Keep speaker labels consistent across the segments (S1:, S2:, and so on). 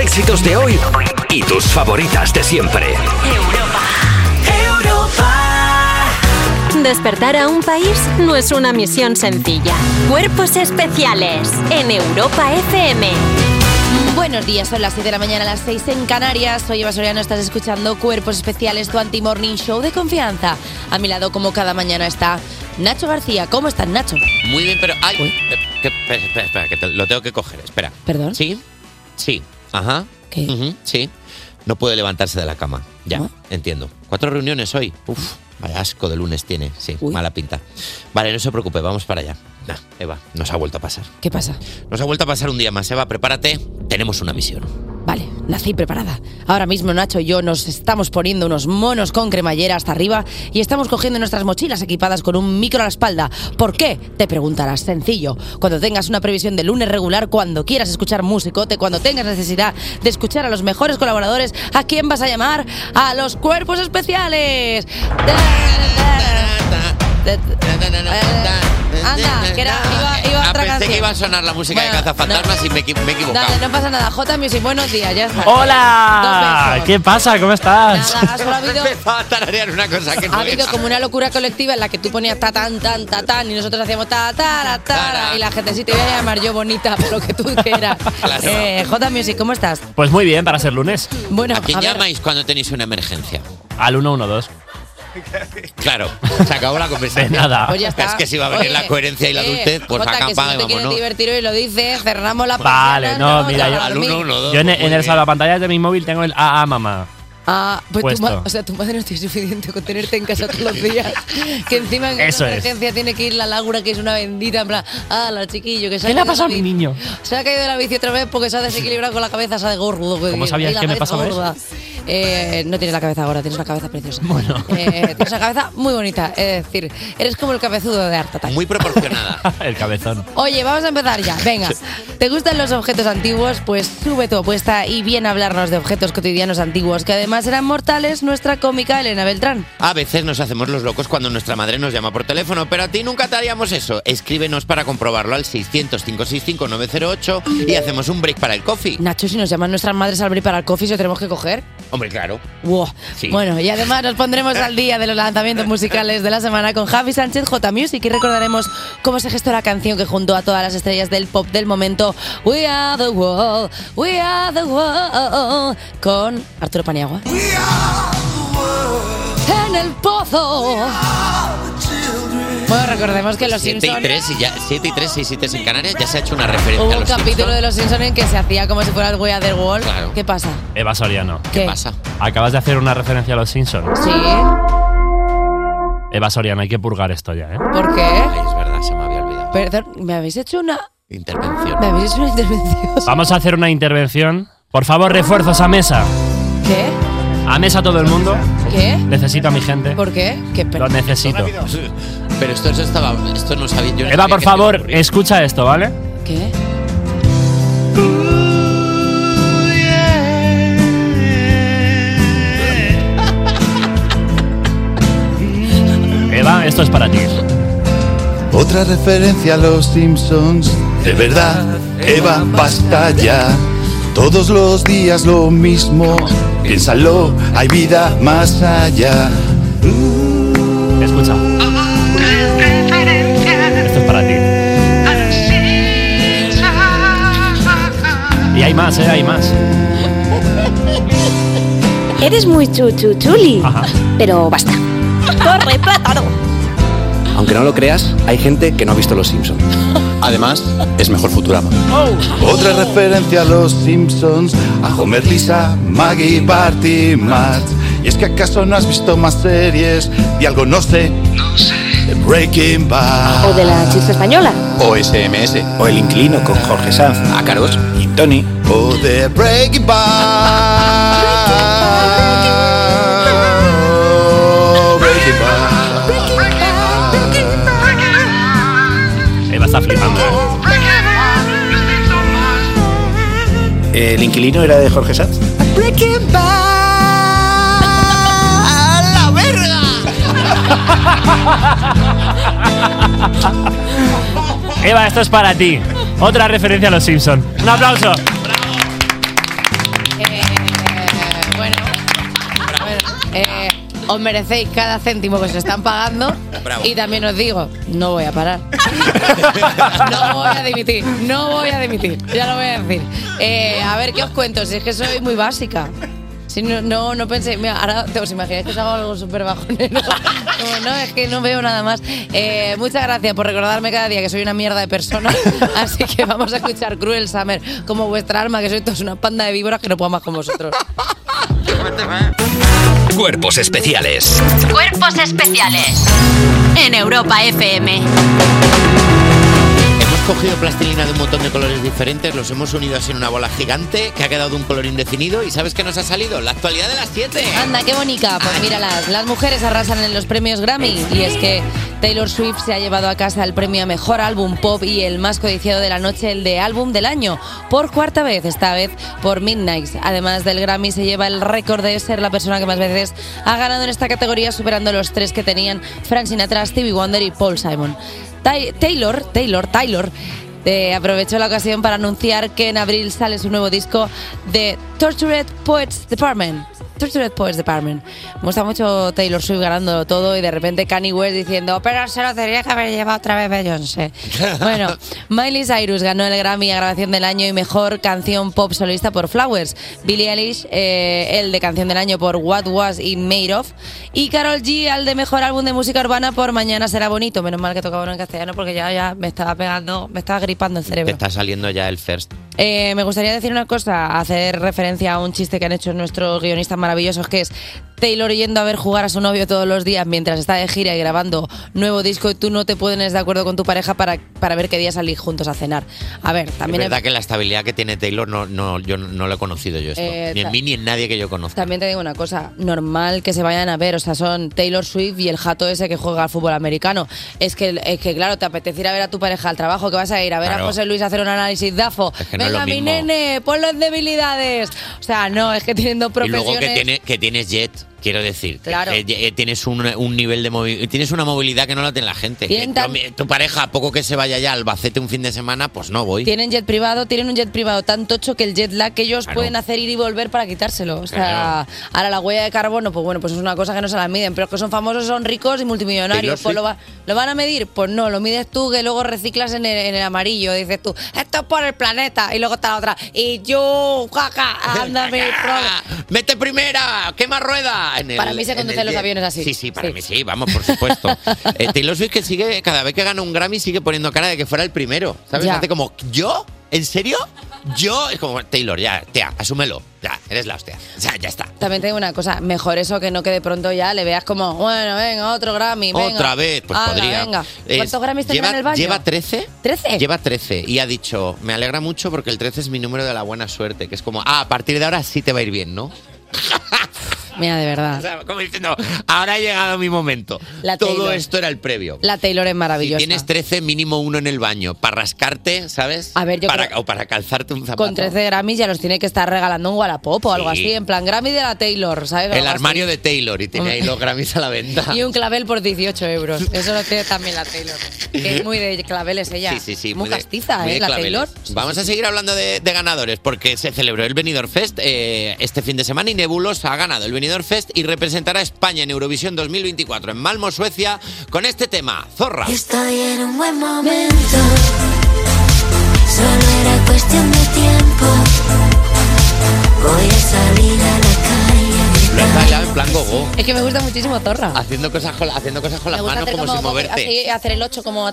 S1: éxitos de hoy y tus favoritas de siempre.
S2: Despertar a un país no es una misión sencilla. Cuerpos especiales en Europa FM.
S3: Buenos días, son las 7 de la mañana, las 6 en Canarias. Soy Eva Soriano, estás escuchando Cuerpos Especiales, tu anti-morning show de confianza. A mi lado, como cada mañana, está Nacho García. ¿Cómo estás, Nacho?
S4: Muy bien, pero. ¡Ay! eh, que- espera, espera, espera, que te- lo tengo que coger. Espera.
S3: ¿Perdón?
S4: Sí, sí. Ajá. Ujú, sí. No puede levantarse de la cama. Ya, entiendo. Cuatro reuniones hoy. Uf, vaya asco de lunes tiene. Sí, mala pinta. Vale, no se preocupe, vamos para allá. Nah, Eva, nos ha vuelto a pasar.
S3: ¿Qué pasa?
S4: Nos ha vuelto a pasar un día más. Eva, prepárate. Tenemos una misión.
S3: Vale, nací preparada. Ahora mismo Nacho y yo nos estamos poniendo unos monos con cremallera hasta arriba y estamos cogiendo nuestras mochilas equipadas con un micro a la espalda. ¿Por qué? Te preguntarás. Sencillo. Cuando tengas una previsión de lunes regular, cuando quieras escuchar musicote, cuando tengas necesidad de escuchar a los mejores colaboradores, ¿a quién vas a llamar? A los cuerpos especiales. Anda, que era- iba, iba
S4: Ah,
S3: otra
S4: pensé que iba
S3: canción.
S4: a sonar la música de Cazafantasmas y me, he equi- me he equivocado.
S3: Dale, no pasa nada. J Music, buenos días, ya está.
S5: ¡Hola! ¿Qué pasa? ¿Cómo estás?
S3: Nada, solo ha habido-
S4: Empezaba a tararear una cosa que no
S3: Ha habido
S4: es.
S3: como una locura colectiva en la que tú ponías ta tan tan ta tan y nosotros hacíamos ta ta ta y la gente sí te iba a llamar yo bonita por lo que tú quieras. Eh, J Music, ¿cómo estás?
S5: Pues muy bien, para ser lunes.
S3: Bueno,
S4: ¿A quién
S3: a ver.
S4: llamáis cuando tenéis una emergencia?
S5: Al 112.
S4: Claro, se acabó la conversación.
S5: De nada. Pues
S3: ya está.
S4: Es que si va a venir
S3: Oye,
S4: la coherencia y la
S3: eh,
S4: adultez, pues
S3: Jota,
S4: acá
S3: que si no te
S4: vámonos.
S3: quieres divertir hoy lo dices, cerramos la
S5: Vale,
S3: persiana,
S5: no, mira, yo,
S3: Al uno, uno, dos,
S5: yo en,
S3: pues
S5: en
S3: muy
S5: el salvapantallas de mi móvil tengo el AA mamá.
S3: Ah, pues tu,
S5: Puesto.
S3: ma- o sea, tu madre no tiene suficiente con tenerte en casa todos los días. Que encima en
S5: Eso
S3: una
S5: es.
S3: emergencia tiene que ir la Laura, que es una bendita, en plan, ah, la chiquillo, que se ha
S5: ¿Qué le ha
S3: caído
S5: pasado a
S3: la
S5: mi
S3: bici".
S5: niño?
S3: Se ha caído de la bici otra vez porque se ha desequilibrado con la cabeza, se ha de gordo. que-
S5: ¿Cómo sabías
S3: y la
S5: que me
S3: cabeza
S5: pasaba eso?
S3: gorda. Eh, no tienes la cabeza ahora, tienes una cabeza preciosa. Bueno. tienes una cabeza muy bonita, es decir, eres como el cabezudo de Arta.
S4: Muy proporcionada.
S5: el cabezón.
S3: Oye, vamos a empezar ya. Venga, ¿te gustan los objetos antiguos? Pues sube tu apuesta y viene a hablarnos de objetos cotidianos antiguos que además eran mortales nuestra cómica Elena Beltrán.
S4: A veces nos hacemos los locos cuando nuestra madre nos llama por teléfono, pero a ti nunca te haríamos eso. Escríbenos para comprobarlo al 600-565-908 y hacemos un break para el coffee.
S3: Nacho, si nos llaman nuestras madres al abrir para el coffee, ¿se tenemos que coger?
S4: Hombre, claro.
S3: Wow.
S4: Sí.
S3: Bueno, y además nos pondremos al día de los lanzamientos musicales de la semana con Javi Sánchez J Music y recordaremos cómo se gestó la canción que juntó a todas las estrellas del pop del momento We Are the World, We Are the World con Arturo Paniagua. En el pozo. Bueno, recordemos que los
S4: 7 y
S3: Simpsons
S4: 3 y ya, 7 y 3, 6 y 3 en Canarias ya se ha hecho una referencia
S3: hubo
S4: a
S3: un
S4: los
S3: capítulo de los Simpsons en que se hacía como si fuera el We Are the World.
S5: Claro.
S3: ¿Qué pasa?
S5: Eva Soriano.
S3: ¿Qué ¿Qué?
S4: pasa?
S5: Acabas de hacer una referencia a los Simpsons.
S3: Sí.
S5: Eva Soriano, hay que purgar esto ya, ¿eh?
S3: ¿Por qué?
S4: Es verdad, se me había olvidado.
S3: Perdón, me habéis hecho una.
S4: Intervención.
S3: Me habéis hecho una intervención.
S5: Vamos a hacer una intervención. Por favor, refuerzos a mesa.
S3: ¿Qué?
S5: A mesa todo el mundo.
S3: ¿Qué?
S5: Necesito a mi gente.
S3: ¿Por qué? ¿Qué
S5: Lo necesito.
S4: Pero esto, eso estaba, esto no sabía yo. no
S5: Eva,
S4: sabía
S5: por
S4: que-
S5: favor, escucha esto, ¿vale?
S3: ¿Qué?
S5: Eva, esto es para ti.
S6: Otra referencia a los Simpsons. De verdad, Eva, basta ya. Todos los días lo mismo. Piénsalo, hay vida más allá.
S5: Escucha. Esto es para ti. Y hay más, ¿eh? Hay más.
S7: Eres muy chuchu chuli, pero basta. Corre, plátano.
S8: Aunque no lo creas, hay gente que no ha visto Los Simpsons.
S6: Además, es mejor Futurama. Otra referencia a los Simpsons, a Homer, Lisa, Maggie, Bart y Matt. Y es que acaso no has visto más series y algo no sé. No sé. De Breaking Bad.
S7: O de la chiste española.
S6: O SMS. O El Inclino con Jorge Sanz. Ácaros. Y Tony. O de Breaking Bad. Breaking Bad.
S5: Eva está flipando. eh.
S8: ¿El inquilino era de Jorge Sanz?
S9: Breaking Bad. ¡A la verga!
S5: Eva, esto es para ti. Otra referencia a los Simpsons. Un aplauso.
S3: Eh, os merecéis cada céntimo que os están pagando.
S4: Bravo.
S3: Y también os digo, no voy a parar. no voy a dimitir, no voy a dimitir. Ya lo voy a decir. Eh, a ver, ¿qué os cuento? Si es que soy muy básica. Si no, no, no pensé, mira, ahora te- os imagináis que os hago algo súper bajonero. Como, no, es que no veo nada más. Eh, muchas gracias por recordarme cada día que soy una mierda de persona. Así que vamos a escuchar Cruel Summer como vuestra alma, que soy todos una panda de víboras que no puedo más con vosotros.
S1: Cuerpos especiales.
S2: Cuerpos especiales en Europa FM.
S4: Hemos cogido plastilina de un montón de colores diferentes, los hemos unido así en una bola gigante que ha quedado de un color indefinido y ¿sabes qué nos ha salido? La actualidad de las 7.
S3: Anda, qué bonita. Pues míralas, las mujeres arrasan en los premios Grammy. Y es que Taylor Swift se ha llevado a casa el premio a Mejor Álbum Pop y el más codiciado de la noche, el de Álbum del Año, por cuarta vez, esta vez por Midnight. Además del Grammy se lleva el récord de ser la persona que más veces ha ganado en esta categoría, superando los tres que tenían Frank Sinatra, Stevie Wonder y Paul Simon. Tai- Taylor, Taylor, Taylor. eh, aprovechó la ocasión para anunciar que en abril sale su nuevo disco de Tortured Poets Department. Tortured Poets Department. Me gusta mucho Taylor Swift ganando todo y de repente Kanye West diciendo, pero se lo tenía que haber llevado otra vez Beyoncé. Bueno, Miley Cyrus ganó el Grammy a Grabación del Año y Mejor Canción Pop Solista por Flowers. Billie Eilish, eh, el de Canción del Año por What Was It Made Of. Y Carol G, al de Mejor Álbum de Música Urbana por Mañana Será Bonito. Menos mal que tocaba uno en castellano porque ya, ya me estaba pegando, me estaba gripando el
S4: Te
S3: cerebro.
S4: está saliendo ya el first.
S3: Eh, me gustaría decir una cosa, hacer referencia a un chiste que han hecho nuestros guionistas maravillosos, que es Taylor yendo a ver jugar a su novio todos los días mientras está de gira y grabando nuevo disco y tú no te pones de acuerdo con tu pareja para, para ver qué día salir juntos a cenar. A ver, también
S4: es
S3: he-
S4: verdad que la estabilidad que tiene Taylor no, no, yo no lo he conocido yo esto.
S3: Eh,
S4: ni en
S3: ta-
S4: mí ni en nadie que yo conozca.
S3: También te digo una cosa, normal que se vayan a ver, o sea, son Taylor Swift y el jato ese que juega al fútbol americano. Es que, es que claro, te apetece ir a ver a tu pareja al trabajo, que vas a ir a ver
S4: Claro.
S3: a José Luis a hacer un análisis DAFO.
S4: que no es
S3: Venga,
S4: lo
S3: mi
S4: mismo.
S3: nene, pon las debilidades. O sea, no, es que tienen dos
S4: Y luego que,
S3: profesiones.
S4: tiene, que tienes jet, quiero decir. que-
S3: Claro.
S4: que ye- tienes un, un nivel de movi- tienes una movilidad que no la tiene la gente.
S3: Tienen
S4: Que
S3: tan-
S4: no me- tu pareja, a poco que se vaya ya al Albacete un fin de semana, pues no voy.
S3: Tienen jet privado, tienen un jet privado tan tocho que el jet lag que ellos
S4: Claro.
S3: pueden hacer ir y volver para quitárselo. O sea, ahora la huella de carbono, pues bueno, pues es una cosa que no se la miden, pero los que son famosos, son ricos y multimillonarios.
S9: Taylor
S3: Pues lo,
S9: Swift.
S3: va- ¿lo van a medir? Pues no, lo mides tú que luego reciclas en el, en el amarillo. Dices tú, esto es por el planeta. Y luego está la otra, y yo, caca, anda mi pro-
S4: ¡Mete primera! ¡Quema rueda! En
S3: Para
S4: el-
S3: mí se
S4: en el
S3: conducen los
S4: jet.
S3: aviones así.
S4: Sí, sí, para mí sí, vamos, por supuesto. Eh, Taylor Swift que sigue, cada vez que gana un Grammy, sigue poniendo cara de que fuera el primero. ¿Sabes?
S3: Ya.
S4: Hace como, ¿yo? ¿En serio? ¿Yo? Es como, Taylor, ya, tía, asúmelo. Ya, eres la hostia. O sea, ya está.
S3: También tengo una cosa, mejor eso que no que de pronto ya le veas como, bueno, venga, otro Grammy, venga.
S4: Otra vez, pues
S3: Ala,
S4: podría.
S3: venga.
S4: Es-
S3: ¿Cuántos Grammys tendrá
S4: lleva-
S3: en el baño?
S4: Lleva 13.
S3: ¿13?
S4: Lleva 13 y ha dicho, me alegra mucho porque el 13 es mi número de la buena suerte, que es como, ah, a partir de ahora sí te va a ir bien, ¿no?
S3: Mira, de verdad.
S4: O sea, como diciendo, ahora ha llegado mi momento.
S3: La
S4: Todo
S3: Taylor.
S4: esto era el previo.
S3: La Taylor es
S4: Si
S3: maravillosa.
S4: tienes 13, mínimo uno en el baño, para rascarte, ¿sabes?
S3: A ver, yo
S4: para,
S3: creo-
S4: O para calzarte un zapato.
S3: Con 13 Grammys ya los tiene que estar regalando un Wallapop o algo
S4: Sí.
S3: así, en plan Grammy de la Taylor, ¿sabes?
S4: El
S3: Algo así.
S4: armario de Taylor y tiene ahí los Grammys a la venta.
S3: Y un clavel por 18 euros. Eso lo tiene también la Taylor. Que es muy de claveles ella.
S4: Sí, sí, sí.
S3: Muy,
S4: de-
S3: castiza,
S4: muy
S3: ¿eh?
S4: de
S3: La
S4: claveles.
S3: Taylor.
S4: Vamos a seguir hablando de, de ganadores porque se celebró el Benidorm Fest eh, este fin de semana y Nebulos ha ganado el Benidorm Fest y representará a España en Eurovisión 2024 en Malmo, Suecia, con este tema, Zorra.
S10: Estoy en un buen momento. Solo era cuestión de tiempo. Voy a salir a la calle.
S4: Lo has bailado en plan gogo,
S3: Es que me gusta muchísimo Zorra.
S4: haciendo cosas con, la- haciendo cosas con
S3: Me
S4: las
S3: gusta
S4: manos
S3: hacer
S4: como, sin moverte.
S3: así, hacer el 8 como...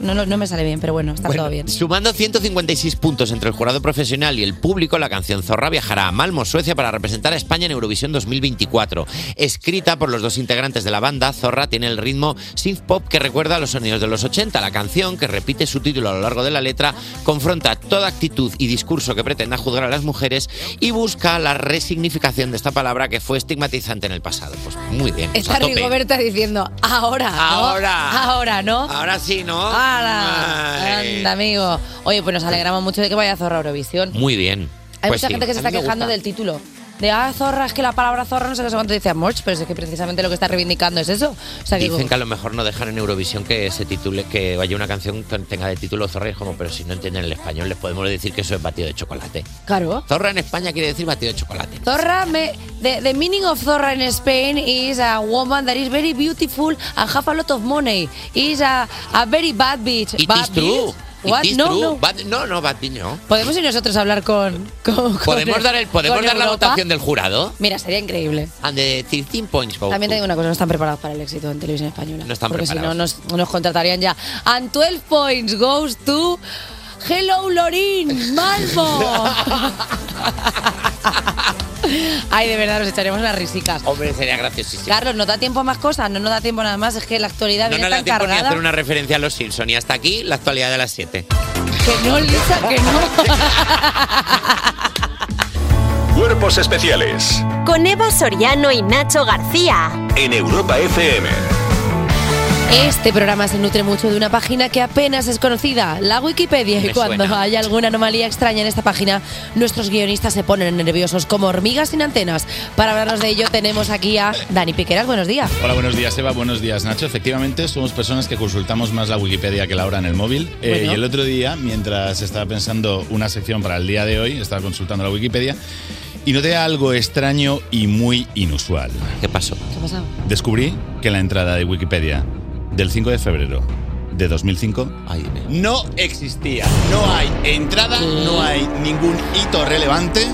S3: No, no, no me sale bien, pero bueno, está todo bien.
S4: Sumando 156 puntos entre el jurado profesional y el público, la canción Zorra viajará a Malmo, Suecia, para representar a España en Eurovisión 2024. Escrita por los dos integrantes de la banda, Zorra tiene el ritmo synth pop que recuerda a los sonidos de los 80. La canción, que repite su título a lo largo de la letra, confronta toda actitud y discurso que pretenda juzgar a las mujeres y busca la resignificación de esta palabra que fue estigmatizante en el pasado. Pues muy bien. pues
S3: Está
S4: a tope.
S3: Rigoberta diciendo, ahora, ¿no?
S4: Ahora.
S3: Ahora, ¿no?
S4: Ahora sí, ¿no?
S3: ¡Hala!
S4: Ay.
S3: Anda, amigo. Oye, pues nos alegramos mucho de que vaya a Zorra Eurovisión.
S4: Muy bien.
S3: Hay
S4: Pues
S3: mucha
S4: sí.
S3: gente que se
S4: A
S3: está
S4: mí me
S3: quejando
S4: gusta.
S3: del título. de ah, zorra, es que la palabra zorra no sé qué sé cuánto dice a Morch, pero es que precisamente lo que está reivindicando es eso. O sea, que
S4: Dicen que a lo mejor no dejan en Eurovisión que se titule, que haya una canción que tenga de título zorra y es como, pero si no entienden el español, les podemos decir que eso es batido de chocolate.
S3: claro.
S4: Zorra en España quiere decir batido de chocolate.
S3: Zorra, me, the, the meaning of zorra in Spain is a woman that is very beautiful and have a lot of money. Is a, a very bad bitch.
S4: It
S3: bad
S4: is true.
S3: bitch?
S4: It
S3: What?
S4: is
S3: No,
S4: true.
S3: no.
S4: Bat- no, no, bati- no.
S3: Podemos ir nosotros a hablar con. con- con
S4: ¿Podemos
S3: el-
S4: dar, el, podemos
S3: con
S4: dar la
S3: Europa?
S4: votación del jurado?
S3: Mira, sería increíble.
S4: And the 13 points go
S3: También
S4: to-
S3: te digo una cosa, no están preparados para el éxito en televisión española.
S4: No están
S3: porque si no,
S4: preparados.
S3: nos, nos contratarían ya. And 12 points goes to Hello Lorin, Malmo. Ay, de verdad, nos echaremos unas risicas.
S4: Hombre, sería graciosísimo.
S3: Carlos, ¿nos da tiempo a más cosas? No nos da tiempo nada más, es que la actualidad
S4: no
S3: viene
S4: nos da
S3: tan
S4: tiempo ni a
S3: cargada
S4: hacer una referencia a los Simpson y hasta aquí la actualidad de las 7.
S3: que no, Lisa, que no.
S9: Cuerpos especiales
S2: Con Eva Soriano y Nacho García.
S9: en Europa FM.
S3: Este programa se nutre mucho de una página que apenas es conocida, la Wikipedia. Y
S11: Me
S3: cuando
S11: suena.
S3: hay alguna anomalía extraña en esta página, nuestros guionistas se ponen nerviosos como hormigas sin antenas. Para hablarnos de ello tenemos aquí a Dani Piqueras. Buenos días.
S12: Hola, buenos días Eva, buenos días Nacho. Efectivamente, somos personas que consultamos más la Wikipedia que la hora en el móvil. Eh,
S13: Bueno.
S12: y el otro día, mientras estaba pensando una sección para el día de hoy, estaba consultando la Wikipedia y noté algo extraño y muy inusual.
S4: ¿Qué pasó?
S3: ¿Qué ha pasado?
S12: Descubrí que la entrada de Wikipedia del 5 de febrero de 2005 no existía. No hay entrada, no hay ningún hito relevante.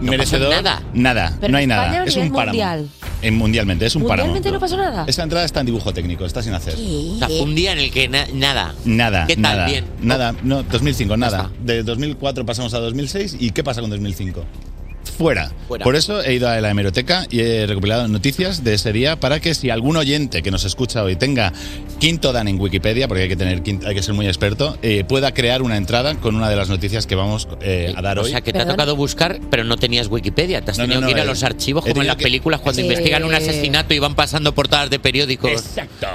S12: merecedor.
S3: pasó nada.
S12: Nada, no hay nada. Es un páramo.
S3: mundial.
S12: En- mundialmente, es un páramo.
S3: Mundialmente no pasó nada.
S12: Esta entrada está en dibujo técnico, está sin hacer.
S3: ¿Qué?
S4: O sea, fue un día en el que na- nada.
S12: Nada,
S4: ¿Qué tal?
S12: nada,
S4: Bien.
S12: nada, no, 2005, nada. De 2004 pasamos a 2006 y ¿qué pasa con 2005? Fuera.
S4: Fuera.
S12: Por eso he ido a la hemeroteca y he recopilado noticias de ese día para que si algún oyente que nos escucha hoy tenga quinto dan en Wikipedia, porque hay que tener quin- hay que ser muy experto, eh, pueda crear una entrada con una de las noticias que vamos eh, a dar
S4: O
S12: hoy.
S4: sea, que te ha tocado buscar, pero no tenías Wikipedia. Te has tenido
S12: no,
S4: que ir a
S12: eh,
S4: los archivos, como
S12: he
S4: en
S12: tenido
S4: las
S12: que-
S4: películas, cuando
S12: Sí.
S4: investigan un asesinato y van pasando portadas de periódicos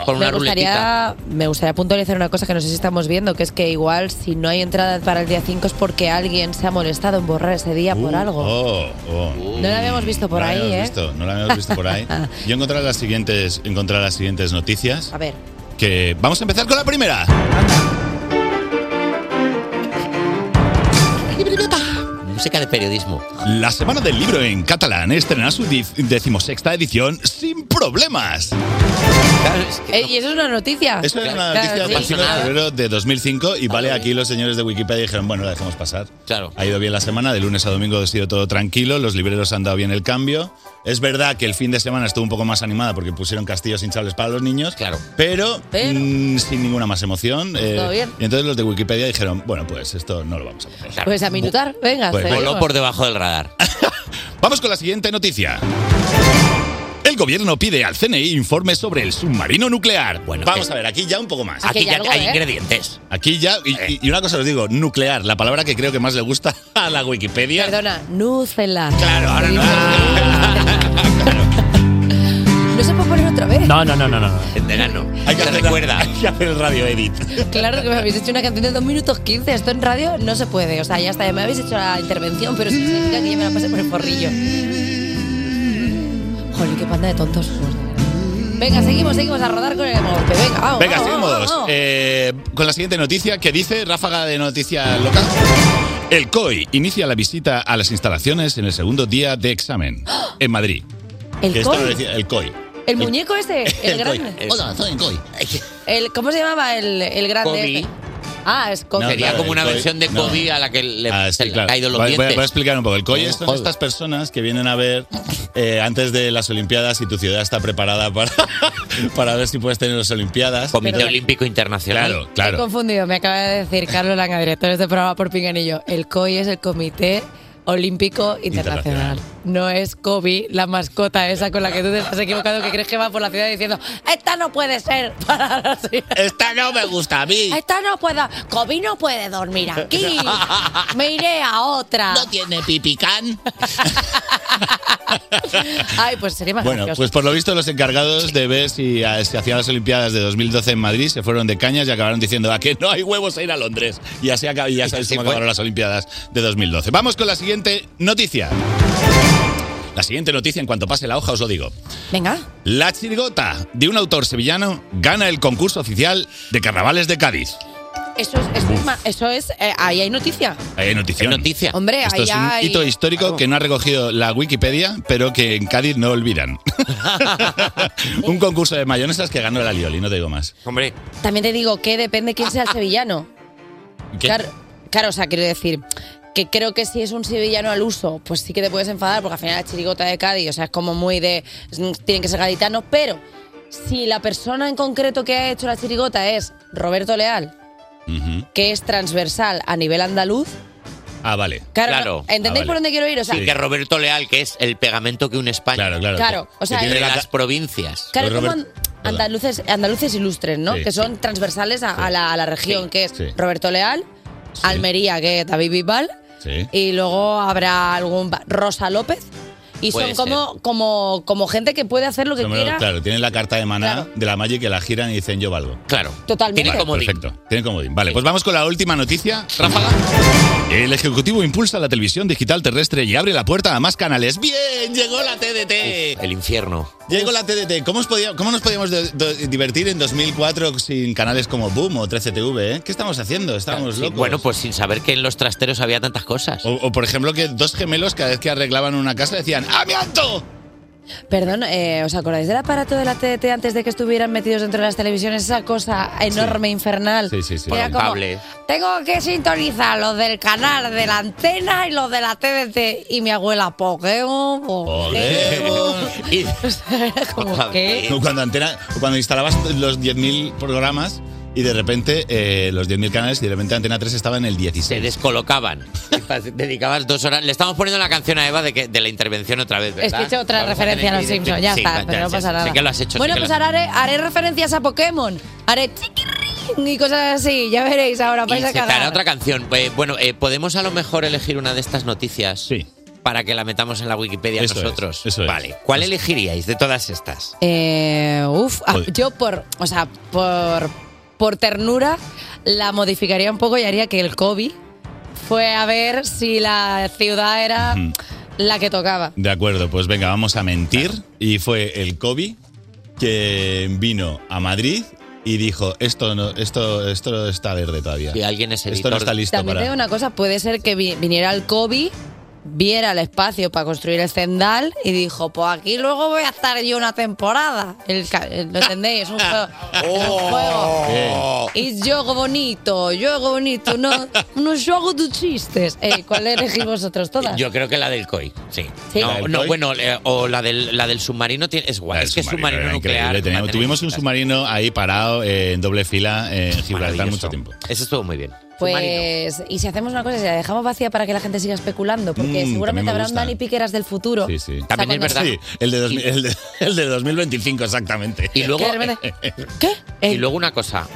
S4: con una
S3: me
S4: ruletita.
S3: gustaría, me gustaría puntualizar una cosa que no sé si estamos viendo, que es que igual si no hay entrada para el día 5 es porque alguien se ha molestado en borrar ese día por algo.
S12: Oh, oh.
S3: No la habíamos visto por
S12: No la
S3: ahí,
S12: habíamos
S3: ¿eh?
S12: visto, no la habíamos visto por ahí. Yo encontré las siguientes, encontré las siguientes noticias.
S3: A ver.
S12: Que vamos a empezar con la primera.
S4: Música de periodismo.
S12: La Semana del Libro en catalán estrenará su dif- decimosexta edición sin problemas.
S3: Eh, y eso es una noticia.
S12: oh. Eso era una
S3: Claro,
S12: noticia
S3: sí.
S12: del 5 de febrero de 2005 y vale, aquí los señores de Wikipedia dijeron, bueno, la dejamos pasar. Claro. Ha ido bien la semana, de lunes a domingo ha sido todo tranquilo, los libreros han dado bien el cambio. Es verdad que el fin de semana estuvo un poco más animada porque pusieron castillos hinchables para los niños. Claro. Pero, mm, sin ninguna más emoción. eh,
S3: Todo bien.
S12: Y entonces los de Wikipedia dijeron, bueno, pues esto no lo vamos a poner.
S3: Pues a minutar, venga.
S12: Pues
S3: seguimos.
S12: voló por debajo del radar. Vamos con la siguiente noticia. El gobierno pide al CNI informes sobre el submarino nuclear. Bueno, vamos a ver, aquí ya un poco más.
S4: Aquí Aquí ya hay ya algo, hay ¿eh?
S12: ingredientes. Eh. Aquí ya, y- y, y una cosa os digo, nuclear, la palabra que creo que más le gusta a la Wikipedia.
S3: Perdona, Nucela. Claro,
S12: ahora
S3: no. No se puede poner otra vez.
S5: No, no, no, no, no.
S12: Hay que hacer, recuerda. Hay que hacer el radio edit.
S3: Claro que me habéis hecho una canción de 2 minutos 15. Esto en radio no se puede. O sea, ya está. Me habéis hecho la intervención, pero eso significa que yo me la pasé por el forrillo. Joder, qué panda de tontos. somos, de verdad. Venga, seguimos, seguimos a rodar con el golpe. Venga, vamos.
S12: Venga,
S3: vamos,
S12: seguimos.
S3: vamos, vamos.
S12: Eh, con la siguiente noticia que dice Ráfaga de Noticias Local. El COI inicia la visita a las instalaciones en el segundo día de examen en Madrid.
S3: ¿El
S12: Que esto
S3: COI?
S12: lo decía- el COI.
S3: El muñeco ese, el,
S12: El
S3: grande. Oh,
S12: COI. Hola, soy el COI.
S3: El- ¿Cómo se llamaba el, el grande?
S4: Kobe.
S3: este? Ah, es Kobe.
S4: Sería como una versión de
S12: no.
S4: Kobe a la que le
S12: Ah,
S4: se
S12: sí,
S4: le
S12: claro.
S4: ha caído los
S12: voy, voy-
S4: dientes.
S12: voy a explicar un poco. El COI
S4: No,
S12: son
S4: joder.
S12: estas personas que vienen a ver eh, antes de las Olimpiadas si tu ciudad está preparada para, para ver si puedes tener las Olimpiadas.
S4: Comité Pero- Olímpico Internacional.
S12: Claro,
S3: Estoy
S12: claro.
S3: confundido, me acaba de decir Carlos Langa, director de este programa por Pinganillo. El COI es el Comité Olímpico Internacional. No es Kobe, la mascota esa con la que tú te estás equivocado, que crees que va por la ciudad diciendo ¡Esta no puede ser! para la ciudad".
S4: Esta no me gusta a mí.
S3: ¡Esta no puede! ¡Kobe no puede dormir aquí! ¡Me iré a otra!
S4: No tiene pipicán.
S3: Ay, pues sería más
S12: Bueno,
S3: gracioso.
S12: pues por lo visto los encargados de ver si, ah, si hacían las Olimpiadas de 2012 en Madrid se fueron de cañas y acabaron diciendo a que no hay huevos a ir a Londres. Y así acaba- y ya sabéis cómo acabaron las Olimpiadas de 2012. Vamos con la siguiente noticia. La siguiente noticia, en cuanto pase la hoja, os lo digo.
S3: Venga.
S12: La chirigota de un autor sevillano gana el concurso oficial de carnavales de Cádiz.
S3: Eso es, eso es ma- eso es, eh, ahí hay noticia.
S12: Ahí hay noticia. noticia.
S3: Hombre,
S12: Esto
S3: ahí
S12: es un
S3: hay-
S12: hito histórico que no ha recogido la Wikipedia, pero que en Cádiz no olvidan. un concurso de mayonesas que ganó el Alioli, no te digo más.
S4: Hombre.
S3: También te digo que depende quién sea el sevillano. Claro, claro, o sea, quiero decir que creo que si es un sevillano al uso, pues sí que te puedes enfadar, porque al final la chirigota de Cádiz, o sea, es como muy de. es- tienen que ser gaditanos, pero si la persona en concreto que ha hecho la chirigota es Roberto Leal, que es transversal a nivel andaluz,
S12: Ah, vale.
S3: Claro, no, ¿entendéis por dónde quiero ir? O sea-
S4: Ah, sí, que Roberto Leal, que es el pegamento que une España. Claro,
S12: claro.
S3: Claro, o sea,
S4: de
S3: es-
S4: las provincias.
S3: claro, es
S12: Pues,
S3: como an- andaluces, andaluces ilustres, ¿no?
S4: Sí,
S3: que son transversales a, a la, a la región, que es
S4: sí.
S3: Roberto Leal, Almería, que es David Bisbal.
S12: Sí.
S3: y luego habrá algún va- Rosa López y
S12: Puede
S3: son como, como como gente que puede hacer lo que
S12: Son-
S3: quiera
S12: Claro, tienen la carta de maná de la Magic que la giran y dicen yo valgo.
S4: Claro.
S3: Totalmente. Tiene comodín.
S12: Perfecto. Tiene comodín. Vale, pues vamos con la última noticia. Ráfaga. El Ejecutivo impulsa la televisión digital terrestre y abre la puerta a más canales. ¡Bien! Llegó la TDT.
S4: El infierno.
S12: Llegó la TDT. ¿Cómo, os podía- cómo nos podíamos de- de- divertir en 2004 sin canales como Boom o 13TV? eh? ¿Qué estamos haciendo? Estábamos
S4: Sí,
S12: locos.
S4: bueno, pues sin saber que en los trasteros había tantas cosas.
S12: O, o, por ejemplo que dos gemelos cada vez que arreglaban una casa decían "¡Ah, ¡Amianto!
S3: perdón eh, os acordáis del aparato de la TDT antes de que estuvieran metidos dentro de las televisiones esa cosa enorme infernal
S12: Sí, sí, sí.
S3: Que era como, tengo que sintonizar los del canal de la antena y los de la TDT y mi abuela Pokémon Pokémon
S4: Y-
S3: Era como ¿qué?
S12: O Cuando, antena, o cuando instalabas los 10.000 programas y de repente eh, los 10.000 canales y de repente Antena 3 estaba en el 16.
S4: Se descolocaban. Y pas- Dedicabas dos horas. Le estamos poniendo la canción a Eva de, que, de la intervención otra vez.
S3: Es
S4: ¿verdad?
S3: que he hecho otra
S4: Vamos tener
S3: referencia a
S4: que
S3: los
S4: ir de-
S3: Simpsons, ya
S4: Sí,
S3: está, pero no
S4: ya
S3: pasa
S4: sé
S3: nada.
S4: que lo has hecho.
S3: bueno,
S4: sé que
S3: pues
S4: lo has-
S3: ahora haré, haré referencias a Pokémon, haré chiquirrín y cosas así, ya veréis ahora, pues
S4: Y
S3: vais a
S4: se te hará
S3: cagar.
S4: otra canción. Eh, bueno, eh, podemos a lo mejor elegir una de estas noticias para que la metamos en la Wikipedia
S12: Eso es,
S4: nosotros. vale. ¿Cuál elegiríais de todas estas?
S3: Eh, uf, ah, yo por, o sea, por, por ternura la modificaría un poco y haría que el COVID fue a ver si la ciudad era la que tocaba.
S12: De acuerdo, pues venga, vamos a mentir. Y fue el Kobe que vino a Madrid y dijo, esto no, esto, esto no está verde todavía.
S4: Si alguien es
S12: Esto no
S4: editor-
S12: está listo
S3: También te digo
S12: para...
S3: una cosa, puede ser que vi- viniera el COVID, viera el espacio para construir el Zendal y dijo, pues aquí luego voy a estar yo una temporada. El ca- el- ¿Lo entendéis? Es un juego. es un
S12: Oh.
S3: juego. Y juego bonito, juego bonito, no, no juego de chistes. Ey, ¿Cuál elegís vosotros todas?
S4: Yo creo que la del COI, sí.
S3: Sí.
S4: No,
S3: ¿La del
S4: no,
S12: COI?
S4: bueno, eh, o la del, la del submarino tiene- es guay. Es que submarino,
S12: Era increíble,
S4: nuclear.
S12: teníamos-
S4: va a tener-
S12: tuvimos un submarino ahí parado eh, en doble fila eh, en Gibraltar mucho tiempo.
S4: Eso estuvo muy bien.
S3: Pues, y si hacemos una cosa, si la dejamos vacía para que la gente siga especulando, porque
S12: Mm, también
S3: seguramente
S12: me
S3: habrá un
S12: gusta.
S3: Dani Piqueras del futuro.
S12: Sí, sí.
S3: O sea, cuando-
S12: Sí, el, de 2000 el, de, el de 2025, exactamente.
S4: Y luego, eh,
S3: Que de repente-
S4: y luego una cosa,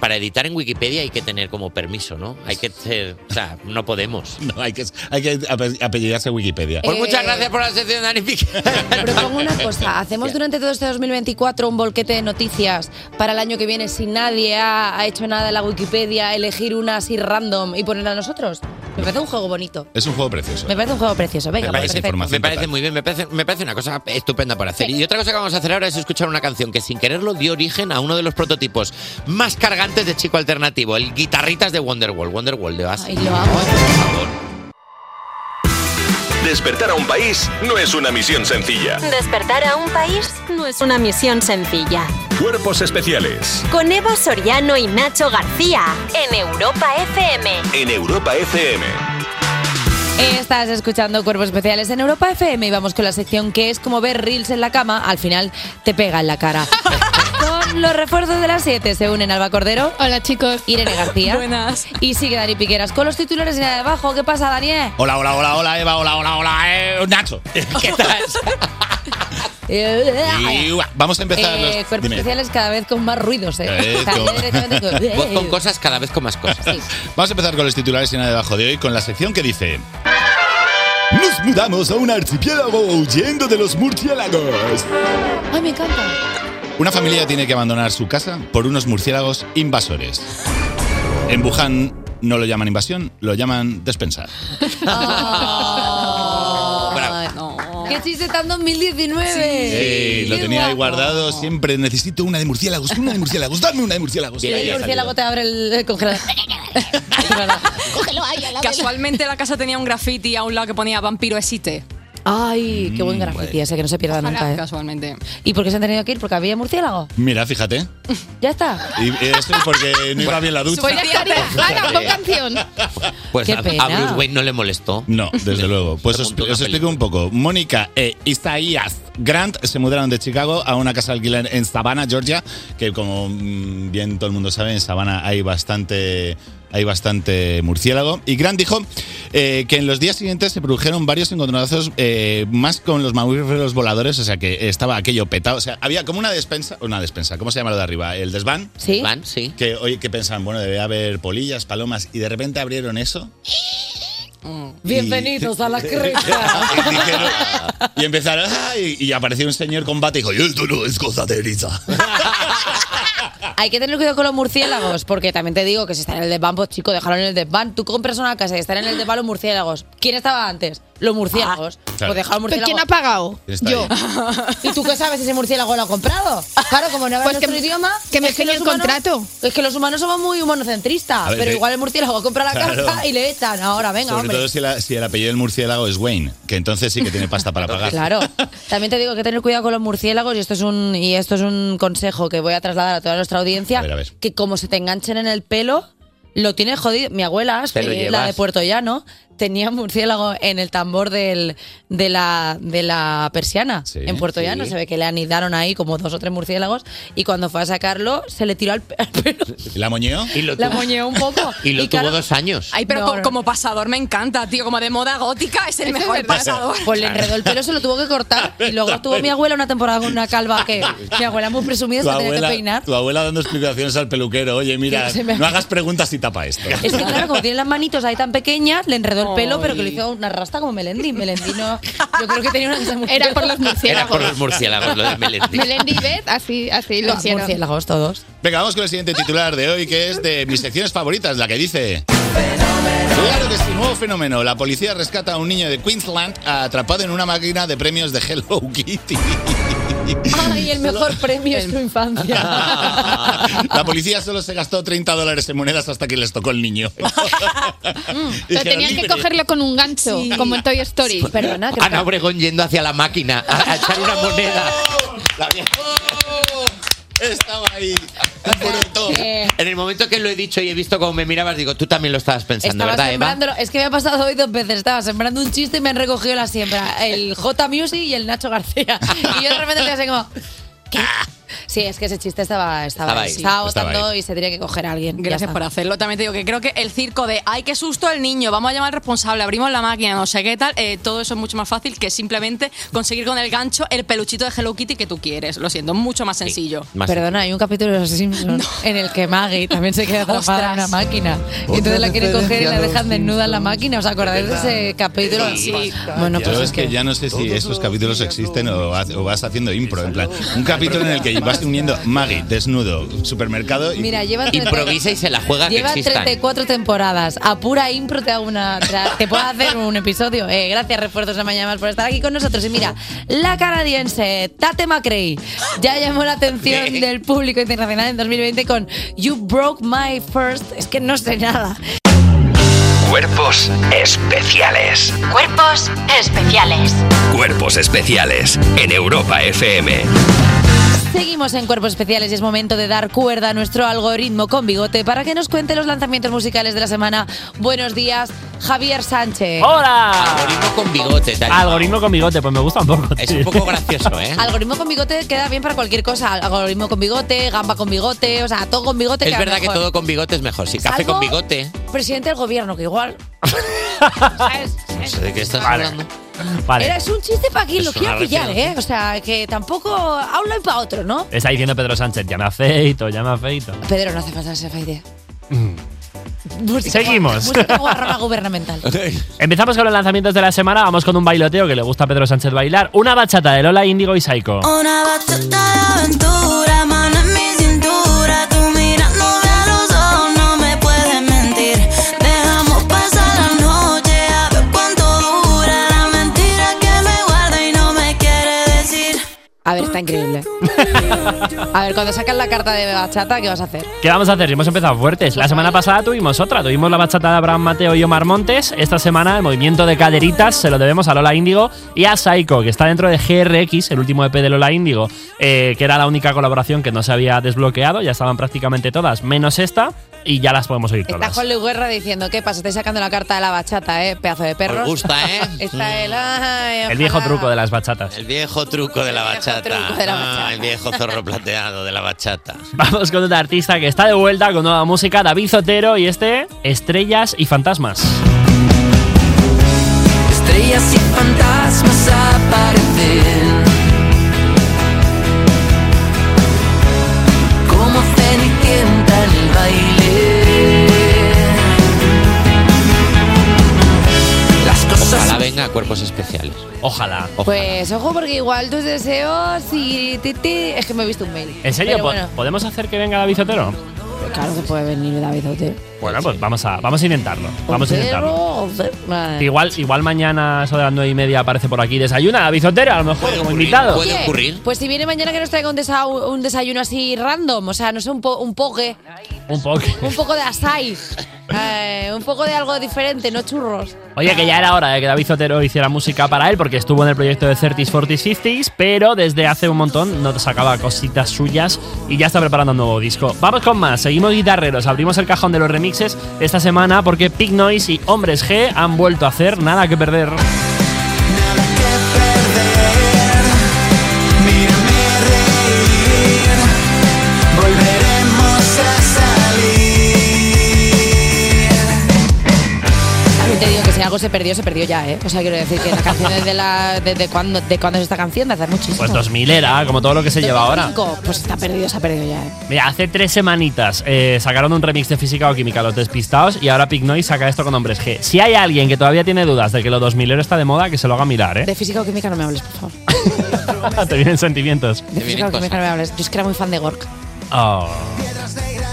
S4: para editar en Wikipedia hay que tener como permiso, ¿no? Hay que ser, o sea, no podemos.
S12: No, hay que, hay que ape- apellidarse Wikipedia.
S4: Pues muchas
S3: Eh,
S4: gracias por la sección, Dani Piqueras.
S3: Propongo una cosa, hacemos durante todo este 2024 un volquete de noticias para el año que viene si nadie ha, ha hecho nada en la Wikipedia, elegir una así random y ponerla a nosotros. Me parece un juego bonito.
S12: Es un juego precioso.
S3: Me parece un juego precioso. Venga,
S4: me parece,
S3: perfecto.
S4: me parece muy bien, me parece, me parece una cosa estupenda por hacer. Y otra cosa que vamos a hacer ahora es escuchar una canción que sin quererlo dio origen a uno de los prototipos más cargantes de chico alternativo, el Guitarritas de Wonderwall, Wonderwall de Oasis.
S9: Despertar a un país no es una misión sencilla.
S2: Despertar a un país no es una misión sencilla.
S9: Cuerpos especiales
S2: Con Evo Soriano y Nacho García en Europa FM.
S9: en Europa FM.
S3: Estás escuchando Cuerpos Especiales en Europa FM y vamos con la sección que es como ver reels en la cama, al final te pega en la cara. Con los refuerzos de las 7 se unen Alba Cordero. Hola chicos. Irene García. Buenas. Y sigue Dani Piqueras con los titulares de abajo. ¿Qué pasa, Daniel?
S12: Hola, hola, hola, hola, Eva, hola, hola, hola, eh, Nacho. ¿Qué tal? Iua. Vamos a empezar
S3: Eh,
S12: los...
S3: cuerpos
S12: Dime.
S3: especiales cada vez con más ruidos, ¿eh?
S12: Eh,
S3: O sea,
S12: con-
S3: yo directamente digo,
S4: Voz con
S3: "Eh".
S4: cosas cada vez con más cosas.
S12: Vamos a empezar con los titulares y nada debajo de hoy con la sección que dice... Nos mudamos a un archipiélago huyendo de los murciélagos.
S3: Ay, me encanta.
S12: Una familia tiene que abandonar su casa por unos murciélagos invasores. En Wuhan no lo llaman invasión, lo llaman despensa.
S3: Ay,
S12: Oh,
S4: Bravo.
S3: no. ¡Qué chiste tan 2019!
S12: Sí, lo
S3: Qué
S12: tenía ahí
S3: guapo.
S12: guardado siempre. Necesito una de murciélagos, una de murciélagos, dame una de murciélagos.
S3: Y el murciélago te abre el el congelador.
S11: Casualmente la casa tenía un graffiti a un lado que ponía vampiro existe.
S3: Ay, qué buen
S12: Mm,
S3: graffiti ese que no se pierda
S11: Ojalá,
S3: nunca. ¿eh?
S11: Casualmente.
S3: ¿Y por qué se han tenido que ir? Porque había murciélago.
S12: Mira, fíjate.
S3: Ya está.
S12: Y eso es porque no iba bien la ducha.
S3: Soy tía Tere.
S13: Ana, pon canción.
S4: Pues
S12: Qué
S4: a, a
S12: pena.
S4: Bruce Wayne no le molestó.
S12: No, desde luego. Pues os, os explico un poco. Mónica e Isaías Grant se mudaron de Chicago a una casa de alquiler en Savannah, Georgia, que como mm, bien todo el mundo sabe, en Savannah hay bastante... Hay bastante murciélago. Y Grant dijo eh, que en los días siguientes se produjeron varios encontronazos eh, más con los mamíferos voladores, o sea que estaba aquello petado. O sea, había como una despensa, una despensa, ¿cómo se llama lo de arriba? ¿El desván?
S3: Sí.
S4: sí.
S12: Que, oye, que pensaban, bueno, debe haber polillas, palomas, y de repente abrieron eso
S3: Bienvenidos a la cresta.
S12: Y empezaron, "Ay", y apareció un señor con bata y dijo, esto no es cosa de eriza.
S3: Hay que tener cuidado con los murciélagos, porque también te digo que si están en el desván, pues chico, déjalo en el desván. Tú compras una casa y están en el desván los murciélagos. ¿Quién estaba antes? Los murciélagos.
S12: Ah,
S13: claro.
S3: Pues
S13: ¿Pero
S3: dejar los murciélagos.
S13: quién ha pagado? Está
S3: Yo. ¿Y tú qué sabes si ese murciélago lo ha comprado? Claro, como no habla
S13: Pues que
S3: nuestro
S13: me-
S3: idioma.
S13: que me
S3: es
S13: enseñe
S3: los
S13: el
S3: humanos-
S13: contrato.
S3: Es que los humanos somos muy humanocentristas,
S12: A ver,
S3: pero
S12: ve-
S3: igual el murciélago compra la
S12: Claro.
S3: casa y le echan. Ahora, venga,
S12: Sobre
S3: hombre.
S12: todo si, la- si el apellido del murciélago es Wayne, que entonces sí que tiene pasta para pagar.
S3: Claro. También te digo que tener cuidado con los murciélagos y esto es un y esto es un consejo que voy a trasladar a toda nuestra audiencia,
S12: A ver, a ver.
S3: que como se te enganchen en el pelo lo tiene jodido. Mi abuela,
S4: Te lo
S3: eh, la
S4: llevas.
S3: de Puerto Llano, tenía murciélago en el tambor del, de, la, de la persiana. en Puerto
S4: sí.
S3: Llano se ve que le anidaron ahí como dos o tres murciélagos y cuando fue a sacarlo se le tiró al pe-
S12: ¿La moñeó?
S4: Y lo
S3: La
S4: tuvo-
S3: moñeó un poco.
S4: Y lo
S3: Y
S4: tuvo
S3: claro-
S4: dos años.
S11: Ay, pero
S3: No,
S11: co-
S3: no.
S11: como pasador me encanta, tío. Como de moda gótica es el mejor pasador.
S3: Pues le enredó el pelo, se lo tuvo que cortar. Y luego tuvo mi abuela una temporada con una calva que mi abuela muy presumida se la tenía que peinar.
S12: tu abuela dando explicaciones al peluquero. Oye, mira,
S3: Que se me-
S12: no hagas preguntas y tapa esto.
S3: Es que claro, como tiene las manitos ahí tan pequeñas, le enredó el pelo,
S12: Ay.
S3: pero que le hizo una rasta como Melendi. Melendi no. Yo creo que tenía una cosa muy-
S13: Era por los
S4: Era
S13: murciélagos.
S4: por los murciélagos, lo de Melendi.
S13: Melendi y Beth, así, así lo
S3: Los
S13: hicieron.
S3: murciélagos todos.
S12: Venga, vamos con el siguiente titular de hoy, que es de mis secciones favoritas, la que dice... Claro que sí, nuevo fenómeno. La policía rescata a un niño de Queensland atrapado en una máquina de premios de Hello Kitty.
S3: Ay, el mejor premio es tu infancia.
S12: La policía solo se gastó 30 dólares en monedas hasta que les tocó el niño.
S13: Pero
S12: Dijeron,
S13: tenían que
S12: "Libre".
S13: cogerlo con un gancho, como en Toy Story.
S3: Perdona,
S4: Ana Obregón yendo hacia la máquina a, a echar una moneda. La vie-
S12: Oh, Estaba ahí.
S3: Eh,
S4: En el momento que lo he dicho y he visto cómo me mirabas, digo, tú también lo estabas pensando,
S3: Estaba
S4: ¿verdad, Eva?
S3: sembrándolo. Es que me ha pasado hoy dos veces. Estaba sembrando un chiste y me han recogido la siembra. El J Music y el Nacho García. Y yo de repente estoy así como. ¿qué? Sí, es que ese chiste estaba, estaba,
S11: Estaba
S3: ahí.
S11: ahí.
S3: Estaba
S11: Estaba
S3: votando
S11: ahí.
S3: y se tenía que coger a alguien. Ya
S11: Gracias
S3: está.
S11: por hacerlo. También te digo que creo que el circo de ay, qué susto el niño, vamos a llamar al responsable, abrimos la máquina, no sé qué tal, eh, todo eso es mucho más fácil que simplemente conseguir con el gancho el peluchito de Hello Kitty que tú quieres. Lo siento, mucho más sencillo.
S3: Perdona, hay un capítulo de Los Simpsons en el que Maggie también se queda atrapada en una máquina. Y entonces la quiere coger y la dejan desnuda en la máquina. ¿Os acordáis de ese capítulo?
S11: Sí.
S3: Bueno,
S12: Yo
S3: pues
S12: es que ya no sé si esos capítulos existen o, ha- o vas haciendo impro. En plan, un capítulo en el que vas uniendo Maggie, desnudo, supermercado. Y,
S3: Mira, lleva treinta-
S4: Improvisa y se la juega
S3: Lleva
S4: que existan.
S3: 34 temporadas. A pura impro te hago una. tra- Te puedo hacer un episodio. Eh, gracias, refuerzos de mañana más por estar aquí con nosotros. Y mira, la canadiense Tate McRae ya llamó la atención del público internacional en 2020 con You Broke My First. Es que no sé nada.
S1: Cuerpos especiales.
S2: Cuerpos especiales.
S1: Cuerpos especiales en Europa FM.
S3: Seguimos en Cuerpos Especiales y es momento de dar cuerda a nuestro algoritmo con bigote para que nos cuente los lanzamientos musicales de la semana. Buenos días, Javier Sánchez.
S5: ¡Hola!
S4: Con bigote, tal.
S5: Algoritmo con bigote, pues me gusta un poco. Es un
S4: poco gracioso, ¿eh?
S3: Algoritmo con bigote queda bien para cualquier cosa. Algoritmo con bigote, gamba con bigote, o sea, todo con bigote.
S4: Es
S3: queda
S4: verdad
S3: mejor.
S4: que todo con bigote es mejor. Sí, café
S3: Salvo-
S4: con bigote.
S3: Presidente del gobierno, que igual.
S4: No sé de qué estás
S5: Vale.
S4: hablando.
S3: Era, es un chiste para quien
S5: Es
S3: lo
S5: una
S3: quiera pillar,
S5: referencia.
S3: ¿eh? O sea, que tampoco. A un lado y para otro, ¿no?
S5: Está diciendo Pedro Sánchez, ya me afeito, ya me afeito.
S3: Pedro, no hace falta esa idea.
S5: Seguimos.
S3: Música guarrona gubernamental.
S5: Empezamos con los lanzamientos de la semana. Vamos con un bailoteo que le gusta a Pedro Sánchez bailar. Una bachata de Lola Índigo y Psycho.
S10: Una bachata de aventura, mano en mi cintura. Tú mirándome a los ojos, no me puedes mentir. Dejamos pasar la noche, a ver cuánto dura la mentira que me guarda y no
S3: A ver, está increíble. A ver, cuando sacas la carta de bachata, ¿qué vas a hacer?
S5: ¿Qué vamos a hacer? Hemos empezado fuertes. La semana pasada tuvimos otra. Tuvimos la bachata de Abraham Mateo y Omar Montes. Esta semana el movimiento de caderitas se lo debemos a Lola Índigo y a Psycho, que está dentro de GRX, el último EP de Lola Índigo, eh, que era la única colaboración que no se había desbloqueado. Ya estaban prácticamente todas, menos esta, y ya las podemos oír
S3: Está
S5: todas.
S3: Juan Luis Guerra diciendo, ¿qué pasa? Estáis sacando la carta de la bachata, ¿eh? Pedazo de perros.
S4: Os gusta, ¿eh?
S3: Está el... ay,
S5: El viejo truco de las bachatas.
S4: El viejo truco de la bachata. Ah, el viejo zorro plateado de la bachata.
S5: Vamos con un artista que está de vuelta con nueva música, David Zotero, y este, Estrellas y Fantasmas.
S10: Estrellas y fantasmas aparecen Como cenicienta en el baile Las cosas
S4: Ojalá venga a cuerpos especiales.
S5: Ojalá.
S3: Pues ojo, porque igual tus deseos y... ti, ti- Es que me he visto un mail.
S5: ¿En serio?
S3: Pero
S5: Pues, ¿Po-
S3: bueno, Pues
S5: ¿Podemos hacer que venga David Zotero?
S3: claro que puede venir David Zotero.
S5: Bueno, pues vamos a, vamos a intentarlo. Vamos a intentarlo.
S3: Vale.
S5: Igual, igual mañana, eso de las nueve y media, aparece por aquí. Desayuna, David Zotero, a lo mejor, como invitado.
S3: Oye, Pues si viene mañana que nos traiga un, desa- un desayuno así random, o sea, no sé, un, po- un poke,
S5: Un poco.
S3: un poco de asai, eh, un poco de algo diferente, no churros.
S5: Oye, que ya era hora de que David Zotero hiciera música para él, porque estuvo en el proyecto de 30s, 40s, 50s, pero desde hace un montón no sacaba cositas suyas y ya está preparando un nuevo disco. Vamos con más, seguimos guitarreros, abrimos el cajón de los remixes esta semana porque Pig Noise y Hombres G han vuelto a hacer nada que perder.
S10: volveremos a salir
S3: También te digo que si algo se perdió, se perdió ya, ¿eh? O sea, quiero decir que la canción es de la. ¿Desde cuándo, de cuándo es esta canción? De hace muchísimo.
S5: Pues 2000 era, como todo lo que se lleva ahora.
S3: 2005, Pues está perdido, se ha perdido ya, ¿eh?
S5: Mira, hace tres semanitas eh, sacaron un remix de Física o Química, Los Despistados, y ahora Pig Noise saca esto con Hombres G. Si hay alguien que todavía tiene dudas de que lo 2000 está de moda, que se lo haga mirar, ¿eh?
S3: De física o química no me hables, por favor.
S5: Te vienen sentimientos.
S3: De física o química no me hables. Yo es que era muy fan de Gork.
S5: Oh.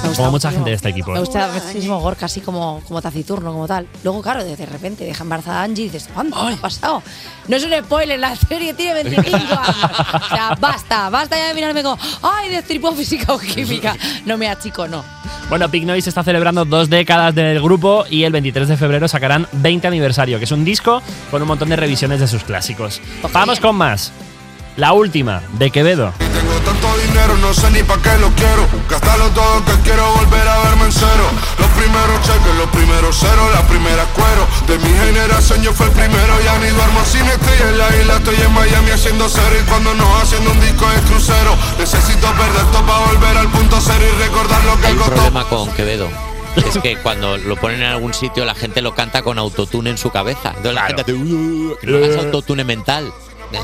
S3: Me gusta
S5: Como mucha
S3: muchísimo.
S5: gente de este equipo.
S3: Me gusta muchísimo Gorka, así como, como taciturno, como tal. Luego, claro, de de repente deja embarazada a Angie y dices, ¿cuánto ha pasado? No es un spoiler, la serie tiene 25 años. O sea, basta, basta ya de mirarme como, ¡ay, destripo física o química! No me achico, no.
S5: Bueno, Pig Noise está celebrando dos décadas del grupo y el 23 de febrero sacarán 20 aniversario, que es un disco con un montón de revisiones de sus clásicos. Vamos con más. La última, de Quevedo.
S14: Tanto dinero, no sé ni pa' qué lo quiero. Gastarlo todo que quiero volver a verme en cero. Los primeros cheques, los primeros ceros, la primera cuero. De mi generación yo fui el primero, ya ni duermo sin estoy en la isla, estoy en Miami haciendo cero. Y cuando no haciendo un disco es crucero. Necesito perder todo para volver al punto cero y recordar lo que
S4: Hay un
S14: costó.
S4: problema con Quevedo. Es que cuando lo ponen en algún sitio, la gente lo canta con autotune en su cabeza. Entonces la gente hace, "Uh", que no hagas autotune mental.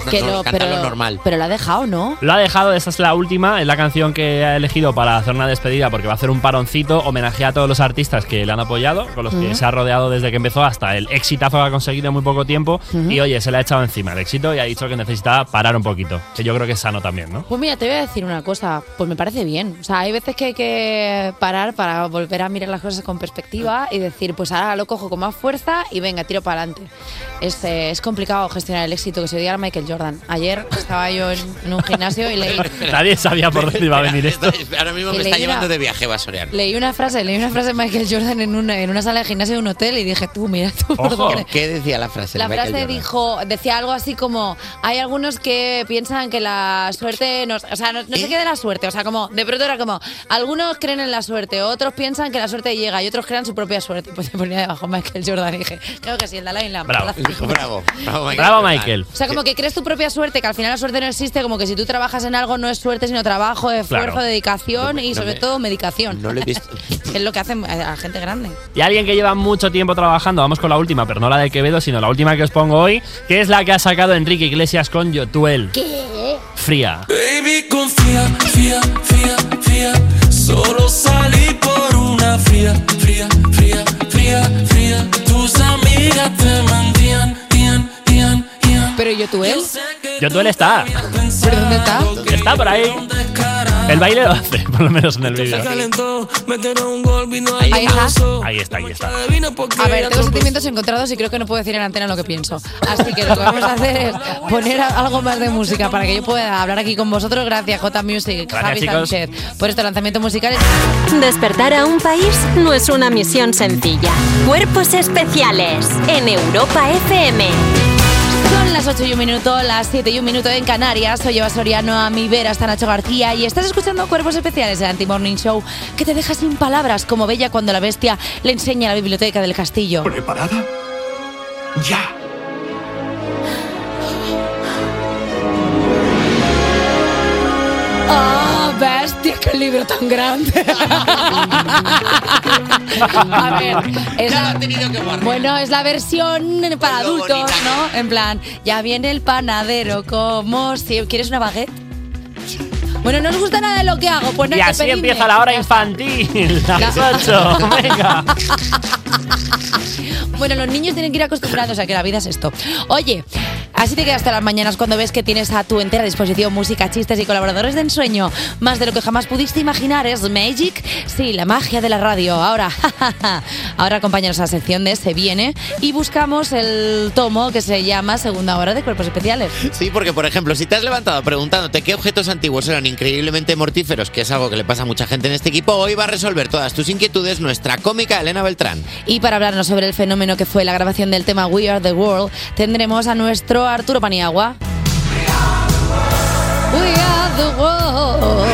S3: Que
S4: No,
S3: no,
S4: canta
S3: pero,
S4: lo normal.
S3: pero lo ha dejado, ¿no?
S5: Lo ha dejado, esa es la última, es la canción que ha elegido para hacer una despedida porque va a hacer un paroncito, homenaje a todos los artistas que le han apoyado, con los
S15: Ujú.
S5: que se ha rodeado desde que empezó hasta el exitazo que ha conseguido en muy poco tiempo y oye, se le ha echado encima el éxito y ha dicho que necesitaba parar un poquito, que yo creo que es sano también, ¿no?
S3: Pues mira, te voy a decir una cosa, pues me parece bien. O sea, hay veces que hay que parar para volver a mirar las cosas con perspectiva y decir, pues ahora lo cojo con más fuerza y venga, tiro para adelante. Es, eh, es complicado gestionar el éxito, que se lo diga a Michael Jordan. Ayer estaba yo en, en un gimnasio y leí,
S5: Nadie sabía por dónde iba a venir esto.
S4: Ahora mismo
S3: Y
S4: me
S3: le
S4: está
S3: iba-
S4: llevando de viaje, Basoriano.
S3: leí una frase, leí una frase de Michael Jordan en una, en una sala de gimnasio de un hotel y dije, tú, mira, tú. por dónde
S4: ¿Qué- ¿Qué decía la frase?
S3: La
S4: de Michael
S3: frase
S4: Jordan?
S3: dijo, decía algo así como, hay algunos que piensan que la suerte, nos, o sea, no, no sé qué de la suerte, o sea, como, de pronto era como, algunos creen en la suerte, otros piensan que la suerte llega y otros crean su propia suerte. Pues se ponía debajo Michael Jordan y dije, claro que sí, el Dalai Lama.
S5: Bravo.
S3: La-
S4: Bravo, bravo Michael.
S5: Bravo, Michael.
S3: O sea, como que crees tu propia suerte, que al final la suerte no existe, como que si tú trabajas en algo no es suerte, sino trabajo, esfuerzo,
S5: Claro.
S3: dedicación y
S5: no
S3: sobre
S5: me-
S3: todo medicación.
S4: No lo he visto.
S3: es lo que hacen eh, a la gente grande.
S5: Y alguien que lleva mucho tiempo trabajando, vamos con la última, pero no la de Quevedo, sino la última que os pongo hoy, que es la que ha sacado Enrique Iglesias con Yotuel.
S10: ¿Qué?
S5: Fría.
S10: Baby, confía, fía, fía, fía. Solo salí por una fría, fría, fría, fría, fría. Tus amigas te mandían, tían, tían, tían.
S3: Pero yo tú él.
S5: Yotuel está.
S3: ¿Pero dónde está?
S5: Está Está por ahí. El baile lo hace, por lo menos en el vídeo.
S3: Ahí está.
S5: Ahí está, ahí está.
S3: A ver, tengo sentimientos encontrados y creo que no puedo decir en antena lo que pienso. Así que lo que vamos a hacer es poner a- algo más de música para que yo pueda hablar aquí con vosotros. Gracias, J Music,
S2: Gracias,
S3: Javi
S2: chicos.
S3: Sánchez, por este estos lanzamientos musicales.
S2: Despertar a un país no es una misión sencilla. Cuerpos especiales en Europa FM.
S3: Son las 8 y un minuto, las 7 y un minuto en Canarias. Soy Eva Soriano, a mi vera está Nacho García y estás escuchando Cuerpos Especiales del Anti-Morning Show que te deja sin palabras como Bella cuando la bestia le enseña la biblioteca del castillo.
S15: ¿Preparada? Ya.
S3: ¡Oh, bestia! ¡Qué libro tan grande! A ver, es la, bueno, es la versión para adultos, ¿no? En plan, ya viene el panadero, como si quieres una baguette. Bueno, no os gusta nada de lo que hago, pues no
S5: Y
S3: hay que
S5: así
S3: pedirme.
S5: empieza la hora infantil. Las
S3: La-
S5: 8. Venga.
S3: Bueno, los niños tienen que ir acostumbrados a que la vida es esto. Oye, así te quedas hasta las mañanas cuando ves que tienes a tu entera disposición música, chistes y colaboradores de ensueño. Más de lo que jamás pudiste imaginar es Magic. Sí, la magia de la radio. Ahora, ahora acompáñanos a la sección de Se Viene y buscamos el tomo que se llama Segunda Hora de Cuerpos Especiales.
S4: Sí, porque por ejemplo, si te has levantado preguntándote qué objetos antiguos eran increíblemente mortíferos, que es algo que le pasa a mucha gente en este equipo, hoy va a resolver todas tus inquietudes nuestra cómica Elena Beltrán.
S3: Y para hablarnos sobre el fenómeno que fue la grabación del tema We Are the World, tendremos a nuestro Arturo Paniagua. We are the world.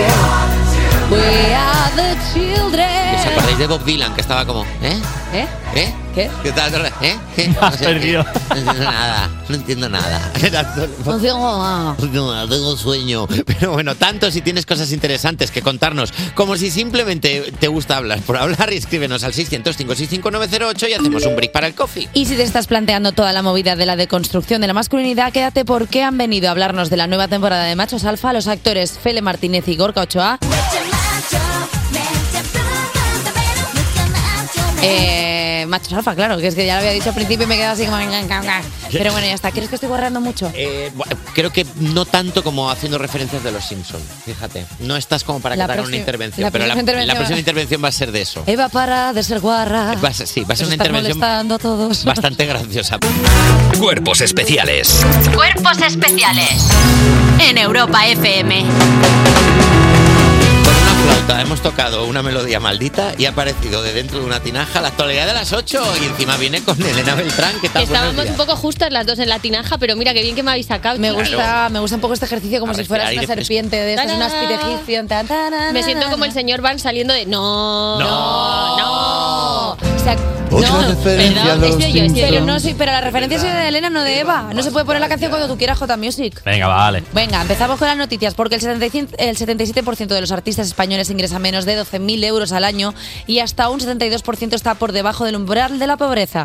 S3: We are the
S4: ¿Os
S3: children.
S4: acordáis de Bob Dylan que estaba como, ¿eh?
S3: ¿Eh?
S4: ¿Eh?
S3: ¿Qué?
S4: ¿Qué tal? ¿Eh? ¿Qué? No sé, No entiendo nada, no entiendo nada. Era solo-
S3: No tengo nada.
S4: No, tengo sueño. Pero bueno, tanto si tienes cosas interesantes que contarnos, como si simplemente te gusta hablar por hablar, y escríbenos al 600 565 y hacemos un break para el coffee.
S3: Y si te estás planteando toda la movida de la deconstrucción de la masculinidad, quédate porque han venido a hablarnos de la nueva temporada de Machos Alfa los actores Fele Martínez y Gorka Ochoa. Eh, Machos Alfa, claro, que es que ya lo había dicho al principio y me he quedado así como... Pero bueno, ya está. ¿Quieres que estoy borrando mucho?
S4: Eh, bu- creo que no tanto como haciendo referencias de los Simpsons, fíjate. No estás como para
S3: La
S4: catar una
S3: próxima-
S4: intervención,
S3: la
S4: pero la,
S3: próxima
S4: la
S3: intervención-
S4: próxima intervención va a ser de eso.
S3: Eva, para de ser guarra.
S4: Va a ser- sí, va a ser
S3: Nos
S4: una
S3: estás
S4: intervención
S3: molestando a todos.
S4: bastante graciosa. Cuerpos especiales.
S2: Cuerpos especiales en Europa FM.
S4: Con una flauta hemos tocado una melodía maldita y ha aparecido de dentro de una tinaja la actualidad de las 8 y encima viene con Elena Beltrán, que tal? Buenos
S16: Estábamos
S4: días.
S16: un poco justas las dos en la tinaja, pero mira qué bien que me habéis sacado.
S3: Me
S16: chicas.
S3: gusta, me gusta un poco este ejercicio como
S16: A
S3: si
S16: respirar
S3: fueras una
S16: aire fresco.
S3: serpiente de estas, un áspide egipcio. tan, tan, tan,
S16: Me siento
S3: tan,
S16: como el señor Van saliendo de no, no, no.
S3: O sea,
S16: Otra
S3: no,
S16: referencia a
S3: perdón,
S16: los
S3: estoy yo, estoy yo.
S16: Simpsons.
S3: Pero no, sí, pero la referencia es de Elena, no de Eva. No se puede poner la canción cuando tú quieras, J Music.
S5: Venga, vale.
S3: Venga, empezamos con las noticias, porque el, 75 el 77% de los artistas españoles ingresa menos de 12.000 euros al año y hasta un 72% está por debajo del umbral de la pobreza.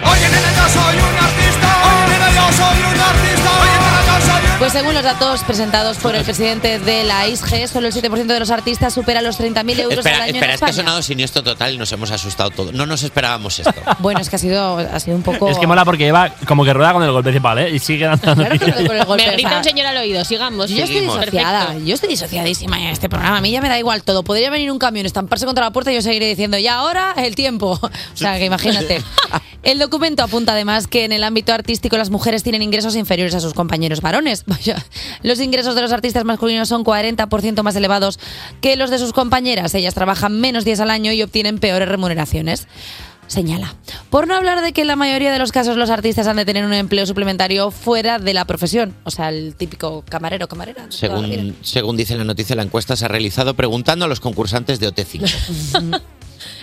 S3: Pues según los datos presentados por el presidente de la ISG, solo el 7% de los artistas supera los 30.000 euros al
S4: Espera, espera,
S3: año en
S4: es que ha
S3: España.
S4: sonado siniestro total y nos hemos asustado todos. No nos esperábamos esto.
S3: Bueno, es que ha sido, ha sido un poco...
S5: Es que mola porque lleva como que rueda con el golpe principal, ¿eh? Y sigue dando noticias.
S16: Me
S3: o
S16: grita
S3: sea,
S16: un señor al oído, sigamos.
S3: Yo estoy
S16: Seguimos.
S3: disociada,
S16: Perfecto.
S3: yo estoy disociadísima en este programa. A mí ya me da igual todo. Podría venir un camión, estamparse contra la puerta y yo seguiré diciendo, y ahora el tiempo. O sea, que imagínate. El documento apunta además que en el ámbito artístico las mujeres tienen ingresos inferiores a sus compañeros varones. Vaya. Los ingresos de los artistas masculinos son 40% más elevados que los de sus compañeras. Ellas trabajan menos días al año y obtienen peores remuneraciones. Señala. Por no hablar de que en la mayoría de los casos los artistas han de tener un empleo suplementario fuera de la profesión. O sea, el típico camarero, camarera.
S4: Según, según dice la noticia, la encuesta se ha realizado preguntando a los concursantes de OT5.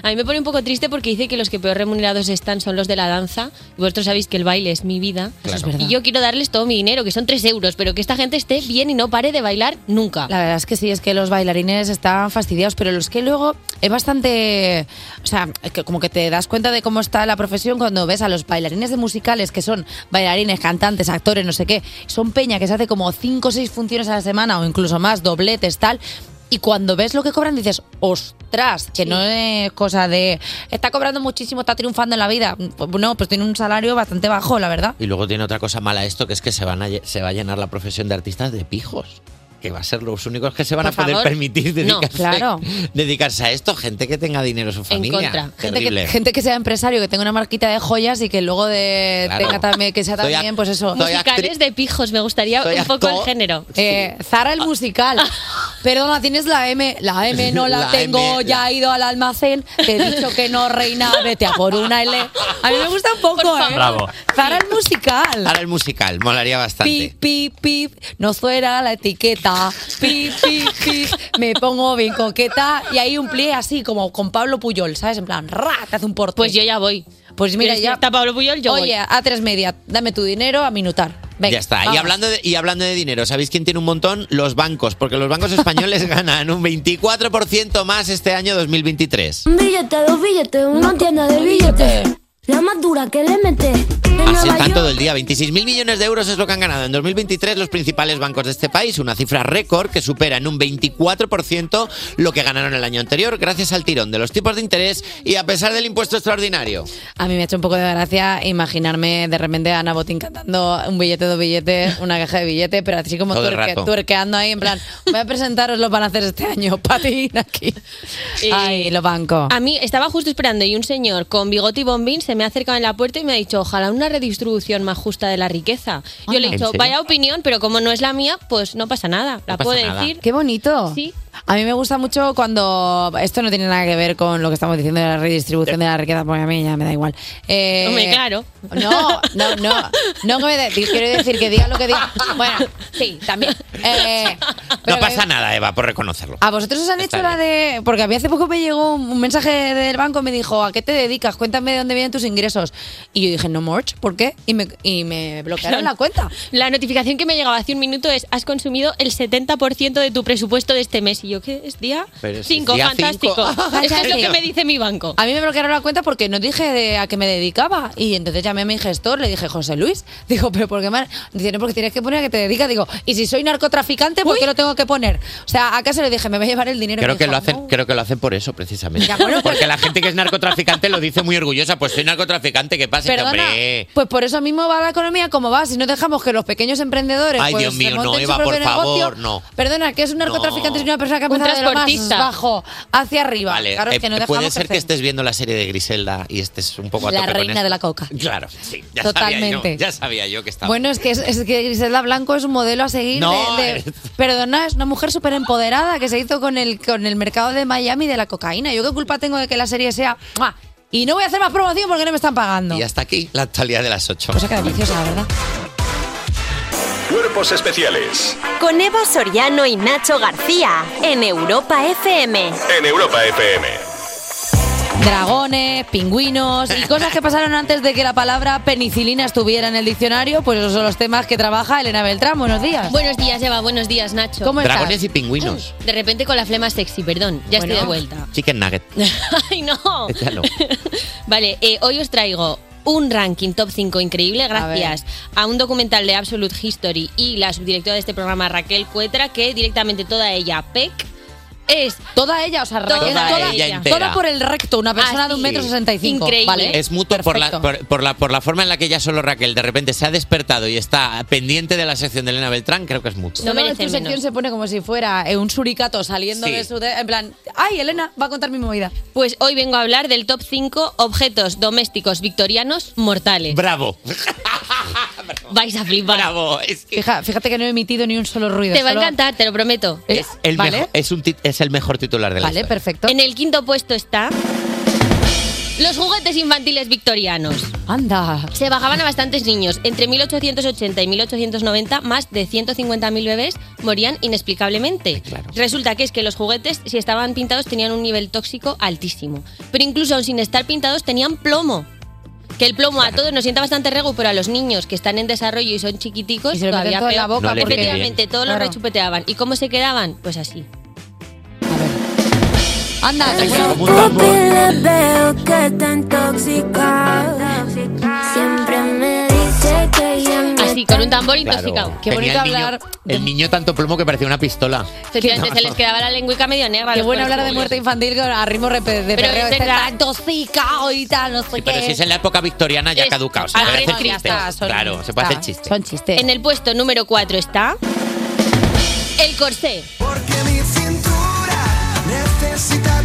S16: A mí me pone un poco triste porque dice que los que peor remunerados están son los de la danza. Y vosotros sabéis que el baile es mi vida.
S4: Eso es verdad.
S16: Y yo quiero darles todo mi dinero, que son 3 euros, pero que esta gente esté bien y no pare de bailar nunca.
S3: La verdad es que sí, es que los bailarines están fastidiados, pero los que luego es bastante. O sea, es que como que te das cuenta de cómo está la profesión cuando ves a los bailarines de musicales, que son bailarines, cantantes, actores, no sé qué. Son peña que se hace como cinco o seis funciones a la semana o incluso más, dobletes, tal. Y cuando ves lo que cobran dices, ostras, que no es cosa de. Está cobrando muchísimo, está triunfando en la vida. No, pues tiene un salario bastante bajo, la verdad.
S4: Y luego tiene otra cosa mala esto, que es que se, van a lle- se va a llenar la profesión de artistas de pijos. que va a ser los únicos que se van
S16: Por
S4: a poder
S16: favor.
S4: permitir
S16: No,
S4: dedicarse,
S3: claro.
S4: dedicarse a esto. Gente que tenga dinero en su
S3: En
S4: familia.
S3: contra. Gente
S4: Terrible.
S3: que, gente que sea empresario, que tenga una marquita de joyas y que luego de
S4: Claro.
S3: tenga también, que sea
S4: Soy
S3: también,
S4: act-
S3: pues eso.
S4: soy Musicales actri-
S3: de pijos, me gustaría
S4: Soy un poco actor. el
S3: género. Eh, Ah. Zara el musical. Perdona, tienes la M. La M no la,
S16: La
S3: tengo,
S16: M,
S3: ya he ido al almacén, te he dicho que no, reina, vete a por una L. A mí me gusta un poco, ¿eh?
S4: Bravo.
S3: Zara el musical.
S4: Ahora el musical, molaría bastante.
S3: Pip, pip, pip, no suena la etiqueta. Pip, pip, pip, me pongo bien coqueta. Y ahí un plie así, como con Pablo Puyol, ¿sabes? En plan, ra, te hace un porte. Pues yo
S16: ya voy.
S3: Pues mira,
S16: Pero si
S3: ya.
S16: está Pablo Puyol, yo voy.
S3: Oye, a tres media, dame tu dinero a minutar. Venga,
S4: ya está. Y
S3: vamos.
S4: hablando, de, y hablando de dinero, ¿sabéis quién tiene un montón? Los bancos, porque los bancos españoles ganan un 24% más este año 2023.
S17: Un billete, dos billetes, una tienda de billetes. La más dura que le mete. En
S4: Así
S17: Nueva
S4: están
S17: York.
S4: todo el día. 26.000 millones de euros es lo que han ganado en 2023 los principales bancos de este país, una cifra récord que supera en un 24% lo que ganaron el año anterior gracias al tirón de los tipos de interés y a pesar del impuesto extraordinario.
S3: A mí me ha hecho un poco de gracia imaginarme de repente a Ana Botín cantando un billete, dos billetes, una caja de billetes, pero así como
S4: Todo el
S3: tuerque-
S4: rato.
S3: tuerqueando ahí, en plan, voy a presentaros lo van a hacer este año, patín aquí. Ay, lo banco.
S16: A mí estaba justo esperando y un señor con bigote y bombín se me ha acercado en la puerta y me ha dicho, ojalá una redistribución más justa de la riqueza. Yo le he
S3: ¿En
S16: dicho,
S3: serio?
S16: vaya opinión, pero como no es la mía, pues no pasa nada. La puedo decir.
S3: Qué bonito. A mí me gusta mucho cuando. Esto no tiene nada que ver con lo que estamos diciendo de la redistribución de la riqueza, porque a mí ya me da igual. Eh,
S16: Hombre, claro.
S3: No, no, no. No que me de- quiero decir que diga lo que diga. Bueno, sí, también. Eh,
S4: No pasa nada, Eva, por reconocerlo.
S3: ¿A vosotros os han
S4: Está
S3: hecho la de.? Porque a mí hace poco me llegó un mensaje del banco, me dijo, ¿a qué te dedicas? Cuéntame de dónde vienen tus ingresos. Y yo dije, no, Morch, ¿por qué? Y me, y me bloquearon la cuenta.
S16: La notificación que me llegaba hace un minuto es, has consumido el 70% de tu presupuesto de este mes. Y yo, ¿qué es día?
S4: Pero si es
S16: cinco,
S4: día
S16: fantástico.
S4: cinco.
S16: Es que es lo
S3: Fantástico.
S16: que me dice mi banco.
S3: A mí me bloquearon la cuenta porque no dije de a qué me dedicaba. Y entonces llamé a mi gestor, le dije, José Luis. Dijo, ¿pero por qué me.? han-?" Dice, no, porque tienes que poner a qué te dedicas. Digo, ¿y si soy narcotraficante, por qué lo tengo que poner? O sea, ¿acaso le dije, me voy a llevar el dinero?
S4: Creo
S3: Me
S4: que,
S3: dijo,
S4: lo hacen, creo que lo hacen por eso, precisamente. Porque la gente que es narcotraficante lo dice muy orgullosa. Pues soy narcotraficante, ¿qué pasa? Y que,
S3: Perdona,
S4: este hombre,
S3: Pues por eso mismo va la economía como va. Si no dejamos que los pequeños emprendedores.
S4: Ay,
S3: pues,
S4: Dios mío,
S3: remonten
S4: no,
S3: su
S4: Eva,
S3: propio
S4: por favor,
S3: negocio.
S4: no.
S3: Perdona, que es un narcotraficante, es una persona que ha empezado de lo más
S16: transportista.
S3: bajo hacia arriba.
S4: vale,
S3: claro, es que
S4: eh,
S3: no dejamos
S4: puede ser que
S3: crecer.
S4: estés viendo la serie de Griselda y estés un poco a
S3: La
S4: tope con
S3: reina
S4: esto.
S3: de la coca.
S4: Claro, sí. Ya Sabía
S3: Totalmente.
S4: yo, ya sabía yo que estaba.
S3: Bueno, es que, es, es que Griselda Blanco es un modelo a seguir.
S4: Ah. No,
S3: de- de-
S4: eres-
S3: perdona, es una mujer súper empoderada que se hizo con el, con el mercado de Miami de la cocaína. ¿Yo qué culpa tengo de que la serie sea.? ¡mua! Y no voy a hacer más promoción porque no me están pagando.
S4: Y hasta aquí la actualidad de las 8.
S3: Cosa que deliciosa, la verdad.
S9: Cuerpos especiales
S2: Con Eva Soriano y Nacho García en Europa FM.
S9: en Europa FM.
S3: Dragones, pingüinos y cosas que pasaron antes de que la palabra penicilina estuviera en el diccionario, pues esos son los temas que trabaja Elena Beltrán. Buenos días.
S16: Buenos días, Eva. Buenos días, Nacho.
S3: ¿Cómo estás?
S4: Dragones y pingüinos.
S16: De repente con la flema sexy, perdón. Ya estoy de vuelta.
S4: Chicken nugget.
S16: ¡Ay, no!
S4: Échalo.
S16: Vale, eh, hoy os traigo un ranking top 5 increíble gracias a, un documental de Absolute History y la subdirectora de este programa, Raquel Cuetra, que directamente toda ella, PEC, es...
S3: Toda ella, o sea, Raquel,
S4: Toda
S3: toda,
S4: ella entera.
S3: toda por el recto, una persona de un metro
S4: es.
S3: sesenta y cinco. ¿vale?
S4: Es mutuo por la,
S3: Perfecto.
S4: por, por la, por la forma en la que ya solo Raquel de repente se ha despertado y está pendiente de la sección de Elena Beltrán, creo que es mutuo.
S3: Solo tu sección se pone como si fuera eh, un suricato saliendo
S4: Sí.
S3: de su... de- en plan, ay, Elena, va a contar mi movida.
S16: Pues hoy vengo a hablar del top 5 objetos domésticos victorianos mortales.
S4: ¡Bravo!
S16: Vais a flipar.
S4: ¡Bravo!
S3: Fija- fíjate que no he emitido ni un solo ruido.
S16: Te va a
S3: solo- ¿Eh?
S16: encantar, te lo prometo.
S4: Es el,
S16: ¿Vale?
S4: mejor, es, un tit- es el mejor titular de la historia.
S3: perfecto.
S16: En el quinto puesto está los juguetes infantiles victorianos.
S3: Anda.
S16: Se bajaban a bastantes niños. Entre 1880 y 1890, más de 150.000 bebés morían inexplicablemente. Resulta que es que los juguetes, si estaban pintados, tenían un nivel tóxico altísimo. Pero incluso aun sin estar pintados, tenían plomo. Que el plomo a todos nos sienta bastante rego, pero a los niños que están en desarrollo y son chiquiticos,
S3: Y se lo
S16: todavía
S3: meten todo en la
S16: peor.
S3: boca No le porque- viene bien.
S16: Efectivamente, todos
S3: Claro.
S16: los rechupeteaban. ¿Y cómo se quedaban? Pues así.
S3: Anda,
S17: Papi, le veo que está intoxicada. Siempre me dice que ella me
S16: Así, con un tambor
S4: Claro.
S16: intoxicado.
S4: Tenía el niño- El niño tanto plomo que parecía una pistola.
S16: Efectivamente, se les quedaba la lengüica medio negra. a
S3: Qué
S16: los
S3: bueno hablar de
S16: pobres
S3: muerte infantil con a ritmo repe- de
S16: Pero
S3: perreo.
S16: es
S3: Este
S16: verdad.
S3: tanto zicao y tal, no sé qué.
S4: Pero si es en la época victoriana ya
S16: Es-
S4: caducado. Se
S16: Ah,
S4: puede hacer
S16: no, ya
S4: chiste.
S16: está, son-
S3: Ah,
S4: Claro, se puede hacer chiste.
S3: Son chistes.
S16: En el puesto número 4 está El corsé.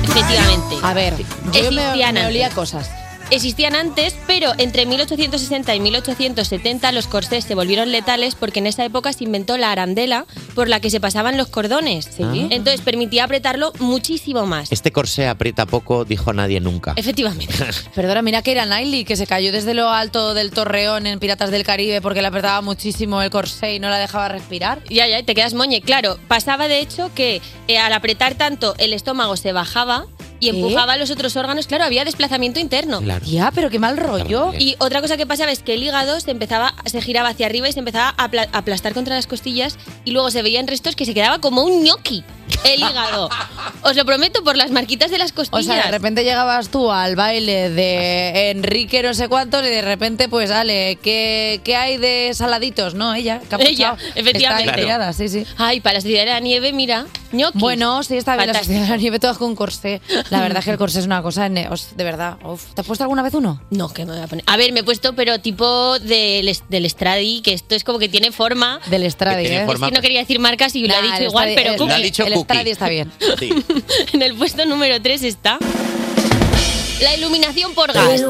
S3: Efectivamente.
S16: Efectivamente.
S3: A ver, yo me-
S16: Existían
S3: me
S16: antes.
S3: olía cosas.
S16: Existían antes, pero entre 1860 y 1870 los corsés se volvieron letales porque en esa época se inventó la arandela por la que se pasaban los cordones.
S4: Ah.
S16: Entonces permitía apretarlo muchísimo más.
S4: Este corsé aprieta poco, dijo nadie nunca.
S16: Efectivamente.
S3: Perdona, mira que era Niley que se cayó desde lo alto del torreón en Piratas del Caribe porque le apretaba muchísimo el corsé y no la dejaba respirar.
S16: Ya, ya, y te quedas moñe. Claro, pasaba de hecho que eh, al apretar tanto el estómago se bajaba
S3: ¿Eh?
S16: y empujaba los otros órganos. Claro, había desplazamiento interno.
S3: Ya, pero qué mal rollo.
S16: Y otra cosa que pasaba es que el hígado se empezaba, se giraba hacia arriba y se empezaba a apla- a aplastar contra las costillas y luego se veían restos que se quedaba como un ñoqui el hígado. Os lo prometo por las marquitas de las
S3: O
S16: costillas.
S3: sea, de repente llegabas tú al baile
S16: Ah,
S3: de Enrique no sé cuántos y de repente, pues, Ale, ¿qué, qué hay de saladitos? No, ella, que ha
S16: Ella,
S3: puchado.
S16: efectivamente.
S3: Está ahí
S16: Claro.
S3: tirada, sí, sí.
S16: Ay, para la sociedad de la nieve, mira, ñoqui.
S3: Bueno, sí, está bien, la
S16: Fantástico.
S3: sociedad de la nieve todas con corsé. La verdad es que el corsé es una cosa, ne- os- de verdad. uf. ¿Te has puesto alguna vez uno?
S16: No, que me voy a poner. A ver, me he puesto, pero tipo del, est- del Stradi, que esto es como que tiene forma.
S3: Del Stradi,
S4: Que tiene ¿eh? forma.
S16: Es que no quería decir marcas y lo
S3: Nah,
S16: ha dicho
S3: el
S16: igual,
S3: Stradi-
S16: pero
S3: el-
S16: cookie.
S4: Lo ha dicho el cookie. Stradi
S3: está bien.
S16: en el puesto número 3 está. La iluminación por gas.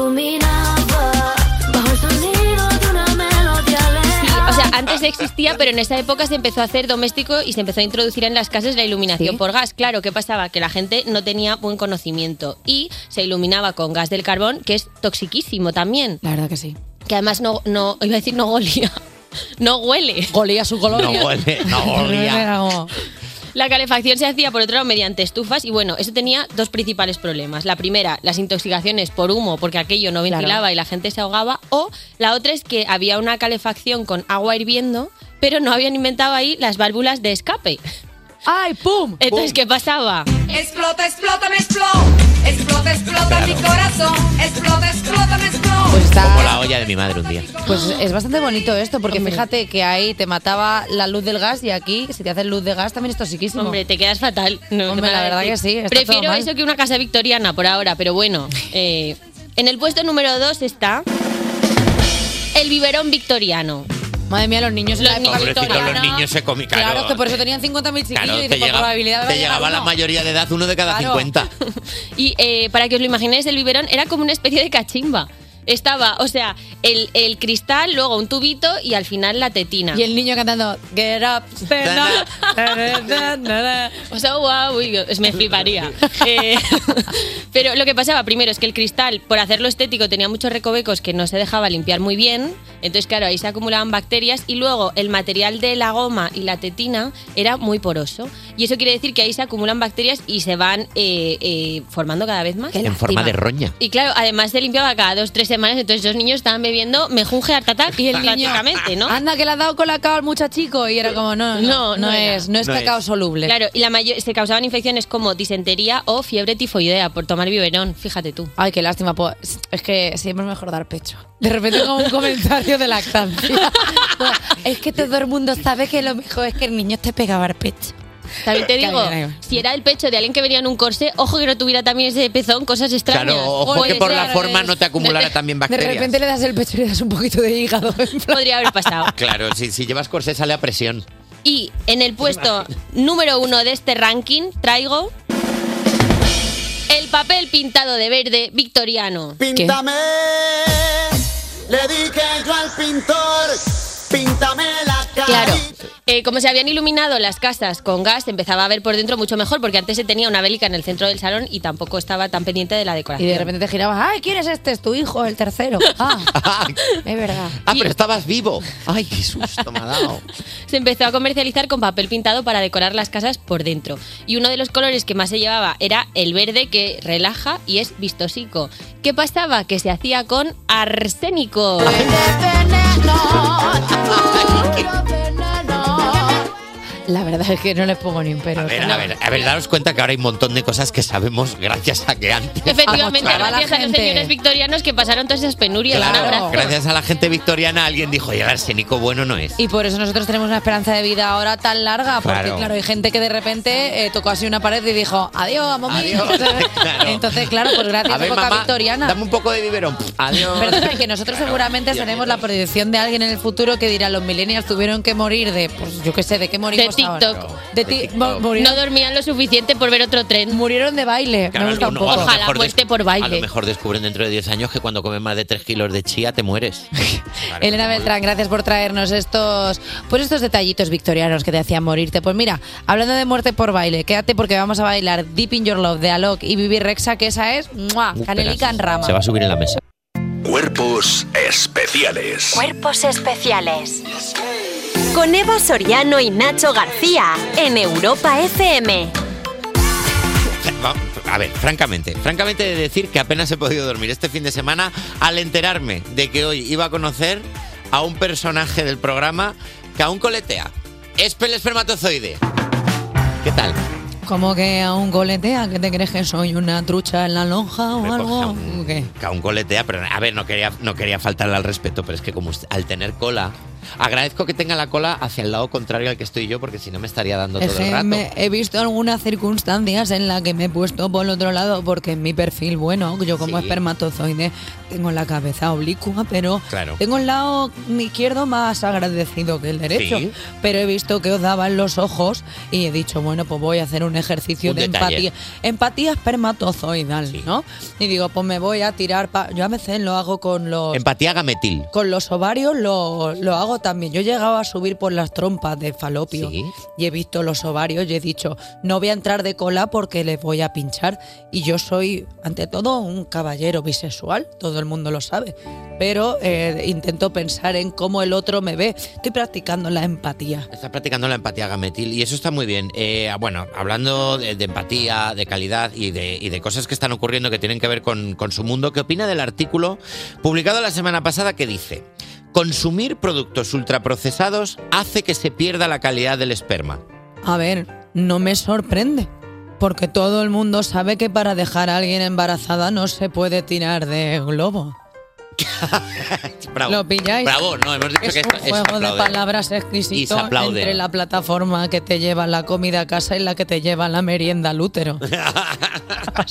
S17: Bajo el sonido de una melodía
S16: Sí, o sea, antes existía, pero en esa época se empezó a hacer doméstico y se empezó a introducir en las casas la iluminación por gas. Claro, ¿qué pasaba? Que la gente no tenía buen conocimiento y se iluminaba con gas del carbón, que es toxiquísimo también.
S3: La verdad que sí.
S16: Que además no, no iba a decir no golía. No huele.
S3: Golía su color.
S4: No huele, no olía.
S16: La calefacción se hacía, por otro lado, mediante estufas y bueno, eso tenía dos principales problemas. La primera, las intoxicaciones por humo, porque aquello no
S3: Claro.
S16: ventilaba y la gente se ahogaba. O la otra es que había una calefacción con agua hirviendo, pero no habían inventado ahí las válvulas de escape.
S3: ¡Ay, pum!
S16: Entonces, ¿qué pasaba?
S10: Explota, explota, me explota. Explota, explota mi corazón. Explota, explota, me explota.
S3: Pues está-
S4: Como la olla de mi madre un día.
S3: Pues es bastante bonito esto, porque fíjate que ahí te mataba la luz del gas y aquí, si te hace luz de gas, también es toxiquísimo.
S16: Hombre, te quedas fatal. No,
S3: Hombre,
S16: te van a
S3: la verdad
S16: decir.
S3: que sí, está
S16: Prefiero
S3: todo mal.
S16: eso que una casa victoriana por ahora, pero bueno. eh, en el puesto número 2 está el biberón victoriano.
S3: Madre mía, los niños en la época
S4: Pobrecitos los
S3: victoriana.
S4: niños se comen
S3: Claro, es que por eso tenían 50.000 chiquillos
S4: Claro, te,
S3: y dices, por
S4: llegaba-
S3: probabilidad me va
S4: te
S3: a llegar
S4: llegaba la
S3: uno.
S4: mayoría de edad, uno de cada
S3: Claro.
S4: 50.
S16: Y eh, para que os lo imaginéis, el biberón era como una especie de cachimba. Estaba, o sea, el, el cristal, luego un tubito y al final la tetina.
S3: Y el niño cantando, get up, stand up. na, na, na, na".
S16: O sea, wow, uy, es- me fliparía. Eh, pero lo que pasaba primero es que el cristal, por hacerlo estético, tenía muchos recovecos que no se dejaba limpiar muy bien. Entonces, claro, ahí se acumulaban bacterias y luego el material de la goma y la tetina era muy poroso. Y eso quiere decir que ahí se acumulan bacterias y se van eh, eh, formando cada vez más.
S4: En forma de roña.
S16: Y claro, además se limpiaba cada dos, tres semanas, entonces los niños estaban bebiendo mejunje Art Attack y
S3: el niño,
S16: ¿no?
S3: Anda, que le has dado con la cacao al muchachico. Y era como, no, no, no, no
S16: era.
S3: es, no es cacao soluble.
S16: Claro, y la mayo- se causaban infecciones como disentería o fiebre tifoidea por tomar biberón, fíjate tú.
S3: Ay, qué lástima. po- Es que siempre es mejor dar pecho. De repente como un comentario de lactancia. No, es que todo el mundo sabe que lo mejor es que el niño te pegaba al pecho.
S16: También te
S3: Qué
S16: digo,
S3: bien, ahí va.
S16: si era el pecho de alguien que venía en un corsé, ojo que no tuviera también ese pezón, cosas extrañas.
S4: Claro, ojo que
S16: Puede
S4: por la
S16: ser.
S4: forma no te acumulara también bacterias.
S3: le das el pecho y le das un poquito de hígado.
S16: Podría haber pasado.
S4: Claro, si, si llevas corsé sale a presión.
S16: Y en el puesto número uno de este ranking traigo el papel pintado de verde victoriano.
S18: Píntame, le dije yo al pintor, píntame la cara.
S16: Claro. Eh, como se habían iluminado las casas con gas, se empezaba a ver por dentro mucho mejor, porque antes se tenía una bélica en el centro del salón y tampoco estaba tan pendiente de la
S3: Y
S16: decoración.
S3: de repente te girabas, ay, ¿quién es este? Es tu hijo, el tercero. Ah, es verdad.
S4: Ah, pero estabas vivo. Ay, qué susto me ha dado.
S16: Se empezó a comercializar con papel pintado para decorar las casas por dentro. Y uno de los colores que más se llevaba era el verde, que relaja y es vistosico. ¿Qué pasaba? Que se hacía con arsénico.
S3: La verdad es que no les pongo ni un pero.
S4: A ver, a ver, a ver, daros cuenta que ahora hay un montón de cosas que sabemos gracias a que antes.
S16: Efectivamente,
S4: Claro.
S16: gracias a los señores victorianos que pasaron todas esas penurias. Un
S4: Claro,
S16: abrazo.
S4: gracias a la gente victoriana alguien dijo, y el arsénico bueno no es.
S3: Y por eso nosotros tenemos una esperanza de vida ahora tan larga, porque
S4: Claro.
S3: claro, hay gente que de repente eh, tocó así una pared y dijo, adiós, amo mío". Entonces, claro, pues gracias
S4: A
S3: a,
S4: ver,
S3: Boca
S4: mamá,
S3: Victoriana.
S4: Dame un poco de biberón. Pff, Adiós.
S3: Perdona, que nosotros
S4: Claro,
S3: seguramente
S4: Dios
S3: seremos
S4: mío.
S3: la predicción de alguien en el futuro que dirá los millennials tuvieron que morir de, pues yo qué sé, de qué morimos
S16: TikTok.
S3: De ti- mo-
S16: No
S3: murieron,
S16: dormían lo suficiente por ver otro tren.
S3: Murieron de baile.
S4: Claro,
S3: me gusta un
S4: no,
S3: poco.
S4: a lo
S16: Ojalá
S4: mejor
S16: muerte
S4: des-
S16: por
S4: A lo
S16: baile.
S4: mejor descubren dentro de 10 años que cuando comes más de 3 kilos de chía te mueres.
S3: Elena Beltrán, gracias por traernos estos, pues estos detallitos victorianos que te hacían morirte. Pues mira, hablando de muerte por baile, quédate porque vamos a bailar Deep in Your Love de Alok y Vivi Rexa, que esa es ¡mua!
S4: Uh,
S3: Canelica en
S4: verás,
S3: rama.
S4: Se va a subir en la mesa.
S9: Cuerpos especiales.
S2: Cuerpos especiales. Con Eva Soriano y Nacho García en Europa FM.
S4: Va- A ver, francamente, francamente he de decir que apenas he podido dormir este fin de semana al enterarme de que hoy iba a conocer a un personaje del programa que aún coletea. Es el espermatozoide. ¿Qué tal?
S3: Como que aún goletea, que te crees que soy una trucha en la lonja o algo. ¿Qué?
S4: Que aún coletea, pero a ver, no quería, no quería faltarle al respeto, pero es que como usted- al tener cola, agradezco que tenga la cola hacia el lado contrario al que estoy yo, porque si no me estaría dando
S3: Es
S4: todo el
S3: que
S4: rato.
S3: me- he visto algunas circunstancias en las que me he puesto por el otro lado, porque en mi perfil, bueno, yo como
S4: Sí.
S3: espermatozoide tengo la cabeza oblicua, pero
S4: Claro.
S3: tengo el lado izquierdo más agradecido que el derecho.
S4: Sí.
S3: Pero he visto que os daban los ojos y he dicho, bueno, pues voy a hacer un ejercicio
S4: Un
S3: de
S4: detalle.
S3: empatía. Empatía espermatozoidal, ¿no? Y digo, pues me voy a tirar. pa- Yo a veces lo hago con los.
S4: Empatía gametil.
S3: Con los ovarios lo, lo hago también. Yo he llegado a subir por las trompas de falopio y he visto los ovarios y he dicho, no voy a entrar de cola porque les voy a pinchar. Y yo soy, ante todo, un caballero bisexual, todo el mundo lo sabe. Pero eh, intento pensar en cómo el otro me ve. Estoy practicando la empatía.
S4: Está practicando la empatía gametil y eso está muy bien. Eh, bueno, hablando de, de empatía, de calidad y de, y de cosas que están ocurriendo que tienen que ver con, con su mundo, ¿qué opina del artículo publicado la semana pasada que dice, consumir productos ultraprocesados hace que se pierda la calidad del esperma?
S3: A ver, no me sorprende. Porque todo el mundo sabe que para dejar a alguien embarazada no se puede tirar de globo.
S4: Bravo.
S3: ¿Lo pilláis?
S4: Bravo, no, hemos dicho
S3: es
S4: que
S3: un
S4: esto es
S3: juego de
S4: aplaudir.
S3: palabras
S4: Y se
S3: exquisito
S4: aplaude.
S3: entre la plataforma que te lleva la comida a casa y la que te lleva la merienda al útero.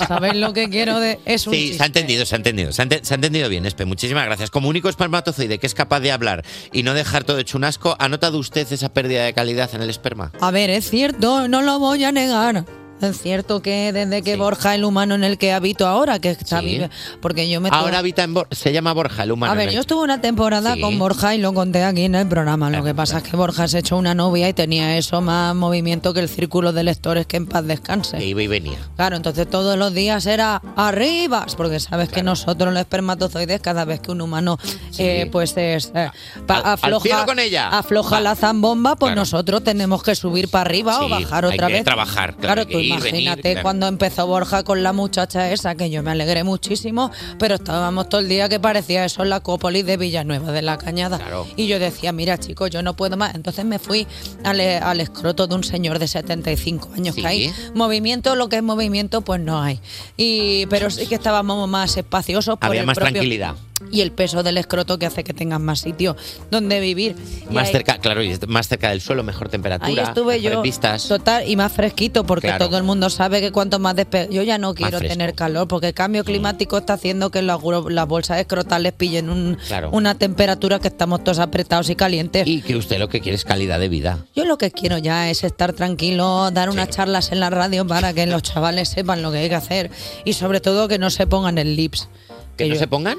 S3: ¿Sabéis lo que quiero? De... Es un
S4: Sí, se ha entendido, se ha entendido. Se ha, ente- se ha entendido bien, Espe. Muchísimas gracias. Como único espermatozoide que es capaz de hablar y no dejar todo hecho un asco, ¿ha notado usted esa pérdida de calidad en el esperma?
S3: A ver, es cierto, no lo voy a negar. Es cierto que desde que Borja, el humano en el que habito ahora, que está
S4: Sí.
S3: vive- porque yo me tuve-
S4: Ahora habita en Bor- se llama Borja, el humano. ¿eh?
S3: A ver,
S4: en el-
S3: yo estuve una temporada
S4: Sí.
S3: con Borja y lo conté aquí en el programa. Lo que pasa es que Borja se echó una novia y tenía eso más movimiento que el círculo de lectores que en paz descanse.
S4: Que iba y venía.
S3: Claro, entonces todos los días era arribas, porque sabes que nosotros los espermatozoides, cada vez que un humano eh, pues es, eh, pa- afloja,
S4: cielo con ella.
S3: afloja la zambomba, pues nosotros tenemos que subir para arriba o
S4: Sí,
S3: bajar
S4: hay
S3: otra
S4: que
S3: vez.
S4: trabajar, claro, hay que
S3: tú
S4: ir,
S3: imagínate
S4: venir, claro.
S3: cuando empezó Borja con la muchacha esa, que yo me alegré muchísimo, pero estábamos todo el día que parecía eso en la Acópolis de Villanueva de la Cañada. Y yo decía, mira chicos, yo no puedo más. Entonces me fui al, eh, al escroto de un señor de 75 años
S19: Sí.
S3: que hay movimiento, lo que es movimiento, pues no hay. Y, pero sí que estábamos más espaciosos. por
S4: Había
S3: el
S4: más
S3: propio-
S4: tranquilidad.
S3: Y el peso del escroto que hace que tengas más sitio donde vivir. Y
S4: Más
S3: ahí-
S4: cerca, claro, y más cerca del suelo, mejor temperatura.
S3: Ahí estuve
S4: mejores
S3: yo,
S4: vistas.
S3: total, y más fresquito, porque
S4: Claro.
S3: todo el mundo sabe que cuanto más despe... Yo ya no quiero
S4: fresco.
S3: tener calor, porque el cambio climático está haciendo que las, gro- las bolsas escrotales pillen un-
S4: Claro.
S3: una temperatura que estamos todos apretados y calientes.
S4: Y que usted lo que quiere es calidad de vida.
S3: Yo lo que quiero ya es estar tranquilo, dar unas charlas en la radio para que los chavales sepan lo que hay que hacer y sobre todo que no se pongan el lips.
S4: ¿Que no se pongan?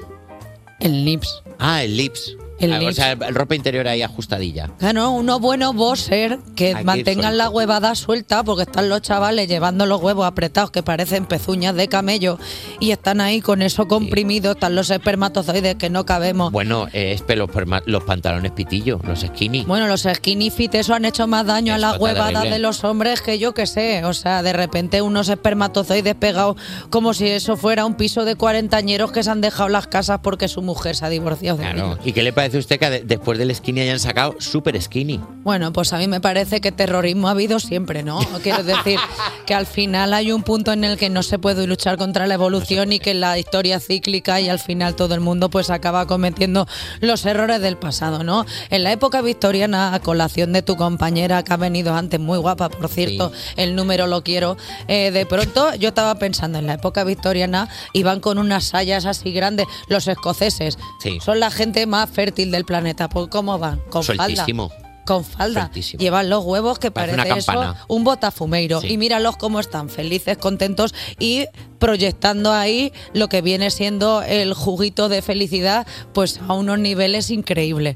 S3: El lips.
S4: Ah, el lips.
S3: El
S4: Ah, O
S3: lips.
S4: sea, ropa interior ahí ajustadilla.
S3: Claro, unos buenos bossers que
S4: Hay que ir
S3: mantengan
S4: suelto.
S3: la huevada suelta porque están los chavales llevando los huevos apretados que parecen pezuñas de camello y están ahí con eso comprimido, están los espermatozoides que no cabemos.
S4: Bueno, eh, Espe, los, perma- los pantalones pitillo, los skinny.
S3: Bueno, los skinny fit eso han hecho más daño a
S4: Eso
S3: las
S4: está
S3: huevadas
S4: terrible.
S3: de los hombres que yo que sé. O sea, de repente unos espermatozoides pegados como si eso fuera un piso de cuarentañeros que se han dejado las casas porque su mujer se ha divorciado. de ellos.
S4: Claro. ¿Y qué le parece a usted que de- después del skinny hayan sacado super skinny?
S3: Bueno, pues a mí me parece que terrorismo ha habido siempre, ¿no? Quiero decir que al final hay un punto en el que no se puede luchar contra la evolución y que la historia es cíclica y al final todo el mundo pues acaba cometiendo los errores del pasado, ¿no? En la época victoriana, a colación de tu compañera que ha venido antes, muy guapa, por cierto, el número lo quiero, eh, de pronto yo estaba pensando, en la época victoriana iban con unas sayas así grandes, los escoceses,
S4: Sí.
S3: son la gente más fértil del planeta, pues ¿cómo van? Con falda.
S4: Soltísimo.
S3: con falda.
S4: Sueltísimo.
S3: Llevan los huevos que
S4: Parece
S3: parece,
S4: una
S3: eso
S4: campana.
S3: un botafumeiro.
S4: Sí.
S3: Y míralos cómo están, felices, contentos y proyectando ahí lo que viene siendo el juguito de felicidad, pues a unos niveles increíbles.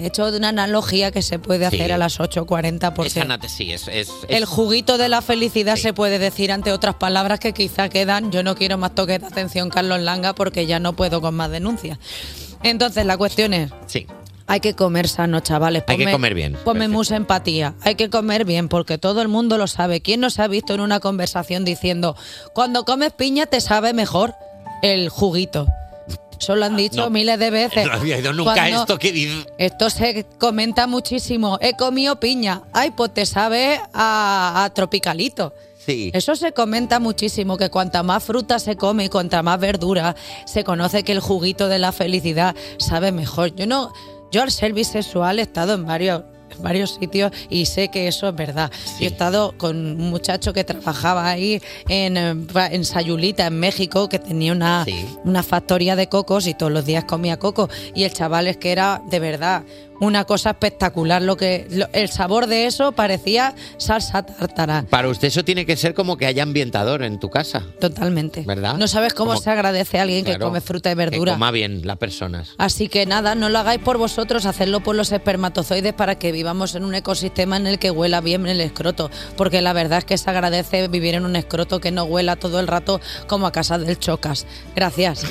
S3: He hecho de una analogía que se puede
S4: Sí.
S3: hacer a las 8.40
S4: Es
S3: porque
S4: anate- sí, es, es- es-
S3: el juguito de la felicidad se puede decir ante otras palabras que quizá quedan. Yo no quiero más toques de atención, Carlos Langa, porque ya no puedo con más denuncias. Entonces, la cuestión es,
S4: Sí.
S3: hay que comer sano, chavales.
S4: Hay que comer bien.
S3: Ponme mucha empatía. Hay que comer bien porque todo el mundo lo sabe. ¿Quién nos ha visto en una conversación diciendo, cuando comes piña te sabe mejor el juguito? Eso lo han dicho
S4: Ah, No.
S3: miles de veces.
S4: No había ido nunca
S3: Cuando-
S4: esto que dice.
S3: esto se comenta muchísimo. He comido piña. Ay, pues te sabe a, a tropicalito.
S4: Sí.
S3: Eso se comenta muchísimo, que cuanta más fruta se come y cuanta más verdura, se conoce que el juguito de la felicidad sabe mejor. Yo no, yo al ser bisexual he estado en varios en varios sitios y sé que eso es verdad. Yo he estado con un muchacho que trabajaba ahí en, eh, en Sayulita, en México, que tenía una, una factoría de cocos y todos los días comía coco. Y el chaval es que era de verdad una cosa espectacular. Lo que, lo- el sabor de eso parecía salsa tártara.
S4: Para usted eso tiene que ser como que haya ambientador en tu casa,
S3: Totalmente.
S4: ¿verdad?
S3: No sabes cómo
S4: Como
S3: se agradece a alguien que
S4: Claro,
S3: come fruta y
S4: Que
S3: verdura.
S4: coma bien las personas.
S3: Así que nada, no lo hagáis por vosotros, hacedlo por los espermatozoides para que vivamos en un ecosistema en el que huela bien el escroto. Porque la verdad es que se agradece vivir en un escroto que no huela todo el rato como a casa del chocas. Gracias.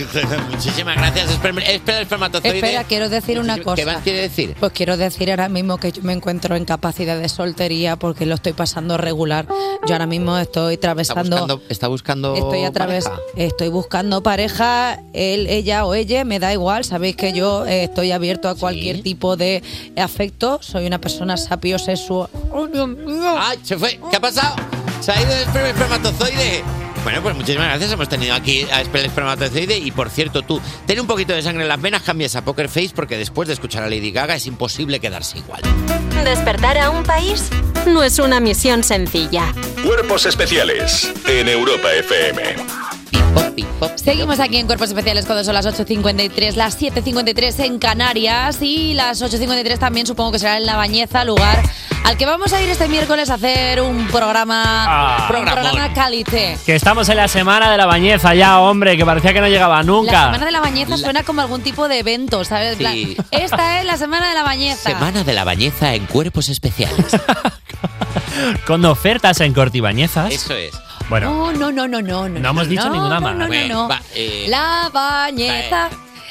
S4: Muchísimas gracias. Esperma- Espera, espermatozoide.
S3: Espera, quiero decir una cosa.
S4: ¿Qué más quiere decir?
S3: Pues quiero decir ahora mismo que yo me encuentro en capacidad de soltería porque lo estoy pasando regular. Yo ahora mismo estoy
S4: Está
S3: atravesando
S4: buscando, está buscando
S3: Estoy a través,
S4: pareja.
S3: estoy buscando pareja, él, ella o ella, me da igual. Sabéis que yo eh, estoy abierto a cualquier tipo de afecto. Soy una persona sapiosexual.
S4: ¡Ay, se fue! ¿Qué ha pasado? Se ha ido el primer espermatozoide. Bueno, pues muchísimas gracias. Hemos tenido aquí a Espe- el espermatozoide. Y por cierto, tú, ten un poquito de sangre en las venas, cambias a Poker Face porque después de escuchar a Lady Gaga es imposible quedarse igual.
S2: Despertar a un país no es una misión sencilla.
S9: Cuerpos especiales en Europa FM.
S3: Seguimos aquí en Cuerpos Especiales cuando son las 8.53, las 7.53 en Canarias y las 8.53 también supongo que será en La Bañeza, lugar al que vamos a ir este miércoles a hacer un programa,
S5: Ah,
S3: un programa
S5: programón.
S3: calité.
S5: Que estamos en la semana de la bañeza ya, hombre, que parecía que no llegaba nunca.
S3: La Semana de la Bañeza suena como algún tipo de evento, ¿sabes? En plan,
S4: Sí.
S3: Esta es la Semana de la Bañeza.
S4: Semana de la bañeza en cuerpos especiales.
S5: Con ofertas en Cortibañezas.
S4: Eso es.
S5: Bueno,
S3: No, no, no, no, no.
S5: No hemos dicho ninguna más.
S3: No, no,
S5: Bueno,
S3: no.
S5: va, eh,
S3: la bañeza,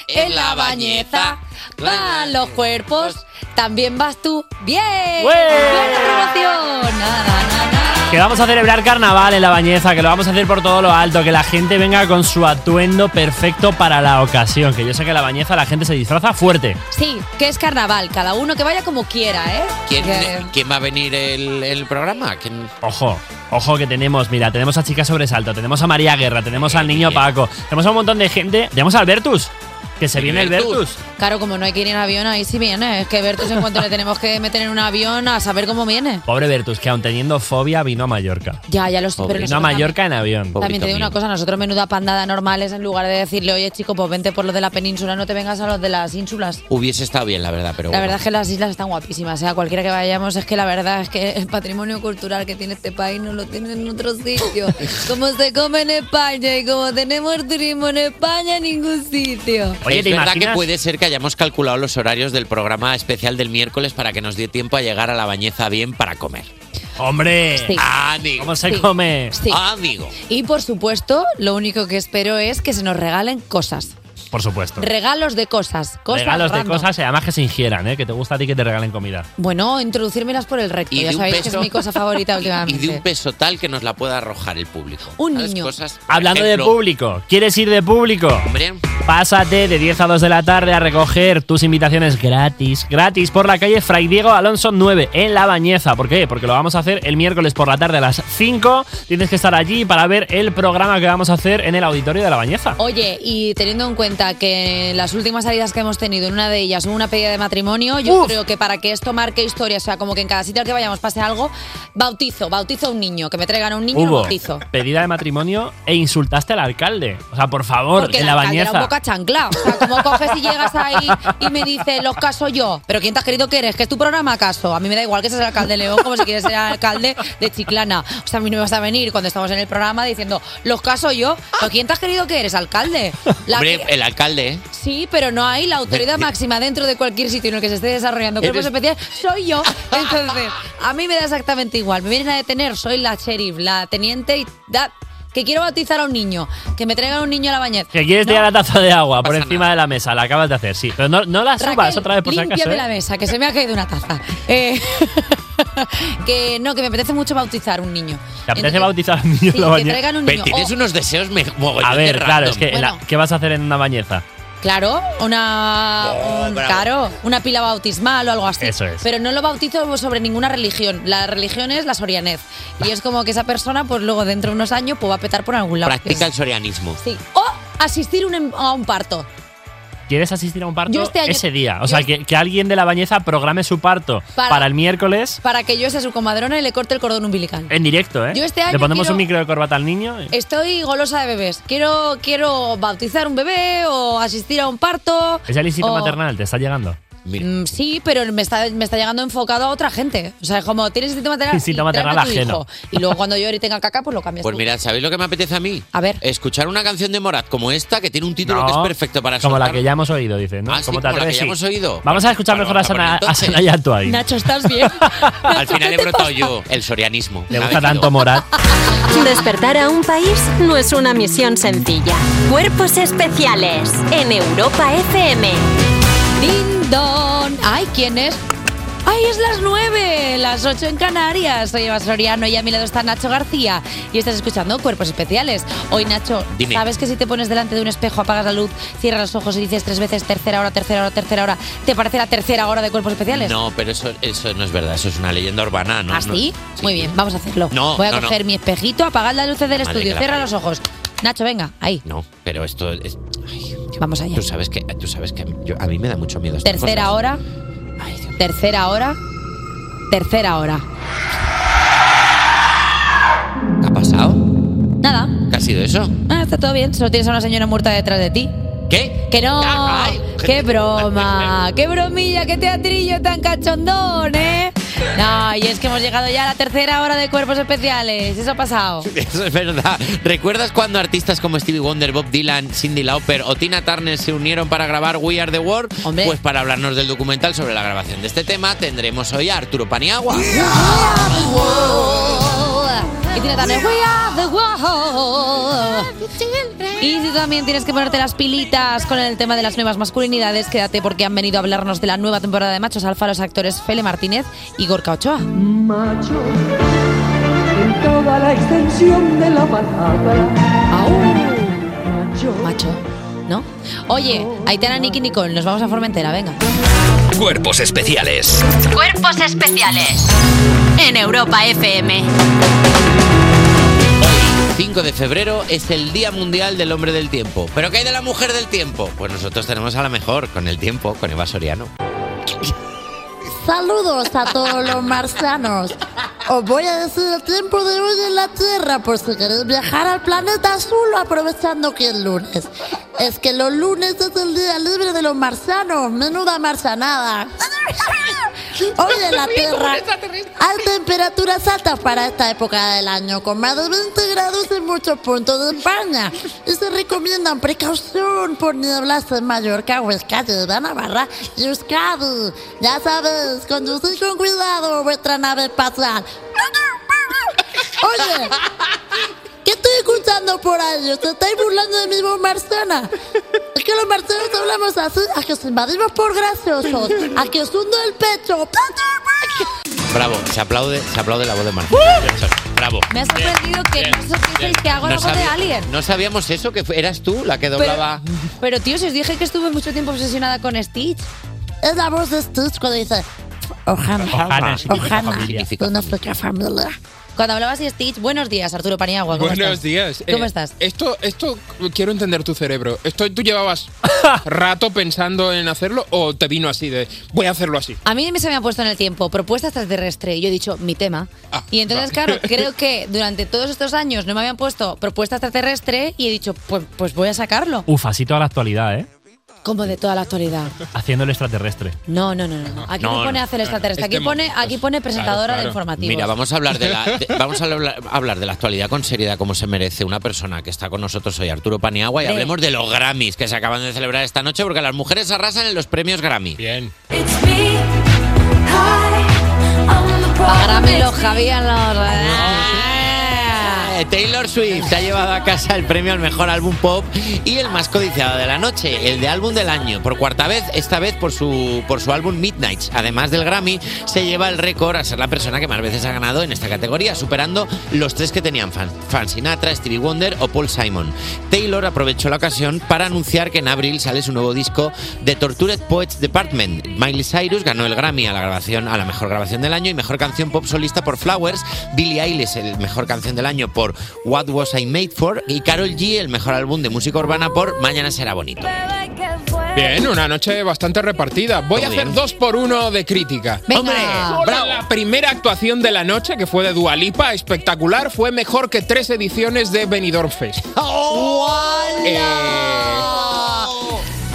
S4: eh,
S3: en la bañeza, van los cuerpos, también vas tú. ¡Bien! ¡Buena promoción! Nada,
S5: que vamos a celebrar carnaval en la bañeza, que lo vamos a hacer por todo lo alto, que la gente venga con su atuendo perfecto para la ocasión. Que yo sé que en la bañeza la gente se disfraza fuerte.
S3: Sí, que es carnaval, cada uno que vaya como quiera, ¿eh?
S4: ¿Quién,
S3: Que-
S4: quién va a venir el, el programa? ¿Quién-
S5: Ojo, ojo que tenemos, mira, tenemos a Chica Sobresalto, tenemos a María Guerra, tenemos al niño Paco, tenemos a un montón de gente, tenemos al Bertus, que se viene el Bertus.
S3: Claro, como no hay que ir en avión, ahí sí viene. Es que Bertus, en cuanto le tenemos que meter en un avión, a saber cómo viene.
S5: Pobre Bertus, que aun teniendo fobia vino a Mallorca.
S3: Ya, ya lo sé, pero
S5: vino a
S3: nosotros también-
S5: Mallorca en avión.
S3: También te digo una cosa, nosotros menuda pandada normales, en lugar de decirle, oye chico, pues vente por los de la península, no te vengas a los de las ínsulas.
S4: Hubiese estado bien, la verdad, pero
S3: La
S4: bueno.
S3: verdad es que las islas están guapísimas, sea, cualquiera que vayamos, es que la verdad es que el patrimonio cultural que tiene este país no lo tiene en otro sitio. como se come en España y como tenemos turismo en España, en ningún sitio.
S4: es verdad que puede ser que hayamos calculado los horarios del programa especial del miércoles para que nos dé tiempo a llegar a la bañeza bien para comer.
S5: ¡Hombre!
S3: Sí.
S4: ¡Amigo!
S5: ¿Cómo se
S3: Sí.
S5: come?
S3: Sí.
S4: Ah, ¡Amigo!
S3: Y por supuesto, lo único que espero es que se nos regalen cosas.
S5: Por supuesto.
S3: Regalos de cosas. cosas
S5: Regalos de
S3: random.
S5: cosas y además que se ingieran, ¿eh? que te gusta a ti que te regalen comida.
S3: Bueno, introducírmelas por el recto.
S4: Y
S3: Ya
S4: de un
S3: sabéis que
S4: peso-
S3: es mi cosa favorita últimamente.
S4: Y de un peso tal que nos la pueda arrojar el público.
S3: Un
S4: ¿Sabes?
S3: niño.
S4: Cosas, por
S5: Hablando
S4: ejemplo,
S5: de público, ¿quieres ir de público?
S4: Hombre.
S5: Pásate de 10 a 2 de la tarde a recoger tus invitaciones gratis, gratis por la calle Fray Diego Alonso 9 en La Bañeza. ¿Por qué? Porque lo vamos a hacer el miércoles por la tarde a las 5. Tienes que estar allí para ver el programa que vamos a hacer en el auditorio de La Bañeza.
S3: Oye, y teniendo en cuenta que las últimas salidas que hemos tenido, en una de ellas hubo una pedida de matrimonio, yo creo que para que esto marque historia, o sea, como que en cada sitio al que vayamos pase algo, bautizo, bautizo a un niño, que me traigan a un niño y lo
S5: Hubo
S3: bautizo.
S5: pedida de matrimonio e insultaste al alcalde. O sea, por favor,
S3: Porque
S5: en
S3: el
S5: La
S3: alcalde era un
S5: Bañeza.
S3: boca boca chancla. O sea, como coges y llegas ahí y me dices, los caso yo. ¿Pero quién te has querido que eres? ¿Que es tu programa acaso? A mí me da igual que seas el alcalde de León como si quieres ser el alcalde de Chiclana. O sea, a mí no me vas a venir cuando estamos en el programa diciendo, los caso yo. ¿Pero quién te has querido que eres? ¿Alcalde? La
S4: Hombre,
S3: que-
S4: el alcalde, ¿eh?
S3: Sí, pero no hay la autoridad
S4: Pero-
S3: máxima dentro de cualquier sitio en el que se esté desarrollando cuerpos
S4: Eres-
S3: especiales. Soy yo. Entonces, a mí me da exactamente igual. Me vienen a detener, soy la sheriff, la teniente y da- que quiero bautizar a un niño, que me traigan un niño a la bañez.
S5: Que quieres tirar la taza de agua por
S4: pasa
S5: encima de la mesa, la acabas de hacer, sí. Pero no, no la subas
S3: Raquel,
S5: otra vez por si acaso.
S3: límpiame
S5: ¿eh?
S3: la mesa, que se me ha caído una taza. Eh, que no, que me apetece mucho bautizar un niño.
S5: ¿Te apetece
S3: Entonces,
S5: bautizar al niño
S3: Sí,
S5: en la
S3: que
S5: bañeza?
S3: traigan un niño. Pero tienes
S4: unos deseos
S5: A ver,
S4: de
S5: claro,
S4: random. Pues
S5: es que
S3: Bueno.
S5: la- ¿qué vas a hacer en una bañeza?
S3: Claro, una un-
S5: bravo.
S3: claro, una pila bautismal o algo así.
S5: Eso es.
S3: Pero no lo bautizo sobre ninguna religión. La religión es la sorianez. Y es como que esa persona, pues luego dentro de unos años, pues va a petar por algún lado.
S4: Practica el sorianismo.
S3: Sí. O asistir un em- a un parto.
S5: ¿Quieres asistir a un parto
S3: Yo este año-
S5: ese día?
S3: yo
S5: O sea, que, que alguien de la bañeza programe su parto
S3: Para-
S5: para, el miércoles
S3: Para que yo sea su comadrona y le corte el cordón umbilical.
S5: en directo, ¿eh?
S3: Yo este año
S5: Le ponemos
S3: quiero- Eh,
S5: un micro de corbata al niño. y-
S3: Estoy golosa de bebés. Quiero, quiero bautizar un bebé o asistir a un parto.
S5: Es el instinto
S3: o-
S5: maternal, te está llegando.
S3: Mm, Sí, pero me está, me está llegando enfocado a otra gente. O sea, es como tienes instinto maternal,
S4: Instinto maternal
S3: tráeme a tu
S4: ajeno.
S3: hijo. Y luego cuando yo y tenga caca, pues lo cambias
S4: Pues
S3: tú.
S4: mirad, ¿sabéis lo que me apetece a mí?
S3: A ver.
S4: Escuchar una canción de Morat como esta, que tiene un título
S5: No,
S4: que es perfecto para
S5: Como la
S4: soltar-
S5: que ya hemos oído, dice, ¿no?
S4: Ah, sí,
S5: ¿Cómo
S4: como la
S5: te
S4: que
S5: atreves?
S4: ya hemos oído.
S5: Vamos a escuchar mejor a, Sana, a Sanaya Tuay.
S3: Nacho, ¿estás bien?
S4: Al final he brotado yo, el sorianismo.
S5: Le gusta tanto Morat.
S2: Despertar a un país no es una misión sencilla. Cuerpos especiales en Europa FM.
S3: Din don. Ay, ¿quién es? Ay, es las 9, las 8 en Canarias. Soy Eva Soriano y a mi lado está Nacho García. Y estás escuchando Cuerpos Especiales. Hoy, Nacho,
S19: Dime.
S3: ¿sabes que si te pones delante de un espejo, apagas la luz, cierras los ojos y dices tres veces tercera hora, tercera hora, tercera hora, ¿te parece la tercera hora de Cuerpos Especiales?
S4: No, pero eso, eso no es verdad, eso es una leyenda urbana, ¿no?
S3: ¿Ah, sí? Muy bien, vamos a hacerlo.
S4: No,
S3: Voy a
S4: no, no.
S3: coger mi espejito, apagar las luces del
S4: Madre que
S3: estudio,
S4: la
S3: cierra
S4: parió.
S3: los ojos. Nacho, venga, ahí.
S4: No, pero esto es. ay,
S3: Vamos allá.
S4: Tú sabes que, tú sabes que a, mí, yo- a mí me da mucho miedo. estas
S3: Tercera
S4: cosas.
S3: hora. Tercera hora. Tercera hora.
S4: ¿Qué ha pasado?
S3: Nada.
S4: ¿Qué ha sido eso?
S3: Ah, está todo bien. Solo tienes a una señora muerta detrás de ti.
S4: ¿Qué?
S3: Que no. ¡Qué broma! ¡Qué bromilla! ¡Qué teatrillo tan cachondón, eh! No, y es que hemos llegado ya a la tercera hora de cuerpos especiales. Eso ha pasado.
S4: Eso es verdad. ¿Recuerdas cuando artistas como Stevie Wonder, Bob Dylan, Cindy Lauper o Tina Turner se unieron para grabar We Are the World? Pues para hablarnos del documental sobre la grabación de este tema tendremos hoy a Arturo Paniagua.
S3: Y tiene también We are the world. Y si también tienes que ponerte las pilitas con el tema de las nuevas masculinidades, quédate porque han venido a hablarnos de la nueva temporada de Machos Alfa los actores Fele Martínez y Gorka Ochoa.
S20: macho en toda la extensión de la palabra.
S3: Macho. ¿No? Oye, Aitana, Nicky, Nicole, nos vamos a Formentera, venga.
S1: Cuerpos especiales.
S2: Cuerpos especiales en Europa FM.
S4: 5 de febrero es el Día Mundial del Hombre del Tiempo. ¿Pero qué hay de la Mujer del Tiempo? Pues nosotros tenemos a la mejor con el tiempo, con Eva Soriano.
S21: Saludos a todos los marcianos. Os voy a decir el tiempo de hoy en la Tierra por si queréis viajar al planeta azul aprovechando que es lunes. Es que los lunes es el día libre de los marcianos. Menuda marcianada. Hoy en la Tierra hay temperaturas altas para esta época del año, con más de 20 grados en muchos puntos de España. Y se recomiendan precaución por nieblas en Mallorca, Huesca, Lleida, Navarra y Euskadi. Ya sabes, conducir con cuidado vuestra nave espacial. Oye, ¿qué estoy escuchando por ahí? ¿Os estáis burlando de mi voz marciana? Es que los marcianos hablamos así, a que os invadimos por graciosos, a que os hundo el pecho.
S4: Bravo, se aplaude, se aplaude la voz de Martín. Bravo.
S3: ¡Uh! Me ha sorprendido que no supieseis que hago la voz de
S4: sabía-
S3: Alien.
S4: no sabíamos eso, que fu- eras tú la que doblaba.
S3: Pero tío, si os dije que estuve mucho tiempo obsesionada con Stitch.
S21: Es la voz de Stitch cuando dice Ojana.
S4: Ojana,
S21: Ojana.
S4: significa
S21: Ojana.
S4: familia.
S21: Significa familia.
S22: Cuando hablabas de Stitch, buenos días, Arturo Paniagua. ¿cómo
S19: Buenos
S22: estás?
S19: días.
S22: ¿Cómo
S19: Eh,
S22: estás?
S19: Esto, esto quiero entender tu cerebro. Esto tú llevabas rato pensando en hacerlo o te vino así de voy a hacerlo así.
S3: A mí se me ha puesto en el tiempo propuesta extraterrestre y yo he dicho mi tema.
S4: Ah,
S3: y entonces,
S19: vale.
S3: claro, creo que durante todos estos años no me habían puesto propuesta extraterrestre y he dicho, pues, pues voy a sacarlo.
S5: Uf, así toda la actualidad, ¿eh?
S3: Como de toda la actualidad.
S5: Haciendo el extraterrestre.
S3: No, no, no, no, no. Aquí
S5: No,
S3: no,
S5: no,
S3: pone hacer extraterrestre.
S4: Este
S3: Aquí pone, aquí pone presentadora de informativos.
S4: Pues Mira, vamos a hablar de la de- vamos a hablar, hablar de la actualidad con seriedad como se merece una persona que está con nosotros hoy, Arturo Paniagua, y
S3: Ve.
S4: hablemos de los Grammys que se acaban de celebrar esta noche porque las mujeres arrasan en los premios Grammy.
S19: Bien.
S3: Agrámelo, Javier.
S4: Eh, Taylor Swift se ha llevado a casa el premio al mejor álbum pop y el más codiciado de la noche, el de álbum del año, por cuarta vez, esta vez por su, por su álbum Midnights. Además del Grammy, se lleva el récord a ser la persona que más veces ha ganado en esta categoría, superando los tres que tenían fan, Frank Sinatra, Stevie Wonder o Paul Simon. Taylor aprovechó la ocasión para anunciar que en abril sale su nuevo disco The Tortured Poets Department. Miley Cyrus ganó el Grammy a la grabación a la mejor grabación del año y mejor canción pop solista por Flowers, Billie Eilish el mejor canción del año por What Was I Made For y Carol G el mejor álbum de música urbana por Mañana será bonito.
S19: Bien, una noche bastante repartida. Voy a
S4: Todo
S19: hacer
S4: bien.
S19: dos por uno de crítica.
S4: Hombre,
S19: Solo La primera actuación de la noche, que fue de Dualipa, espectacular, fue mejor que tres ediciones de Benidorm Fest. Eh,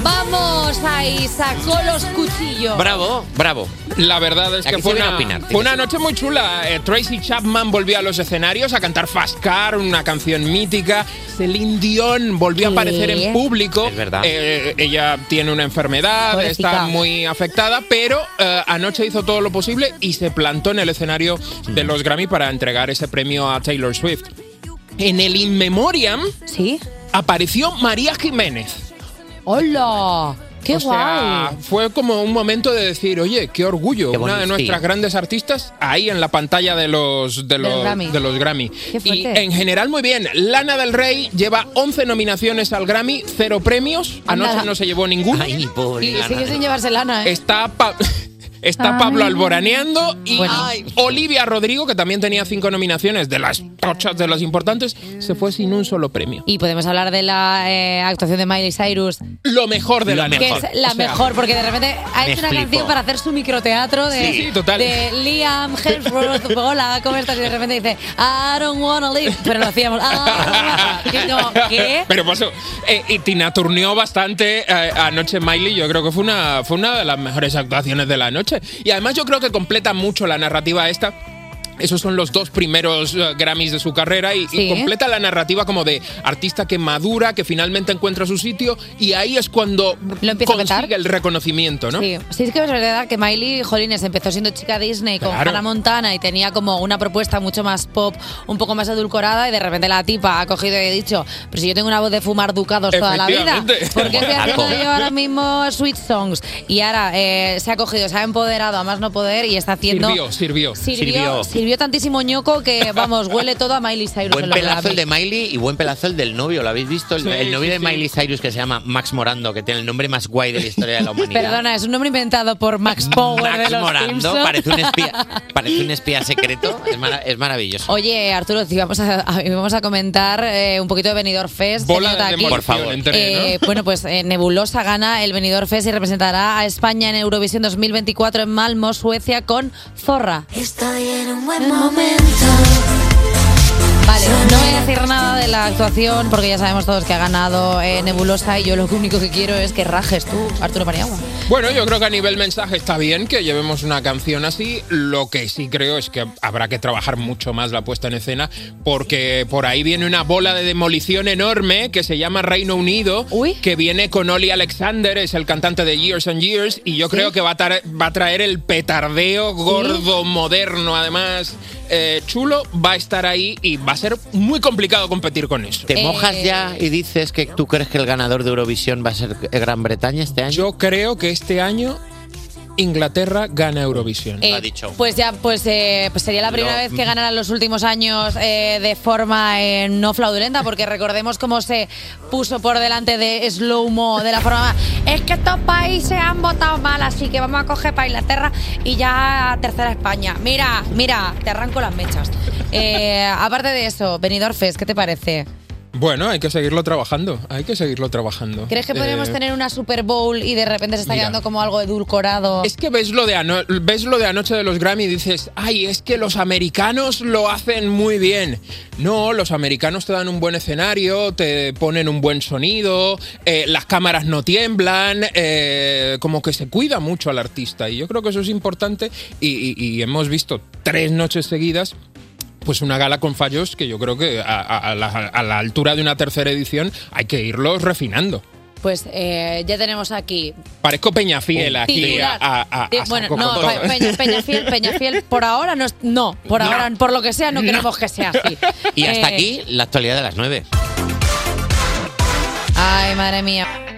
S3: Vamos ahí, sacó los cuchillos.
S4: Bravo, bravo.
S19: La verdad es
S4: Aquí
S19: que
S4: se
S19: fue
S4: viene
S19: una,
S4: a opinar,
S19: fue
S4: tío.
S19: una noche muy chula. Eh, Tracy Chapman volvió a los escenarios a cantar Fast Car, una canción mítica. Celine Dion volvió a
S4: ¿Qué?
S19: aparecer en público.
S4: Es verdad.
S19: Eh, ella tiene una enfermedad,
S4: Pobrecita.
S19: está muy afectada, pero eh, anoche hizo todo lo posible y se plantó en el escenario de los Grammy para entregar ese premio a Taylor Swift. En el In Memoriam apareció María Jiménez.
S3: ¡Hola! ¡Qué
S19: O sea,
S3: guay!
S19: fue como un momento de decir, oye, qué orgullo,
S4: Qué
S19: una de
S4: bonito,
S19: nuestras
S4: sí.
S19: grandes artistas ahí en la pantalla de los de
S4: Del
S19: los,
S4: Grammy.
S19: de los Grammy. Y
S4: fuerte.
S19: en general muy bien. Lana del Rey lleva 11 nominaciones al Grammy, cero premios.
S3: Anda.
S19: Anoche no se llevó ninguno.
S4: Ay, pobre
S3: Y sigue sin llevarse lana, ¿eh?
S19: Está Pa- Está
S3: Ay.
S19: Pablo Alboraneando y
S3: Bueno.
S19: ay, Olivia Rodrigo, que también tenía cinco nominaciones de las tochas de las importantes, se fue sin un solo premio.
S3: Y podemos hablar de la eh, actuación de Miley Cyrus.
S19: Lo mejor de la
S3: Que
S19: mejor.
S3: es la
S19: O sea,
S3: mejor, porque de repente ha
S19: me
S3: hecho una
S19: flipo.
S3: canción para hacer su microteatro de,
S19: Sí, sí, total.
S3: de Liam Hemsworth. Hola, ¿cómo estás? Y de repente dice, I don't wanna live. Pero lo hacíamos. "Ah", y es como, ¿qué?
S19: Pero pasó. Eh, y Tina turneó bastante eh, anoche Miley. Yo creo que fue una, fue una de las mejores actuaciones de la noche. Y además yo creo que completa mucho la narrativa esta. Esos son los dos primeros eh, Grammys de su carrera y, y
S23: Sí.
S19: completa la narrativa como de artista que madura, que finalmente encuentra su sitio y ahí es cuando
S3: empieza a
S19: consigue
S3: petar.
S19: el reconocimiento, ¿no?
S3: Sí, sí, es que es verdad que Miley Jolines empezó siendo chica Disney con
S19: Claro.
S3: Hannah Montana y tenía como una propuesta mucho más pop, un poco más edulcorada y de repente la tipa ha cogido y ha dicho, pero si yo tengo una voz de fumar ducados toda la vida,
S19: Efectivamente.
S3: ¿por qué estoy haciendo
S19: Claro.
S3: yo ahora mismo Sweet Songs? Y ahora eh, se ha cogido, se ha empoderado a más no poder y está haciendo...
S19: Sirvió, sirvió.
S3: Sirvió, sirvió tantísimo ñoco que, vamos, huele todo a Miley Cyrus.
S4: Buen
S3: en los
S4: pelazo el
S3: Grammy.
S4: de Miley y buen pelazo el del novio, ¿lo habéis visto? El,
S3: Sí,
S4: el novio de
S3: sí, sí.
S4: Miley Cyrus que se llama Max Morando, que tiene el nombre más guay de la historia de la humanidad.
S3: Perdona, es un nombre inventado por Max Power de
S4: Max
S3: los
S4: Morando,
S3: Simpsons.
S4: parece un, espía, parece un espía secreto, es, mara- es maravilloso.
S3: Oye, Arturo, sí, vamos a, a- vamos a comentar eh, un poquito de Benidorm Fest.
S4: Bola de
S3: Teniendo aquí.
S4: demolición, Por favor. entre,
S3: Eh, Bueno, pues eh, Nebulosa gana el Benidorm Fest y representará a España en Eurovisión 2024 en Malmo, Suecia, con Zorra.
S10: Estoy en un buen momento.
S3: Vale, no voy a decir nada de la actuación porque ya sabemos todos que ha ganado eh, Nebulosa y yo lo único que quiero es que rajes tú, Arturo Paniagua.
S19: Bueno, yo creo que a nivel mensaje está bien que llevemos una canción así. Lo que sí creo es que habrá que trabajar mucho más la puesta en escena porque por ahí viene una bola de demolición enorme que se llama Reino Unido, que viene con Oli Alexander, es el cantante de Years and Years, y yo creo que va a, tar- va a traer el petardeo gordo, moderno, además eh, chulo, va a estar ahí y va a ser muy complicado competir con eso.
S3: eh,
S4: ¿Te mojas ya y dices que tú crees que el ganador de Eurovisión va a ser Gran Bretaña este año?
S19: Yo creo que este año Inglaterra gana Eurovisión.
S3: Eh, Pues ya, pues, eh, pues sería la primera
S19: No.
S3: vez que ganaran los últimos años eh, de forma eh, no fraudulenta, porque recordemos cómo se puso por delante de Slow Mo de la forma. Es que estos países han votado mal, así que vamos a coger para Inglaterra y ya tercera España. Mira, mira, te arranco las mechas. Eh, aparte de eso, Benidorm Fest, ¿qué te parece?
S19: Bueno, hay que seguirlo trabajando. Hay que seguirlo trabajando.
S3: ¿Crees que podríamos
S19: Eh,
S3: tener una Super Bowl y de repente se está
S19: mira.
S3: quedando como algo edulcorado?
S19: Es que ves lo, de ano- ves lo de anoche de los Grammy y dices, ay, es que los americanos lo hacen muy bien. No, los americanos te dan un buen escenario, te ponen un buen sonido, eh, las cámaras no tiemblan, eh, como que se cuida mucho al artista. Y yo creo que eso es importante y, y- y hemos visto tres noches seguidas. Pues una gala con fallos que yo creo que a- a- a la- a la altura de una tercera edición hay que irlos refinando.
S3: Pues eh, ya tenemos aquí.
S19: Parezco Peñafiel aquí.
S3: Titular.
S19: A, a- a-
S3: Di-
S19: a
S3: bueno,
S19: saco
S3: no,
S19: con todo.
S3: Pe- Peña- Peñafiel, Peñafiel, por ahora no, es- no por
S4: No.
S3: ahora, por lo que sea, no, queremos que sea así.
S4: Y hasta
S3: Eh,
S4: aquí la actualidad de las 9.
S3: Ay, madre mía.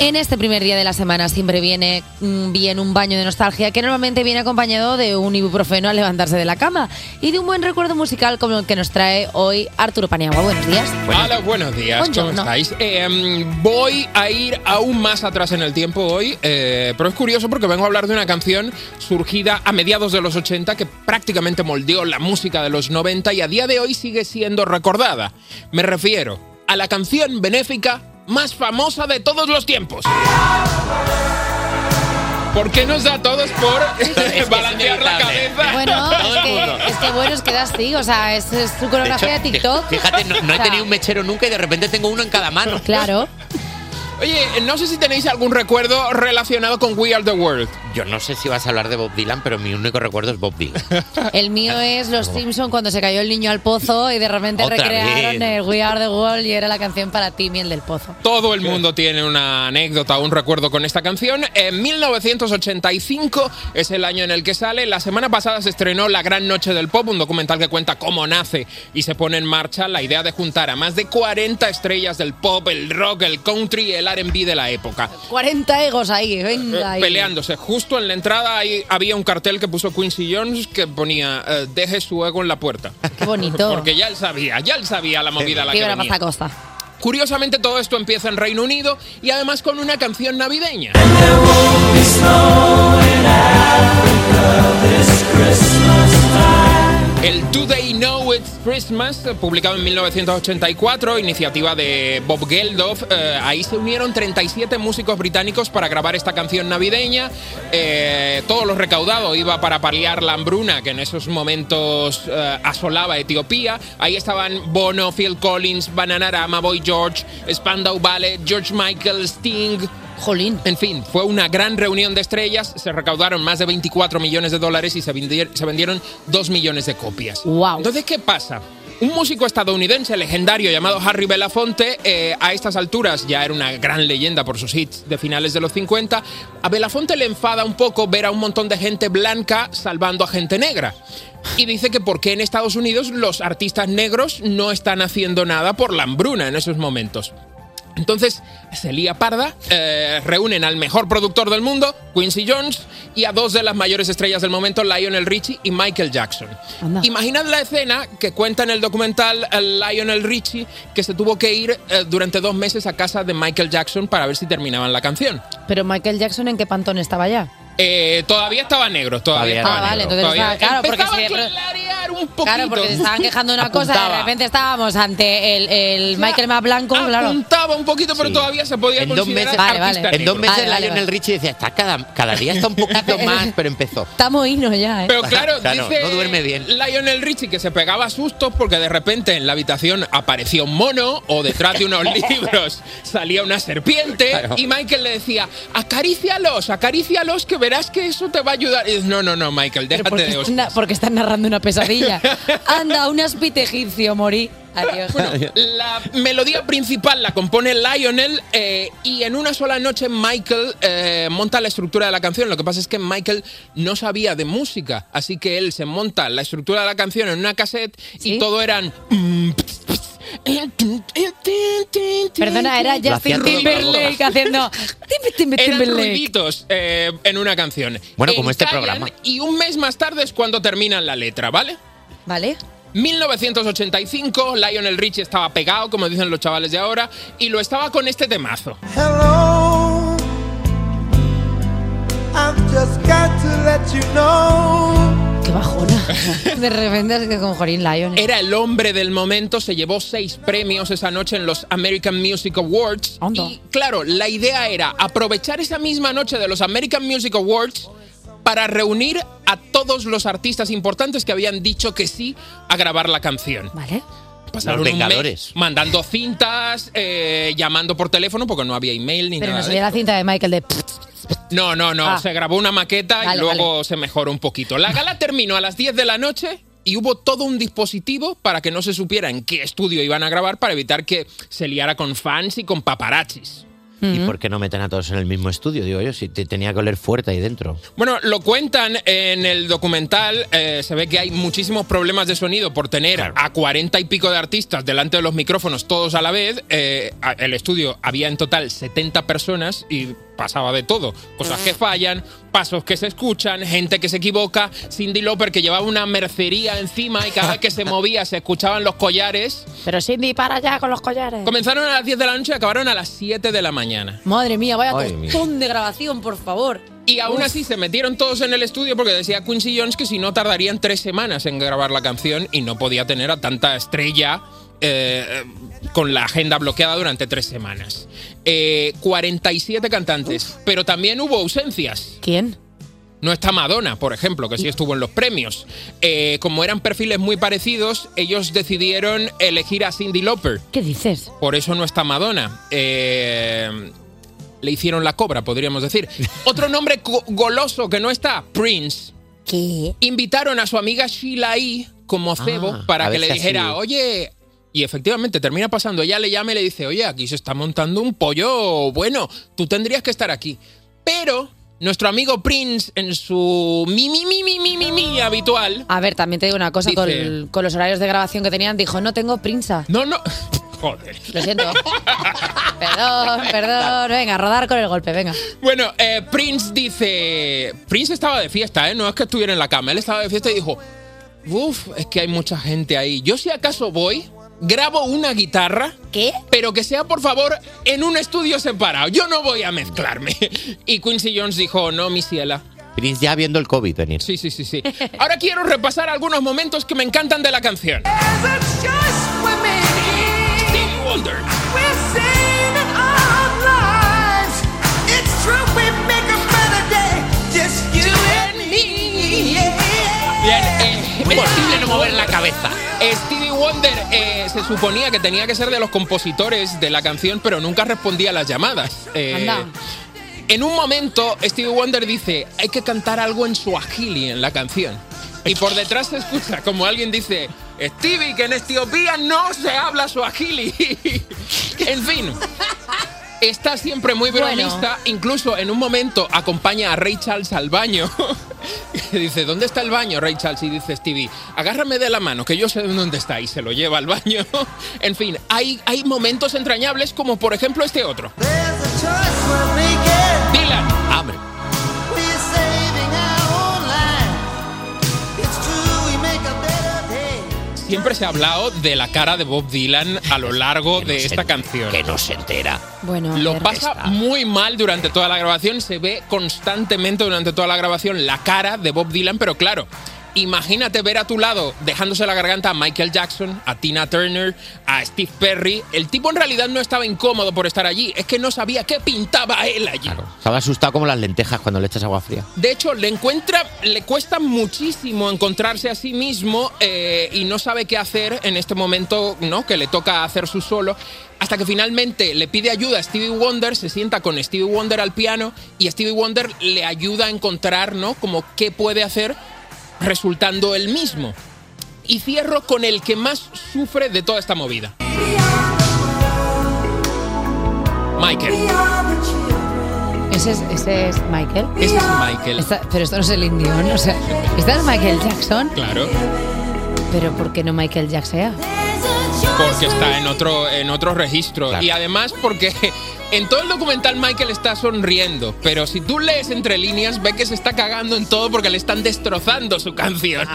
S3: En este primer día de la semana siempre viene mm, bien un baño de nostalgia que normalmente viene acompañado de un ibuprofeno al levantarse de la cama y de un buen recuerdo musical como el que nos trae hoy Arturo Paniagua. Buenos días.
S19: Hola, buenos días. ¿Cómo
S3: Buongiorno.
S19: estáis? Eh, mm, voy a ir aún más atrás en el tiempo hoy, eh, pero es curioso porque vengo a hablar de una canción surgida a mediados de los 80 que prácticamente moldeó la música de los 90 y a día de hoy sigue siendo recordada. Me refiero a la canción benéfica más famosa de todos los tiempos. ¿Por qué nos da a todos por balancear la cabeza?
S3: Bueno, es que, es que bueno, es que da así, o sea, es, es su coreografía de,
S4: hecho,
S3: TikTok.
S4: Fíjate, no, no
S3: O
S4: he
S3: sea,
S4: tenido un mechero nunca y de repente tengo uno en cada mano.
S3: Claro.
S19: Oye, no sé si tenéis algún recuerdo relacionado con We Are the World.
S4: Yo no sé si vas a hablar de Bob Dylan, pero mi único recuerdo es Bob Dylan.
S3: El mío es Los Simpson cuando se cayó el niño al pozo y de repente
S4: Ah, Otra
S3: recrearon
S19: vez.
S3: el We Are the World y era la canción para ti, miel del pozo.
S19: Todo el mundo tiene una anécdota o un recuerdo con esta canción. En 1985 es el año en el que sale. La semana pasada se estrenó La Gran Noche del Pop, un documental que cuenta cómo nace y se pone en marcha la idea de juntar a más de 40 estrellas del pop, el rock, el country y el RB de la época.
S3: 40 egos ahí, venga. ahí.
S19: Peleándose. Justo en la entrada ahí había un cartel que puso Quincy Jones que ponía eh, deje su ego en la puerta.
S3: Qué bonito.
S19: Porque ya él sabía, ya él sabía la movida a la
S3: Qué
S19: que
S3: brava
S19: venía.
S3: esta cosa.
S19: Curiosamente todo esto empieza en Reino Unido y además con una canción navideña. El Today Know It's Christmas, eh, publicado en 1984, iniciativa de Bob Geldof. eh, ahí se unieron 37 músicos británicos para grabar esta canción navideña. Eh, todo lo recaudado iba para paliar la hambruna que en esos momentos eh, asolaba Etiopía. Ahí estaban Bono, Phil Collins, Bananarama, Boy George, Spandau Ballet, George Michael, Sting.
S3: Jolín.
S19: En fin, fue una gran reunión de estrellas, se recaudaron más de 24 millones de dólares y se, vendier- se vendieron 2 millones de copias. Entonces, ¿qué pasa? Un músico estadounidense legendario llamado Harry Belafonte, eh, a estas alturas ya era una gran leyenda por sus hits de finales de los 50, a Belafonte le enfada un poco ver a un montón de gente blanca salvando a gente negra. Y dice que por qué en Estados Unidos los artistas negros no están haciendo nada por la hambruna en esos momentos. Entonces, se lía parda, eh, reúnen al mejor productor del mundo, Quincy Jones, y a dos de las mayores estrellas del momento, Lionel Richie y Michael Jackson. Imaginad la escena que cuenta en el documental eh, Lionel Richie, que se tuvo que ir eh, durante dos meses a casa de Michael Jackson para ver si terminaban la canción.
S3: Pero Michael Jackson, ¿en qué pantón estaba ya?
S19: Eh, todavía estaba negro, todavía,
S3: Ah,
S19: estaba
S3: vale,
S19: negro,
S3: entonces
S19: todavía-
S3: estaba, claro, porque
S19: Empezaba
S3: se-
S19: a clarear un poquito.
S3: Claro, porque se estaban quejando de una cosa, de
S19: Apuntaba.
S3: repente estábamos ante el, el Michael más blanco, claro.
S19: Apuntaba un poquito, pero todavía se podía
S4: En dos
S19: considerar
S4: meses,
S3: Vale, vale.
S4: en dos meses
S3: Vale, vale,
S4: Lionel
S3: vale.
S4: Richie decía, está cada, cada día está un poquito más, pero empezó.
S3: Estamos hinos ya, ¿eh?
S19: Pero claro,
S4: Claro,
S19: dice
S4: no duerme bien.
S19: Lionel Richie que se pegaba a sustos porque de repente en la habitación aparecía un mono o detrás de unos libros salía una serpiente
S24: Claro.
S19: y Michael le decía, acarícialos, acarícialos que verás que eso te va a ayudar. Y dices, no, no, no, Michael, déjate de
S3: Na- porque están narrando una pesadilla. Anda, un aspite egipcio, morí. Adiós.
S19: La melodía principal la compone Lionel eh, y en una sola noche Michael eh, monta la estructura de la canción. Lo que pasa es que Michael no sabía de música, así que él se monta la estructura de la canción en una cassette y todo eran...
S3: Perdona, era
S19: Lo hacía
S3: Justin
S19: todo con la boca.
S3: Timberlake haciendo... Timbe, timbe,
S19: Eran
S3: Timberlake.
S19: ruiditos eh, en una canción.
S4: Bueno, como este
S19: Encallan
S4: programa.
S19: Y un mes más tarde es cuando terminan la letra, ¿vale?
S3: ¿Vale?
S19: 1985, Lionel Richie estaba pegado, como dicen los chavales de ahora, y lo estaba con este temazo.
S10: Hello, I've just got to let you know.
S25: Qué bajona. De repente es que con Jorín Lion.
S19: Era el hombre del momento, se llevó seis premios esa noche en los American Music Awards. Y claro, la idea era aprovechar esa misma noche de los American Music Awards para reunir a todos los artistas importantes que habían dicho que sí a grabar la canción.
S25: Vale.
S19: Pasaron
S4: Los
S19: un mes
S4: Vengadores.
S19: mandando cintas, eh, llamando por teléfono porque no había email ni
S25: Pero
S19: nada. ¿eh?
S25: nos
S19: de
S25: veía la
S19: esto.
S25: cinta de Michael de.
S19: No, no, no.
S25: Ah.
S19: Se grabó una maqueta
S25: Vale,
S19: y luego se mejoró un poquito. La gala terminó a las 10 de la noche y hubo todo un dispositivo para que no se supiera en qué estudio iban a grabar para evitar que se liara con fans y con paparazzis.
S4: ¿Y por qué no meten a todos en el mismo estudio? Digo yo, si te tenía que oler fuerte ahí dentro.
S19: Bueno, lo cuentan en el documental. eh, se ve que hay muchísimos problemas de sonido por tener a cuarenta y pico de artistas delante de los micrófonos todos a la vez. eh, a- el estudio había en total 70 personas y pasaba de todo. Cosas que fallan, pasos que se escuchan, gente que se equivoca. Cindy Lauper que llevaba una mercería encima y cada vez que se movía se escuchaban los collares.
S25: Pero Cindy, para allá con los collares.
S19: Comenzaron a las 10 de la noche y acabaron a las 7 de la mañana.
S25: Madre mía, vaya
S19: Ay, mía.
S25: tostón de grabación, por favor.
S19: Y aún así se metieron todos en el estudio porque decía Quincy Jones que si no tardarían tres semanas en grabar la canción y no podía tener a tanta estrella eh, con la agenda bloqueada durante tres semanas. Eh, 47 cantantes, pero también hubo ausencias.
S25: ¿Quién?
S19: No está Madonna, por ejemplo, que sí estuvo en los premios. Eh, como eran perfiles muy parecidos, ellos decidieron elegir a Cindy Lauper.
S25: ¿Qué dices?
S19: Por eso no está Madonna. Eh, le hicieron la cobra, podríamos decir. Otro nombre go- goloso que no está, Prince. Invitaron a su amiga Sheila E. como cebo
S4: Ah, a
S19: para que
S4: ver
S19: le
S4: si
S19: dijera,
S4: así-
S19: oye... Y efectivamente termina pasando. Ella le llama y le dice, oye, aquí se está montando un pollo bueno. Tú tendrías que estar aquí. Pero nuestro amigo Prince, en su mi, mi, mi, mi, mi, mi, mi habitual...
S25: A ver, también te digo una cosa,
S19: Dice-
S25: con, con los horarios de grabación que tenían, dijo, no tengo prensa.
S19: No, no. Joder.
S25: Lo siento. perdón, perdón. Venga, rodar con el golpe, venga.
S19: Bueno, eh, Prince dice. Prince estaba de fiesta, ¿eh? No es que estuviera en la cama. Él estaba de fiesta y dijo: Uf, es que hay mucha gente ahí. Yo, si acaso voy, grabo una guitarra. ¿Qué? Pero que sea, por favor, en un estudio separado. Yo no voy a mezclarme. Y Quincy Jones dijo: No, mi ciela.
S4: Prince ya viendo el COVID venir.
S19: Sí, sí, sí, sí. Ahora quiero repasar algunos momentos que me encantan de la canción. Stevie Wonder. Bien, eh, imposible no mover la cabeza. Stevie Wonder eh, se suponía que tenía que ser de los compositores de la canción, pero nunca respondía a las llamadas. Eh,
S10: Anda.
S19: En un momento, Stevie Wonder dice, hay que cantar algo en suajili en la canción. Y por detrás se escucha como alguien dice, Stevie, que en Etiopía no se habla suajili. en fin, está siempre muy
S10: Bueno.
S19: bromista. Incluso en un momento acompaña a Ray Charles al baño. Y dice, ¿dónde está el baño, Ray Charles? Y dice Stevie, agárrame de la mano, que yo sé dónde está. Y se lo lleva al baño. en fin, hay, hay momentos entrañables como por ejemplo este otro. Dylan. Hambre. Siempre se ha hablado de la cara de Bob Dylan a lo largo de esta canción. Que
S4: no se entera.
S25: Bueno,
S19: Lo pasa muy mal durante toda la grabación, se ve constantemente durante toda la grabación la cara de Bob Dylan, pero claro, imagínate ver a tu lado dejándose la garganta a Michael Jackson, a Tina Turner, a Steve Perry. El tipo en realidad no estaba incómodo por estar allí, es que no sabía qué pintaba él allí.
S4: Estaba asustado como las lentejas cuando le echas agua fría.
S19: De hecho, le encuentra, le cuesta muchísimo encontrarse a sí mismo eh, y no sabe qué hacer en este momento, ¿no? Que le toca hacer su solo. Hasta que finalmente le pide ayuda a Stevie Wonder, se sienta con Stevie Wonder al piano y Stevie Wonder le ayuda a encontrar, ¿no? Como qué puede hacer resultando él mismo. Y cierro con el que más sufre de toda esta movida. Michael.
S25: ¿Ese es, ese es Michael?
S19: Ese es Michael.
S25: Esta- pero esto no es el indio, ¿no? O sea, ¿esta es Michael Jackson?
S19: Claro.
S25: Pero ¿por qué no Michael Jackson?
S19: Porque está en otro, en otro registro.
S4: Claro.
S19: Y además porque En todo el documental Michael está sonriendo, pero si tú lees entre líneas ve que se está cagando en todo porque le están destrozando su canción.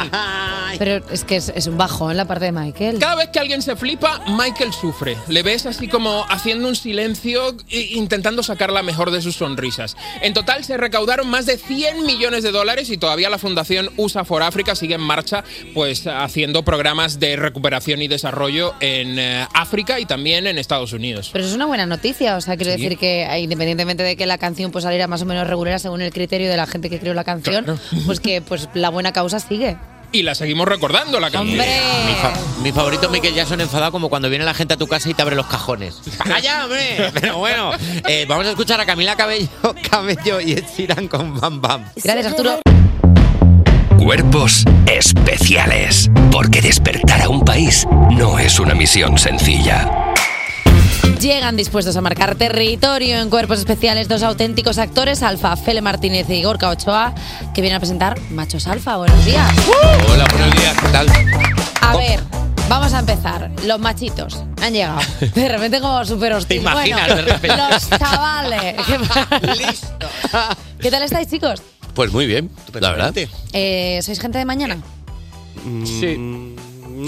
S3: Pero es que es, es un bajo en la parte de Michael.
S19: Cada vez que alguien se flipa, Michael sufre. Le ves así como haciendo un silencio e intentando sacar la mejor de sus sonrisas. En total se recaudaron más de 100 millones de dólares y todavía la fundación USA for Africa sigue en marcha, pues haciendo programas de recuperación y desarrollo en eh, África y también en Estados Unidos.
S3: Pero eso es una buena noticia, o sea, quiero
S19: Sí.
S3: decir que eh, independientemente de que la canción pues saliera más o menos regular según el criterio de la gente que creó la canción, pues que pues la buena causa sigue.
S19: Y la seguimos recordando la canción.
S4: Mi, fa- mi favorito Michael Jackson enfadado como cuando viene la gente a tu casa y te abre los cajones. ¡Allá, hombre! Pero bueno, eh, vamos a escuchar a Camila Cabello, Cabello y Ed Sheeran con Bam Bam.
S3: Gracias, Arturo.
S1: Cuerpos especiales. Porque despertar a un país no es una misión sencilla.
S3: Llegan dispuestos a marcar territorio en cuerpos especiales dos auténticos actores, Alfa Fele Martínez y Gorka Ochoa, que vienen a presentar Machos Alfa. Buenos días.
S4: Hola, buenos días, ¿qué tal? Oh.
S3: A ver, vamos a empezar. Los machitos han llegado. De repente como súper hostil.
S4: Te imaginas,
S3: Bueno,
S4: de repente.
S3: los chavales. Listo. ¿Qué tal estáis, chicos?
S4: Pues muy bien, la verdad.
S3: Eh, ¿Sois gente de mañana?
S6: Sí.
S7: Mm,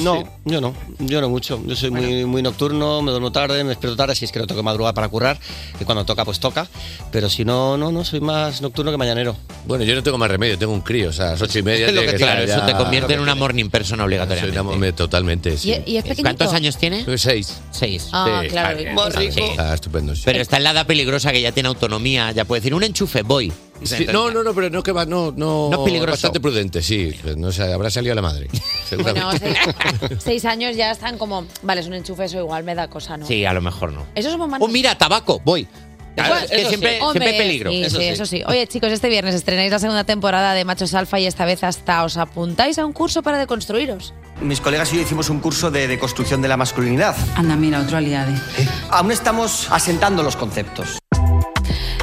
S6: No, yo no, yo no mucho. Yo soy muy, muy nocturno, me duermo tarde, me despierto tarde, si es que no tengo que madrugar para currar, que cuando toca, pues toca. Pero si no, no, no, soy más nocturno que mañanero.
S7: Bueno, yo no tengo más remedio, tengo un crío, o sea, a las ocho y media.
S4: Es lo
S7: tiene
S4: que
S7: estar
S4: claro, eso
S7: ya-
S4: te convierte en una morning person obligatoriamente.
S7: Soy una morning- totalmente, sí.
S3: ¿Y, y es pequeñito?
S4: ¿Cuántos años tiene?
S7: Seis.
S4: Seis.
S3: Ah,
S4: Sí.
S3: claro.
S4: Vale,
S3: Muy
S4: está bien.
S7: rico. Ah, estupendo.
S4: Pero está en la edad peligrosa que ya tiene autonomía, ya puede decir un enchufe, voy.
S7: Sí, no, no, no, pero no que va, no, no.
S4: No es peligroso.
S7: Bastante prudente, sí. pues, No sé, habrá salido a la madre. seguramente.
S3: Bueno, seis, seis años ya están como, vale, es un enchufe, eso igual me da cosa, ¿no?
S4: Sí, a lo mejor no.
S3: Esos son momentos...
S4: Oh, mira, tabaco, voy. Claro,
S3: Bueno,
S4: es que
S3: eso sí.
S4: siempre,
S3: Hombre,
S4: siempre peligro.
S3: Sí, sí, eso sí. Oye, chicos, este viernes estrenáis la segunda temporada de Machos Alfa y esta vez hasta os apuntáis a un curso para deconstruiros.
S26: Mis colegas y yo hicimos un curso de deconstrucción de la masculinidad.
S27: Anda, mira, otro aliado.
S26: Aún estamos asentando los conceptos.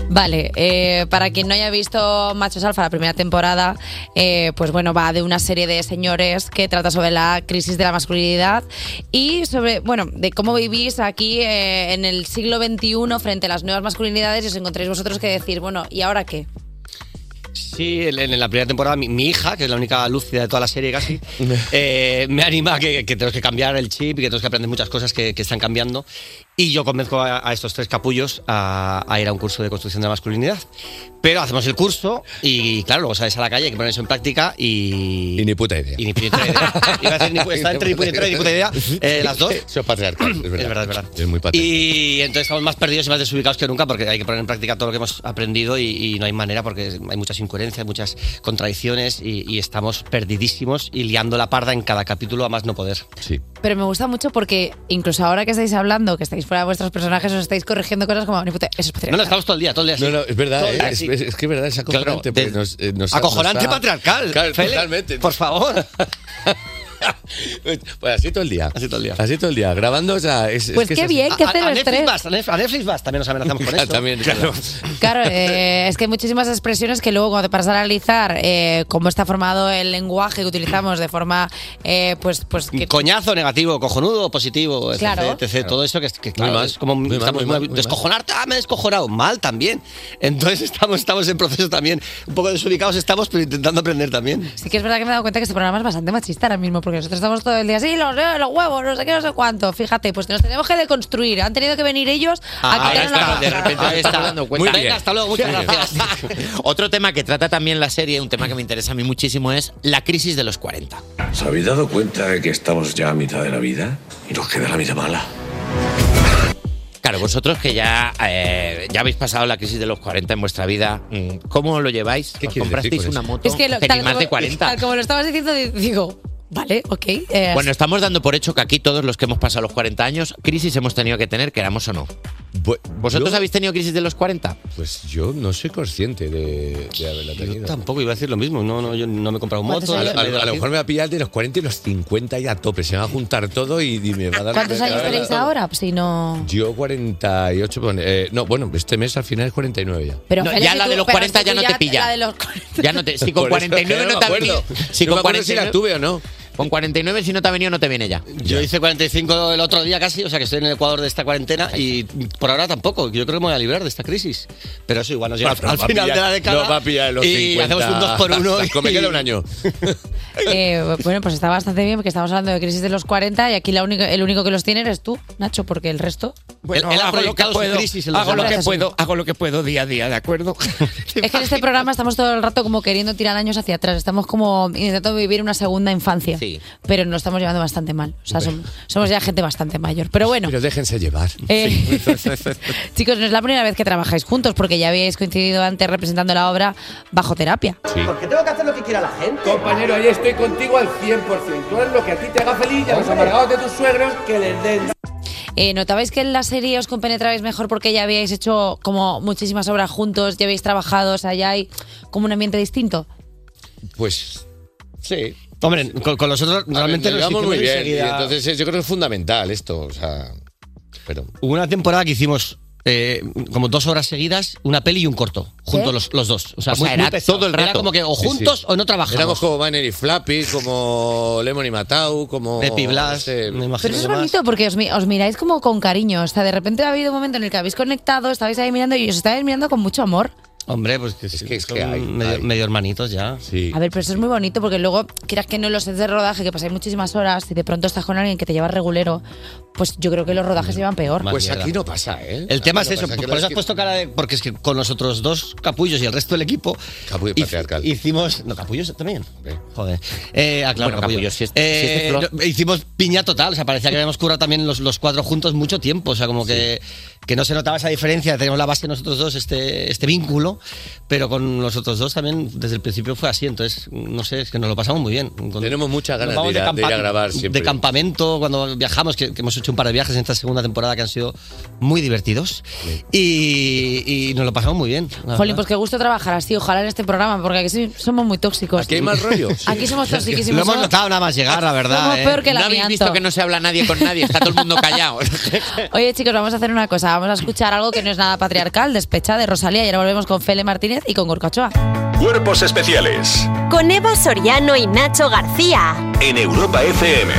S3: Vale, eh, para quien no haya visto Machos Alfa, la primera temporada, eh, pues bueno, va de una serie de señores que trata sobre la crisis de la masculinidad y sobre, bueno, de cómo vivís aquí eh, en el siglo XXI frente a las nuevas masculinidades y os encontráis vosotros que decir, bueno, ¿y ahora qué?
S6: Sí, en, en la primera temporada mi, mi hija, que es la única lúcida de toda la serie casi, eh, me anima a que, que tenemos que cambiar el chip y que tenemos que aprender muchas cosas que, que están cambiando. Y yo convenzco a, a estos tres capullos a, a ir a un curso de construcción de la masculinidad. Pero hacemos el curso y claro, luego sales a la calle, hay que poner eso en práctica y... Y ni puta idea. Y ni puta idea. Iba a decir, ni pu- está entre ni puta idea y ni puta idea, eh, las dos.
S7: Eso es patriarcal, es verdad.
S6: Es verdad, es verdad.
S7: Es muy patriarcal.
S6: Y entonces estamos más perdidos y más desubicados que nunca porque hay que poner en práctica todo lo que hemos aprendido y, y no hay manera porque hay muchas incoherencias, muchas contradicciones y, y estamos perdidísimos y liando la parda en cada capítulo a más no poder.
S7: Sí.
S3: Pero me gusta mucho porque incluso ahora que estáis hablando, que estáis fuera de vuestros personajes, os estáis corrigiendo cosas como, "Ni puta- eso es patriarcal".
S6: No, no, estamos todo el día, todo el día así.
S7: No, no, es verdad,
S6: Todo
S7: eh,
S6: el día
S7: es,
S6: así.
S7: es- es que es verdad, es acojonante.
S6: Claro,
S7: porque nos- eh, nos ha-
S6: Acojonante
S7: nos ha-
S6: patriarcal.
S7: Claro,
S6: Félix,
S7: totalmente.
S6: Por favor.
S7: Pues así todo el día. Así todo el día. Así todo el día, grabando, o sea, es. es
S6: Pues
S7: que
S6: qué
S7: es así.
S6: bien,
S3: que cero
S6: a, Netflix
S3: estrés.
S6: vas, a Netflix- a Netflix vas, también nos amenazamos con
S7: Ya,
S6: eso.
S7: también,
S6: claro.
S3: Claro, eh, es que hay muchísimas expresiones que luego cuando te paras a analizar eh, cómo está formado el lenguaje que utilizamos de forma, eh, pues, pues que
S6: Coñazo, negativo, cojonudo, positivo, etc,
S3: Claro.
S6: etc, todo eso que, es- que, claro,
S7: mal,
S6: es como
S7: muy mal,
S6: estamos
S7: muy mal, muy mal.
S6: descojonarte, ah, me he descojonado, mal también. Entonces estamos, estamos en proceso también, un poco desubicados estamos, pero intentando aprender también.
S3: Sí que es verdad que me he dado cuenta que este programa es bastante machista ahora mismo, porque nosotros estamos todo el día así, los, los huevos, no sé qué, no sé cuánto. Fíjate, pues nos tenemos que deconstruir. Han tenido que venir ellos a
S4: Ah, Ahora
S3: quitarnos la
S4: está, de repente
S6: Ahí
S4: te
S6: está.
S4: estás dando cuenta.
S6: Muy bien. Venga, hasta luego, muchas
S4: Muy bien. Otro tema que trata también la serie, un tema que me interesa a mí muchísimo, es la crisis de los 40.
S28: ¿Os habéis dado cuenta de que estamos ya a mitad de la vida? Y nos queda la mitad mala.
S4: Claro, vosotros que ya, eh, ya habéis pasado la crisis de los 40 en vuestra vida, mm, ¿cómo lo lleváis? ¿Os
S7: quieres decir
S4: comprasteis
S7: con
S4: una
S7: eso?
S4: moto?
S3: Es que lo-
S4: tenéis más
S3: como-
S4: de 40.
S3: tal como lo estabas diciendo, di- digo, vale, ok. eh,
S4: Bueno, estamos dando por hecho que aquí todos los que hemos pasado los 40 años, crisis hemos tenido que tener, queramos o no. ¿Vosotros
S7: yo-
S4: habéis tenido crisis de los 40?
S7: Pues yo no soy consciente de, de haberla tenido.
S6: Tampoco iba a decir lo mismo, no, no, yo no me he comprado un
S7: A,
S6: moto.
S7: lo- a lo- a lo mejor me va a pillar de los 40 y los 50 y a tope. Se me va a juntar todo y, y me va a dar.
S3: ¿Cuántos
S7: me va a
S3: años
S7: dar-
S3: tenéis ahora? Si no...
S7: Yo 48. pone- eh, no, bueno, este mes al final es 49 ya.
S3: Pero, Félix,
S4: ya
S3: si
S4: la
S3: tú-
S4: de los
S3: pero
S4: 40
S3: si
S4: ya
S3: tú
S4: no te pilla.
S3: la de los-
S4: Ya no te, si con
S7: Por eso,
S4: 49
S7: que
S4: no te
S7: me acuerdo.
S4: pillo. Si
S7: No
S4: con
S7: me acuerdo si
S4: 49
S7: la tuve o no.
S4: Con 49, si no te ha venido, no te viene ya.
S6: Yo hice 45 el otro día casi, o sea que estoy en el Ecuador de esta cuarentena y por ahora tampoco. Yo creo que me voy a librar de esta crisis. Pero eso igual nos lleva
S7: Bueno,
S6: al
S7: va a
S6: final
S7: pillar-
S6: de la década.
S7: nos va a pillar en los
S6: y
S7: 50.
S6: hacemos un 2 por 1
S7: Zasco, me queda un año.
S3: Eh, bueno, pues está bastante bien porque estamos hablando de crisis de los 40 y aquí la única- el único que los tiene eres tú, Nacho, porque el resto...
S6: Bueno, Él- él ha
S29: hago lo que
S6: proyectado su
S29: puedo,
S6: crisis en los
S29: hago lo
S6: demás.
S29: que puedo, hago lo que puedo día a día, ¿de acuerdo?
S3: Es que en este programa estamos todo el rato como queriendo tirar años hacia atrás, estamos como intentando vivir una segunda infancia, pero nos estamos llevando bastante mal, o sea, som- somos, ya gente bastante mayor. Pero bueno,
S7: Pero déjense llevar.
S3: Eh.
S7: Sí.
S3: chicos, no es la primera vez que trabajáis juntos porque ya habíais coincidido antes representando la obra Bajo Terapia.
S30: Porque tengo que hacer lo que quiera la gente.
S29: Compañero, ahí estoy contigo al 100%. Tú haz lo que a ti te haga feliz y a los amargados de tus suegros que les den.
S3: Eh, ¿Notabais que en la serie os compenetrabais mejor porque ya habíais hecho como muchísimas obras juntos, ya habéis trabajado, o sea, ya hay como un ambiente distinto?
S7: Pues sí.
S6: Hombre, con, con nosotros realmente
S7: nos
S6: nos
S7: llevamos muy
S6: hicimos
S7: bien.
S6: enseguida-
S7: y entonces eh, yo creo que es fundamental esto. O sea, pero
S6: Hubo una temporada que hicimos eh, como dos horas seguidas, una peli y un corto, juntos los, los dos. O sea, muy- muy pesado. Era como que o
S7: Sí, sí.
S6: juntos o no trabajamos.
S7: Éramos como Banner y Flappy, como Lemon y Matau, como.
S6: Pepi Blas,
S7: me
S3: Pero eso es bonito porque os, mi- os miráis como con cariño. O sea, de repente ha habido un momento en el que habéis conectado, estabais ahí mirando y os estabais mirando con mucho amor.
S6: Hombre, pues que, es que, hay, medio, medio hermanitos ya.
S7: Sí.
S3: A ver, pero eso es muy bonito porque luego, quieras que no en los sets de rodaje, que pasáis muchísimas horas y de pronto estás con alguien que te lleva regulero, pues yo creo que los rodajes llevan peor.
S7: Pues aquí no pasa, ¿eh?
S6: El tema es
S7: Aquí no
S6: eso,
S7: pasa,
S6: por,
S7: que
S6: por
S7: no
S6: eso
S7: es
S6: has
S7: que-
S6: puesto cara de. Porque es que con nosotros dos capullos y el resto del equipo.
S7: Capullo
S6: hic-
S7: patriarcal.
S6: Hicimos. No, capullos también. Joder. Eh, ah, claro,
S4: Bueno,
S6: capullo.
S4: capullo, si es- si es de
S6: Eh,
S4: flor.
S6: no, hicimos piña total, o sea, parecía que habíamos curado también los, los cuatro juntos mucho tiempo, o sea, como que, que no se notaba esa diferencia, tenemos la base nosotros dos, este, este vínculo, pero con los otros dos también desde el principio fue así, entonces, no sé, es que nos lo pasamos muy bien.
S7: Tenemos muchas ganas
S6: Nos vamos
S7: de ir a- de ir a
S6: campa-
S7: grabar siempre.
S6: De campamento, cuando viajamos, que, que hemos hecho un par de viajes en esta segunda temporada que han sido muy divertidos y, y nos lo pasamos muy bien. la
S3: Jolín,
S6: verdad.
S3: pues qué gusto trabajar así, ojalá en este programa, porque aquí sí somos muy tóxicos.
S6: Aquí hay más rollo.
S3: Aquí somos toxiquísimos.
S6: Lo hemos
S3: somos-
S6: notado nada más llegar, la verdad.
S3: Somos
S6: ¿eh?
S3: peor que el
S4: no habéis
S3: amianto.
S4: visto que no se habla nadie con nadie, está todo el mundo callado.
S3: Oye, chicos, vamos a hacer una cosa. Vamos a escuchar algo que no es nada patriarcal, despecha de Rosalía. Y ahora volvemos con Fele Martínez y con Gorcachoa.
S9: Cuerpos especiales
S31: Con Eva Soriano y Nacho García.
S9: en Europa FM.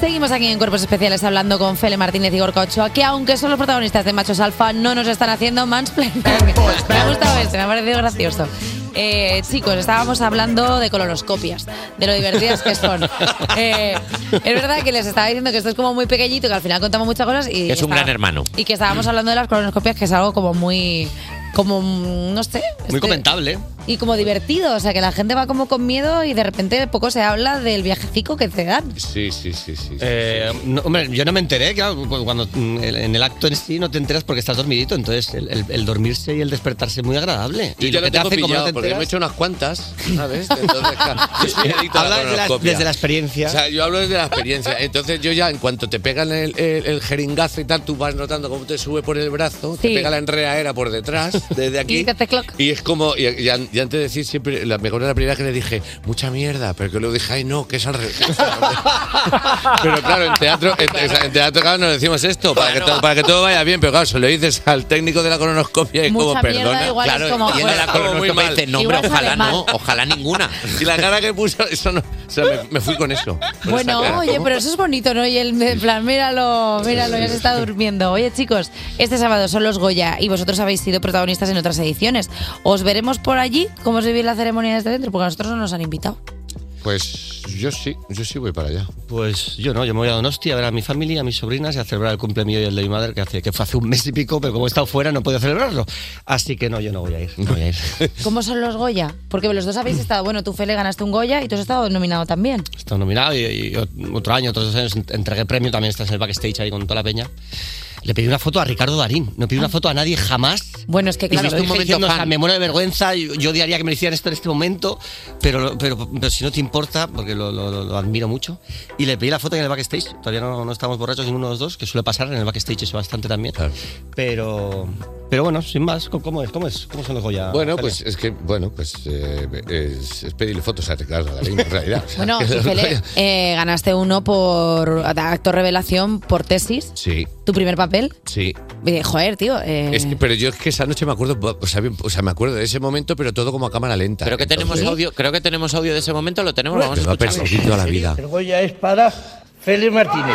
S3: Seguimos aquí en Cuerpos Especiales hablando con Fele Martínez y Gorka Ochoa, que aunque son los protagonistas de Machos Alfa, no nos están haciendo mansplaining. Me ha gustado este, me ha parecido gracioso. Eh, chicos, estábamos hablando de colonoscopias, de lo divertidas que son. Eh, es verdad que les estaba diciendo que esto es como muy pequeñito, que al final contamos muchas cosas y...
S4: Es un
S3: está-
S4: gran hermano.
S3: Y que estábamos hablando de las colonoscopias, que es algo como muy... Como, no sé, este,
S6: Muy comentable.
S3: y como divertido, o sea que la gente va como con miedo y de repente poco se habla del viajecico que te dan.
S7: Sí, sí, sí, sí.
S6: Eh, no, hombre, yo no me enteré, claro, cu- cuando mm, el- en el acto en sí no te enteras porque estás dormidito, entonces el, el- el dormirse y el despertarse es muy agradable.
S7: Yo
S6: y
S7: ya
S6: lo que
S7: lo
S6: te
S7: tengo
S6: hace como no
S7: pillado,
S6: te
S7: porque yo me he
S6: enteras-
S7: hecho unas cuantas, ¿sabes? Entonces, claro, yo soy adicto a
S6: Habla desde la-
S7: colonoscopia.
S6: desde la experiencia.
S7: O sea, yo hablo desde la experiencia. Entonces yo ya, en cuanto te pegan el, el- el jeringazo y tal, tú vas notando cómo te sube por el brazo, te
S3: Sí.
S7: pega la enreaera por detrás, desde
S3: Y
S7: aquí.
S3: que te cloc-
S7: Y es como, y, y an- y antes de decir siempre, la mejor era la primera que le dije, mucha mierda, pero que luego dije, ay no, que es al revés. pero claro, en teatro, en, en teatro claro, nos decimos esto, para, que todo, para que todo vaya bien, pero claro, se lo dices al técnico de la colonoscopia y es como,
S4: Mucha mierda,
S7: perdona.
S4: igual es
S7: claro,
S4: como,
S7: y en
S4: pues,
S7: la colonoscopia
S4: Igual
S7: dice, no,
S4: sale
S7: hombre, ojalá
S4: mal.
S7: no,
S4: ojalá ninguna.
S7: Y la cara que puso, eso no, o sea, me, me fui con eso. con
S4: Pues
S7: esa cara.
S3: Bueno, oye, pero eso es bonito, ¿no? Y el en plan, míralo, míralo, ya se está durmiendo. Oye, chicos, este sábado son los Goya y vosotros habéis sido protagonistas en otras ediciones. ¿Os veremos por allí? ¿Cómo se vive la ceremonia desde dentro? Porque a nosotros no nos han invitado.
S7: Pues yo sí, yo sí voy para allá.
S6: Pues yo no, yo me voy a Donosti a ver a mi familia, a mis sobrinas y a celebrar el cumpleaños mío y el de mi madre, que, hace, que fue hace un mes y pico, pero como he estado fuera no he podido celebrarlo. Así que no, yo no voy a ir. No voy a ir.
S3: ¿Cómo son los Goya? Porque los dos habéis estado, bueno, tú Fele ganaste un Goya y tú has estado nominado también.
S6: He estado nominado y, y otro año, otros dos años, ent- entregué premio, también estás en el backstage ahí con toda la peña. Le pedí una foto a Ricardo Darín, no pedí una foto a nadie jamás.
S3: Bueno, es que claro,
S6: Tuviste un
S3: dije
S6: momento
S3: diciendo,
S6: fan. me muero de vergüenza, yo, yo odiaría que me hicieran esto en este momento, pero, pero, pero si no te importa, porque lo, lo- lo- lo admiro mucho. Y le pedí la foto en el backstage, todavía no, no estamos borrachos ninguno de los dos, que suele pasar en el backstage eso bastante también. Pero, pero bueno, sin más, ¿cómo- ¿cómo es? ¿Cómo, es? ¿Cómo son los
S3: Ah,
S6: Goya?
S7: Bueno,
S6: Celia?
S7: pues es que, bueno, pues eh, es, es pedirle fotos a Ricardo Darín, en realidad. O sea,
S3: Bueno,
S7: que-
S3: y Fele, eh, ganaste uno por actor revelación por tesis.
S7: Sí.
S3: ¿Tu primer papel?
S7: Sí.
S3: Eh, Joder, tío. eh,
S7: Es que- pero yo es que esa noche me acuerdo, o sea, bien- o sea, me acuerdo de ese momento, pero todo como a cámara lenta.
S4: Creo que tenemos audio, creo que tenemos audio de ese momento, lo tenemos, lo vamos a
S7: Me va a
S4: escuchar.
S7: perseguir toda la vida.
S32: El Goya es para Félix Martínez.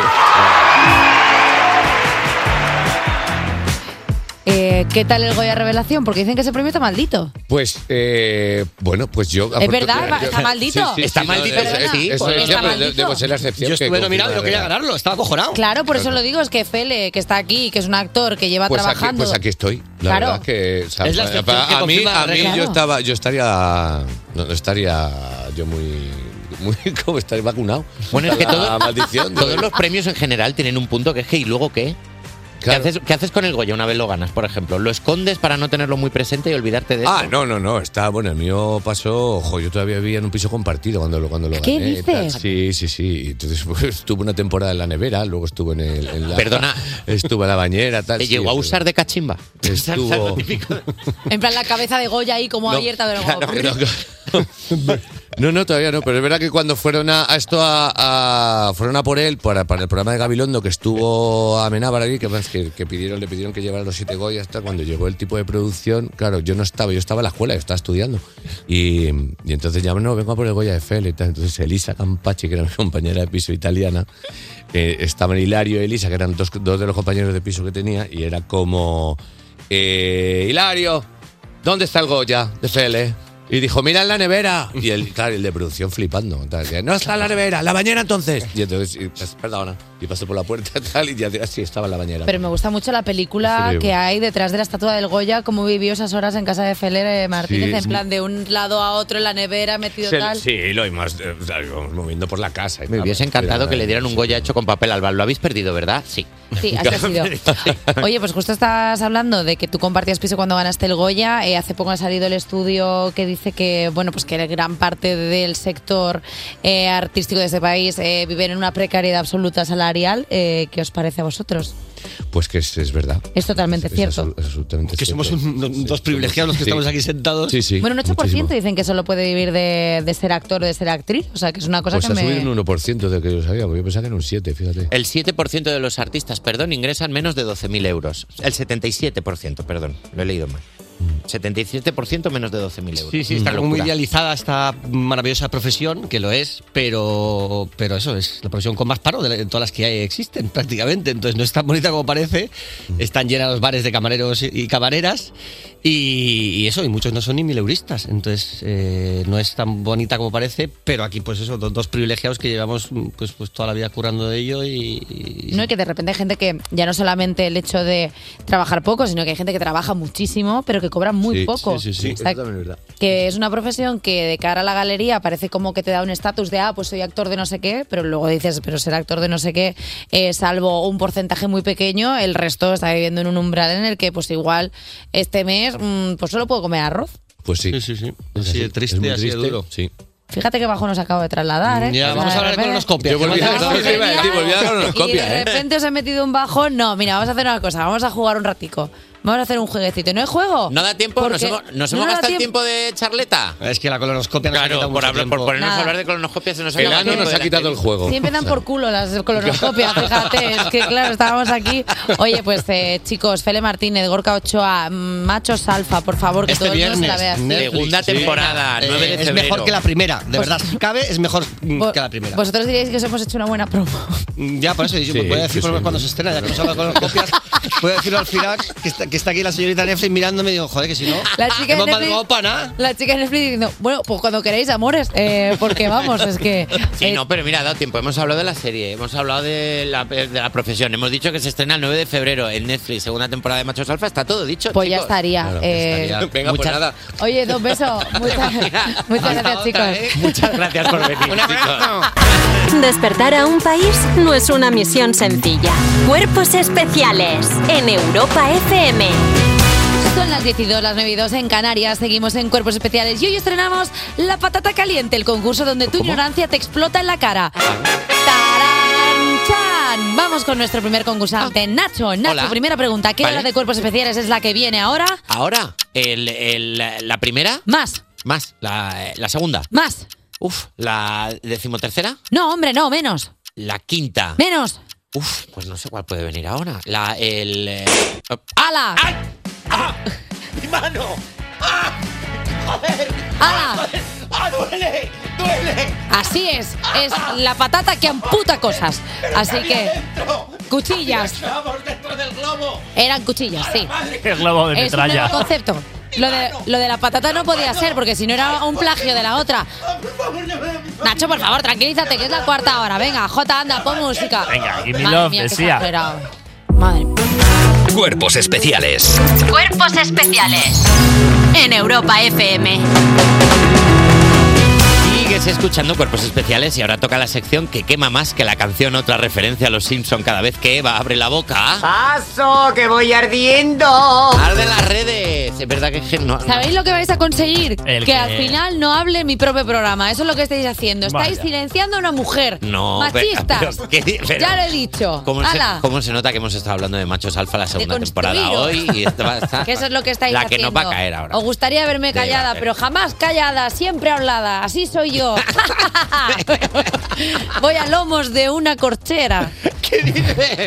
S3: eh, ¿Qué tal el Goya Revelación? Porque dicen que ese premio está maldito.
S7: Pues, eh, bueno, pues yo.
S3: Es verdad, va- está maldito. Está
S6: maldito,
S7: eso-
S6: ¿verdad? Sí,
S7: Eso
S6: está
S7: decía, pero de-
S6: maldito.
S7: debo ser la excepción.
S6: Yo
S7: que
S6: estuve
S7: confirma
S6: nominado y no
S7: la
S6: quería
S7: regla.
S6: ganarlo, estaba acojonado.
S3: Claro, por eso lo digo, es que Fele, que está aquí, que es un actor que lleva
S7: Pues aquí,
S3: trabajando.
S7: pues aquí estoy. La
S3: Claro.
S7: verdad que. o sea,
S6: Es la excepción
S7: para-
S6: que
S7: a mí,
S6: confirma la
S7: a mí
S6: regla.
S7: yo estaba, yo estaría. No, no estaría yo muy. Muy como estar vacunado.
S4: Bueno, es que
S7: La
S4: todo-
S7: maldición.
S4: todos los premios en general tienen un punto que es que ¿y luego qué? ¿Qué, haces, qué haces con el Goya una vez lo ganas, por ejemplo? ¿Lo escondes para no tenerlo muy presente y olvidarte de
S7: Ah,
S4: eso?
S7: no, no, no, está bueno. El mío pasó, ojo, yo todavía vivía en un piso compartido cuando lo, cuando lo
S4: ¿Qué
S7: gané. y tal.
S4: dices?
S7: Sí, sí, sí. Entonces pues, estuve una temporada en la nevera, luego estuve en, el, en la.
S4: Perdona.
S7: Estuve en la bañera, tal.
S4: ¿Te llegó a usar de cachimba?
S7: Estuvo.
S3: En plan, la cabeza de Goya ahí como
S7: No,
S3: abierta, pero como-
S7: No, no, todavía no, pero es verdad que cuando fueron a, a esto a, a- fueron a por él para, para el programa de Gabilondo que estuvo a Amenábar allí, que, más que, que pidieron, le pidieron que llevara los siete Goya hasta cuando llegó el tipo de producción, claro, yo no estaba, yo estaba en la escuela, yo estaba estudiando. Y, y entonces ya no, vengo a por el Goya de Fel y tal. Entonces Elisa Campachi, que era mi compañera de piso italiana, eh, estaban Hilario y Elisa, que eran dos, dos de los compañeros de piso que tenía, y era como eh, Hilario, ¿dónde está el Goya de Fele? Y dijo, mira en la nevera. Y el, claro, el de producción flipando. tal, decía, no está en la nevera, en la bañera entonces. Y entonces, y, pues, perdona. Y pasó por la puerta tal, y ya así estaba en la bañera.
S3: Pero me gusta mucho la película
S7: Sí.
S3: que hay detrás de la estatua del Goya, cómo vivió esas horas en casa de Feller eh, Martínez,
S7: Sí,
S3: en
S7: sí.
S3: plan de un lado a otro en la nevera, metido
S7: Se-
S3: tal.
S7: sí, lo íbamos, eh, o sea, íbamos moviendo por la casa.
S4: Me hubiese encantado que le dieran un Goya hecho con papel albal. Lo habéis perdido, ¿verdad? Sí.
S3: Sí, así ha sido. Oye, pues justo estás hablando de que tú compartías piso cuando ganaste el Goya. Eh, hace poco ha salido el estudio que dice que, bueno, pues que gran parte del sector eh, artístico de este país eh, viven en una precariedad absoluta salarial. Eh, ¿Qué os parece a vosotros?
S7: Pues que es, es verdad.
S3: Es totalmente
S7: Es
S3: cierto.
S7: absolu- es absolutamente
S6: Que somos
S7: cierto.
S6: un- dos privilegiados los que
S7: pues, Sí.
S6: estamos aquí sentados.
S7: Sí, sí.
S3: Bueno, un 8%
S7: muchísimo.
S3: dicen que solo puede vivir de, de ser actor o de ser actriz. O sea, que es una cosa
S7: Pues
S3: que
S7: ha subido
S3: me...
S7: un 1% de que yo sabía, porque yo pensaba que era un 7, fíjate.
S4: El 7% de los artistas, perdón, ingresan menos de 12.000 euros. El 77%, perdón, lo he leído mal.
S7: Mm.
S4: 77% menos de 12.000 euros.
S6: Sí, sí, está
S4: Una
S6: como muy
S4: Mm, locura.
S6: idealizada esta maravillosa profesión, que lo es, pero, pero eso es la profesión con más paro de, la- de todas las que hay- existen prácticamente. Entonces no es tan bonita como parece.
S4: Mm.
S6: Están llenas los bares de camareros y- y camareras. Y, y eso, y muchos no son ni mileuristas. Entonces eh, no es tan bonita como parece, pero aquí, pues eso, dos, dos privilegiados que llevamos mm, pues, pues toda la vida currando de ello y- y
S3: No, y que de repente hay gente que ya no solamente el hecho de trabajar poco, sino que hay gente que trabaja muchísimo, pero que cobra muy
S7: Sí,
S3: poco.
S7: Sí, sí, sí.
S3: O sea, que es una profesión que de cara a la galería parece como que te da un estatus de, ah, pues soy actor de no sé qué, pero luego dices, pero ser actor de no sé qué, eh, salvo un porcentaje muy pequeño, el resto está viviendo en un umbral en el que pues igual este mes mm, pues solo puedo comer arroz.
S7: Pues sí. Sí,
S6: sí, sí. Así de triste,
S7: Es muy
S6: así de
S7: triste,
S6: duro.
S7: Sí.
S3: Fíjate que bajo nos acabo de trasladar, ¿eh?
S6: Ya,
S3: O sea,
S6: vamos a
S3: de
S6: hablar con
S3: repente-
S6: unos copias.
S7: Yo volví a
S3: y
S4: ¿eh?
S3: de repente os he metido un bajo. No, mira, vamos a hacer una cosa. Vamos a jugar un ratico. Vamos a hacer un jueguecito. ¿No hay juego?
S4: ¿No da tiempo? ¿Nos
S3: Porque-
S4: hemos, nos
S3: no
S4: hemos
S3: nos da
S4: gastado el tiempo de charleta?
S6: Es que la colonoscopia nos
S4: claro,
S6: ha quitado
S4: por,
S6: mucho
S4: hablar,
S6: tiempo.
S4: por ponernos
S3: Nada.
S4: a hablar de colonoscopia se nos ha
S7: El
S4: acabado
S7: ano
S4: tiempo
S7: nos
S4: de
S7: ha
S4: la
S7: quitado el juego.
S3: Siempre dan por culo las colonoscopias, fíjate. Es que, claro, estábamos aquí. Oye, pues, eh, chicos, Fele Martínez, Gorka Ochoa, mm, Machos Alfa, por favor, que
S6: Este
S3: todo el mundo se
S6: viernes,
S3: la vea. así. Pues
S6: Netflix. Eh,
S4: Segunda temporada, 9 de
S6: Es
S4: febrero.
S6: mejor que la primera, de verdad. Si cabe, es mejor mm, que la primera.
S3: Vosotros diréis que os hemos hecho una buena promo.
S6: Mm, ya, por eso, yo voy a decir por lo menos cuando se estrena, ya que hemos hablado con los copias, voy a decirlo al final, que está, que está aquí la señorita Netflix mirándome y digo, joder, que si no,
S3: La chica, de
S6: hemos
S3: Netflix,
S6: madrugado para nada.
S3: la chica de Netflix diciendo, bueno, pues cuando queréis, amores, eh, porque vamos, es que eh,
S4: Sí, no, pero mira, ha dado tiempo. Hemos hablado de la serie, hemos hablado de la, de la profesión, hemos dicho que se estrena el 9 de febrero en Netflix, segunda temporada de Machos Alfa, está todo dicho.
S3: Pues ya
S4: chicos.
S3: estaría, Claro, ya eh, estaría.
S7: Venga, pues nada.
S3: Oye, dos besos. Muchas, muchas gracias, chicos.
S4: Muchas gracias por venir.
S2: Despertar a un país no es una misión sencilla. Cuerpos especiales en Europa FM.
S3: Son las 10 y dos, las 9 y dos en Canarias. Seguimos en Cuerpos Especiales y hoy estrenamos La Patata Caliente, el concurso donde tu ignorancia te explota en la cara. ¡Tarán, chan! Vamos con nuestro primer concursante, Nacho. Nacho,
S4: Ah. Hola.
S3: primera pregunta. ¿Qué
S4: Vale.
S3: hora de Cuerpos Especiales es la que viene ahora?
S4: Ahora, el- el- la primera.
S3: Más.
S4: Más. La, eh, la segunda.
S3: Más.
S4: Uf. La decimotercera.
S3: No, hombre, no, menos.
S4: La quinta.
S3: Menos.
S4: Uf, pues no sé cuál puede venir ahora. La, el... eh,
S3: ¡Hala!
S4: ¡Mi mano! ¡Ah! ¡Joder!
S3: ¡Hala!
S4: ¡Joder! ¡Ah, duele! ¡Duele!
S3: Así es, es la patata que amputa cosas. Así que. Cuchillas.
S4: ¡Estamos dentro del globo!
S3: Eran cuchillas, sí.
S5: El globo de
S3: Es un
S5: metralla.
S3: nuevo concepto. Lo de, lo de la patata no podía ser, porque si no era un plagio de la otra. Nacho, por favor, tranquilízate, que es la cuarta hora. Venga, Jota, anda, pon música.
S1: Venga,
S3: Madre mía, qué exagerado.
S1: Cuerpos especiales.
S2: Cuerpos especiales en Europa FM.
S4: Sigues escuchando Cuerpos Especiales y ahora toca la sección que quema más que la canción otra referencia a los Simpson cada vez que Eva abre la boca.
S33: ¡Paso, que voy ardiendo!
S4: ¡Arden las redes! Es verdad que es que no...
S3: ¿Sabéis lo que vais a conseguir?
S4: El
S3: Que
S4: que-
S3: al final no hable mi propio programa. Eso es lo que estáis haciendo. Estáis
S4: Vaya.
S3: silenciando a una mujer.
S4: No,
S3: Machistas.
S4: pero- pero- pero-
S3: ya lo he dicho.
S4: ¿Cómo se,
S3: Hala.
S4: cómo se nota que hemos estado hablando de machos alfa la segunda temporada hoy?
S3: Deconstruiros.
S4: Y esto va a estar-
S3: Que eso es lo que estáis
S4: La que
S3: haciendo.
S4: no va a caer ahora.
S3: Os gustaría verme
S4: Sí, va a
S3: callada,
S4: caer.
S3: pero jamás callada, siempre hablada. Así soy yo. Voy a lomos de una corchera.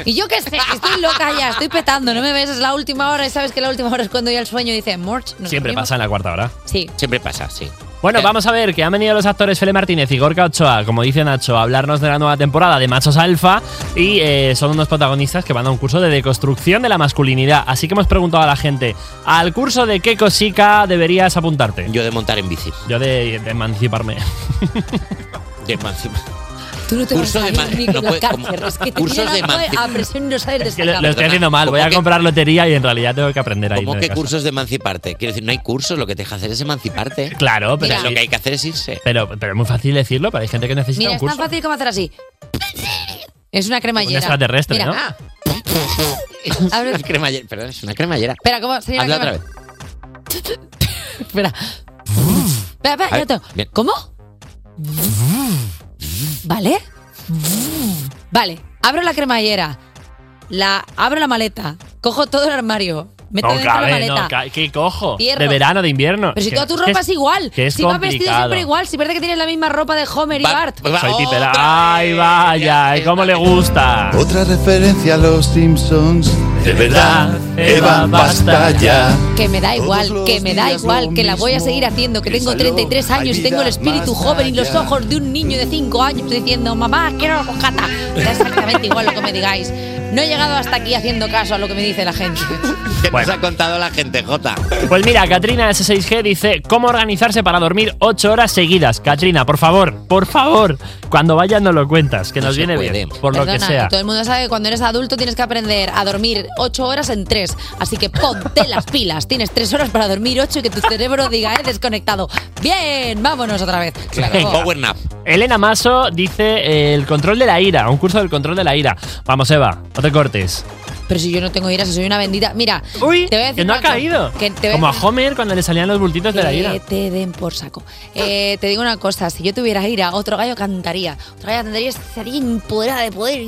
S3: Y yo qué sé, estoy loca ya, estoy petando, no me ves, es la última hora y sabes que la última hora es cuando ya el sueño dice, Morch, nos
S5: Siempre
S3: dormimos".
S5: pasa en la cuarta hora.
S3: Sí.
S4: Siempre pasa, sí.
S5: Bueno, vamos a ver que han venido los actores Fele Martínez y Gorka Ochoa, como dice Nacho, a hablarnos de la nueva temporada de Machos Alfa y eh, son unos protagonistas que van a un curso de deconstrucción de la masculinidad. Así que hemos preguntado a la gente, ¿al curso de qué cosica deberías apuntarte?
S4: Yo de montar en bici.
S5: Yo de, de emanciparme.
S4: De emancipar.
S3: Tú no te
S4: Curso
S3: vas a
S4: de
S3: ir
S4: ma-
S3: ni con
S4: no
S3: la
S4: puede-
S3: cárcel,
S4: como-
S3: es que te
S4: cursos
S3: tienen
S4: de
S3: a-
S4: emanci-
S3: a presión y no sabes de
S5: Lo, lo estoy
S4: Perdona,
S5: haciendo mal, voy a
S4: ¿cómo que-
S5: comprar lotería y en realidad tengo que aprender ahí.
S4: ¿Cómo
S5: de
S4: que
S5: casa.
S4: cursos de emanciparte? Quiero decir, no hay cursos, lo que te deja hacer es emanciparte.
S5: Claro, pero
S4: O sea,
S5: sí.
S4: lo que hay que hacer es irse.
S5: Pero, pero es muy fácil decirlo, pero hay gente que necesita
S3: Mira,
S5: un
S3: es tan
S5: curso.
S3: fácil como hacer así. Es una cremallera.
S5: Un extraterrestre,
S3: Mira,
S5: ¿no?
S3: ah,
S4: Es una cremallera. Perdón, es una cremallera.
S3: Espera, ¿cómo sería la
S4: Hazla otra
S3: crema-
S4: vez.
S3: Espera. espera, espera,
S4: A
S3: ya
S4: ver,
S3: tengo.
S4: bien.
S3: ¿Cómo?
S4: Mm.
S3: ¿Vale? Vale, abro la cremallera. La, abro la maleta. Cojo todo el armario. Meto
S5: No
S3: dentro
S5: cabe,
S3: la maleta.
S5: no cabe. ¿Qué cojo?
S3: Fierro.
S5: ¿De verano, de invierno?
S3: Pero si
S5: Que-
S3: toda tu
S5: que
S3: ropa es, igual.
S5: que es
S3: si vas vestido
S5: complicado.
S3: siempre igual. Si parece que tienes la misma ropa de Homer y Bart.
S4: Pues
S5: Soy
S4: oh,
S5: pipera. ¡Ay, vaya! ¿Y cómo le gusta?
S13: Otra referencia a los Simpsons. De verdad, Eva, basta ya.
S3: Que me da igual, que me da igual, que la voy a seguir haciendo, que tengo 33 años y tengo el espíritu joven y los ojos de un niño de 5 años diciendo, mamá, quiero rocata. Me da exactamente igual lo que me digáis. No he llegado hasta aquí haciendo caso a lo que me dice la gente.
S4: ¿Qué nos ha contado la gente, Jota?
S5: Pues mira, Katrina S6G dice cómo organizarse para dormir 8 horas seguidas. Katrina, por favor, por favor, cuando vayas nos lo cuentas, que
S4: No
S5: nos
S4: se
S5: viene
S4: puede.
S5: bien, por lo que
S3: Perdona,
S5: sea.
S3: todo el mundo sabe que cuando eres adulto tienes que aprender a dormir 8 horas en 3. Así que ponte las pilas. Tienes 3 horas para dormir 8 y que tu cerebro diga, he desconectado. Bien, vámonos otra vez.
S5: Venga. Elena Maso dice eh, el control de la ira, un curso del control de la ira. Vamos, Eva, no te cortes.
S3: Pero si yo no tengo ira, si soy una bendita. Mira, te voy a decir
S5: Que no ha
S3: una cosa,
S5: caído.
S3: Que te voy a
S5: Como a
S3: decir-
S5: Homer cuando le salían los bultitos de la ira.
S3: Que te den por saco. Eh, te digo una cosa, si yo tuviera ira, otro gallo cantaría. Otro gallo cantaría, sería empoderada de poder.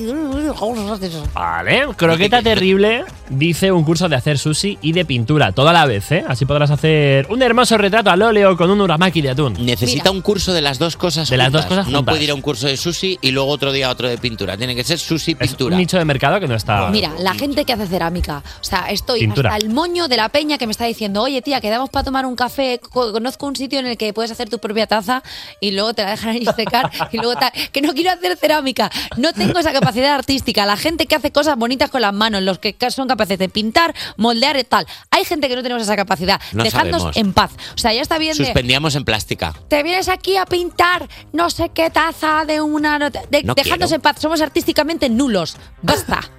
S5: Vale, croqueta terrible dice un curso de hacer sushi y de pintura, toda la vez, ¿eh? Así podrás hacer un hermoso retrato al óleo con un uramaki de atún.
S4: Necesita un curso de las dos cosas.
S5: De las dos
S4: juntas.
S5: cosas
S4: No
S5: juntas.
S4: puede ir a un curso de sushi y luego otro día otro de pintura. Tiene que ser sushi pintura.
S5: Un nicho de mercado que no está.
S3: Mira, la gente que hace cerámica. O sea, estoy
S5: Pintura.
S3: hasta el moño de la peña que me está diciendo, oye tía, quedamos para tomar un café, Co- conozco un sitio en el que puedes hacer tu propia taza y luego te la dejan ahí secar y luego tal. Que no quiero hacer cerámica. No tengo esa capacidad artística. La gente que hace cosas bonitas con las manos, los que ca- son capaces de pintar, moldear y tal. Hay gente que no tenemos esa capacidad.
S4: No
S3: Dejadnos
S4: sabemos.
S3: en paz. O sea, ya está bien de-
S4: Suspendíamos en plástica.
S3: te vienes aquí a pintar no sé qué taza de una... nota- De,
S5: No
S3: dejadnos
S5: quiero.
S3: en paz, somos artísticamente nulos. Basta.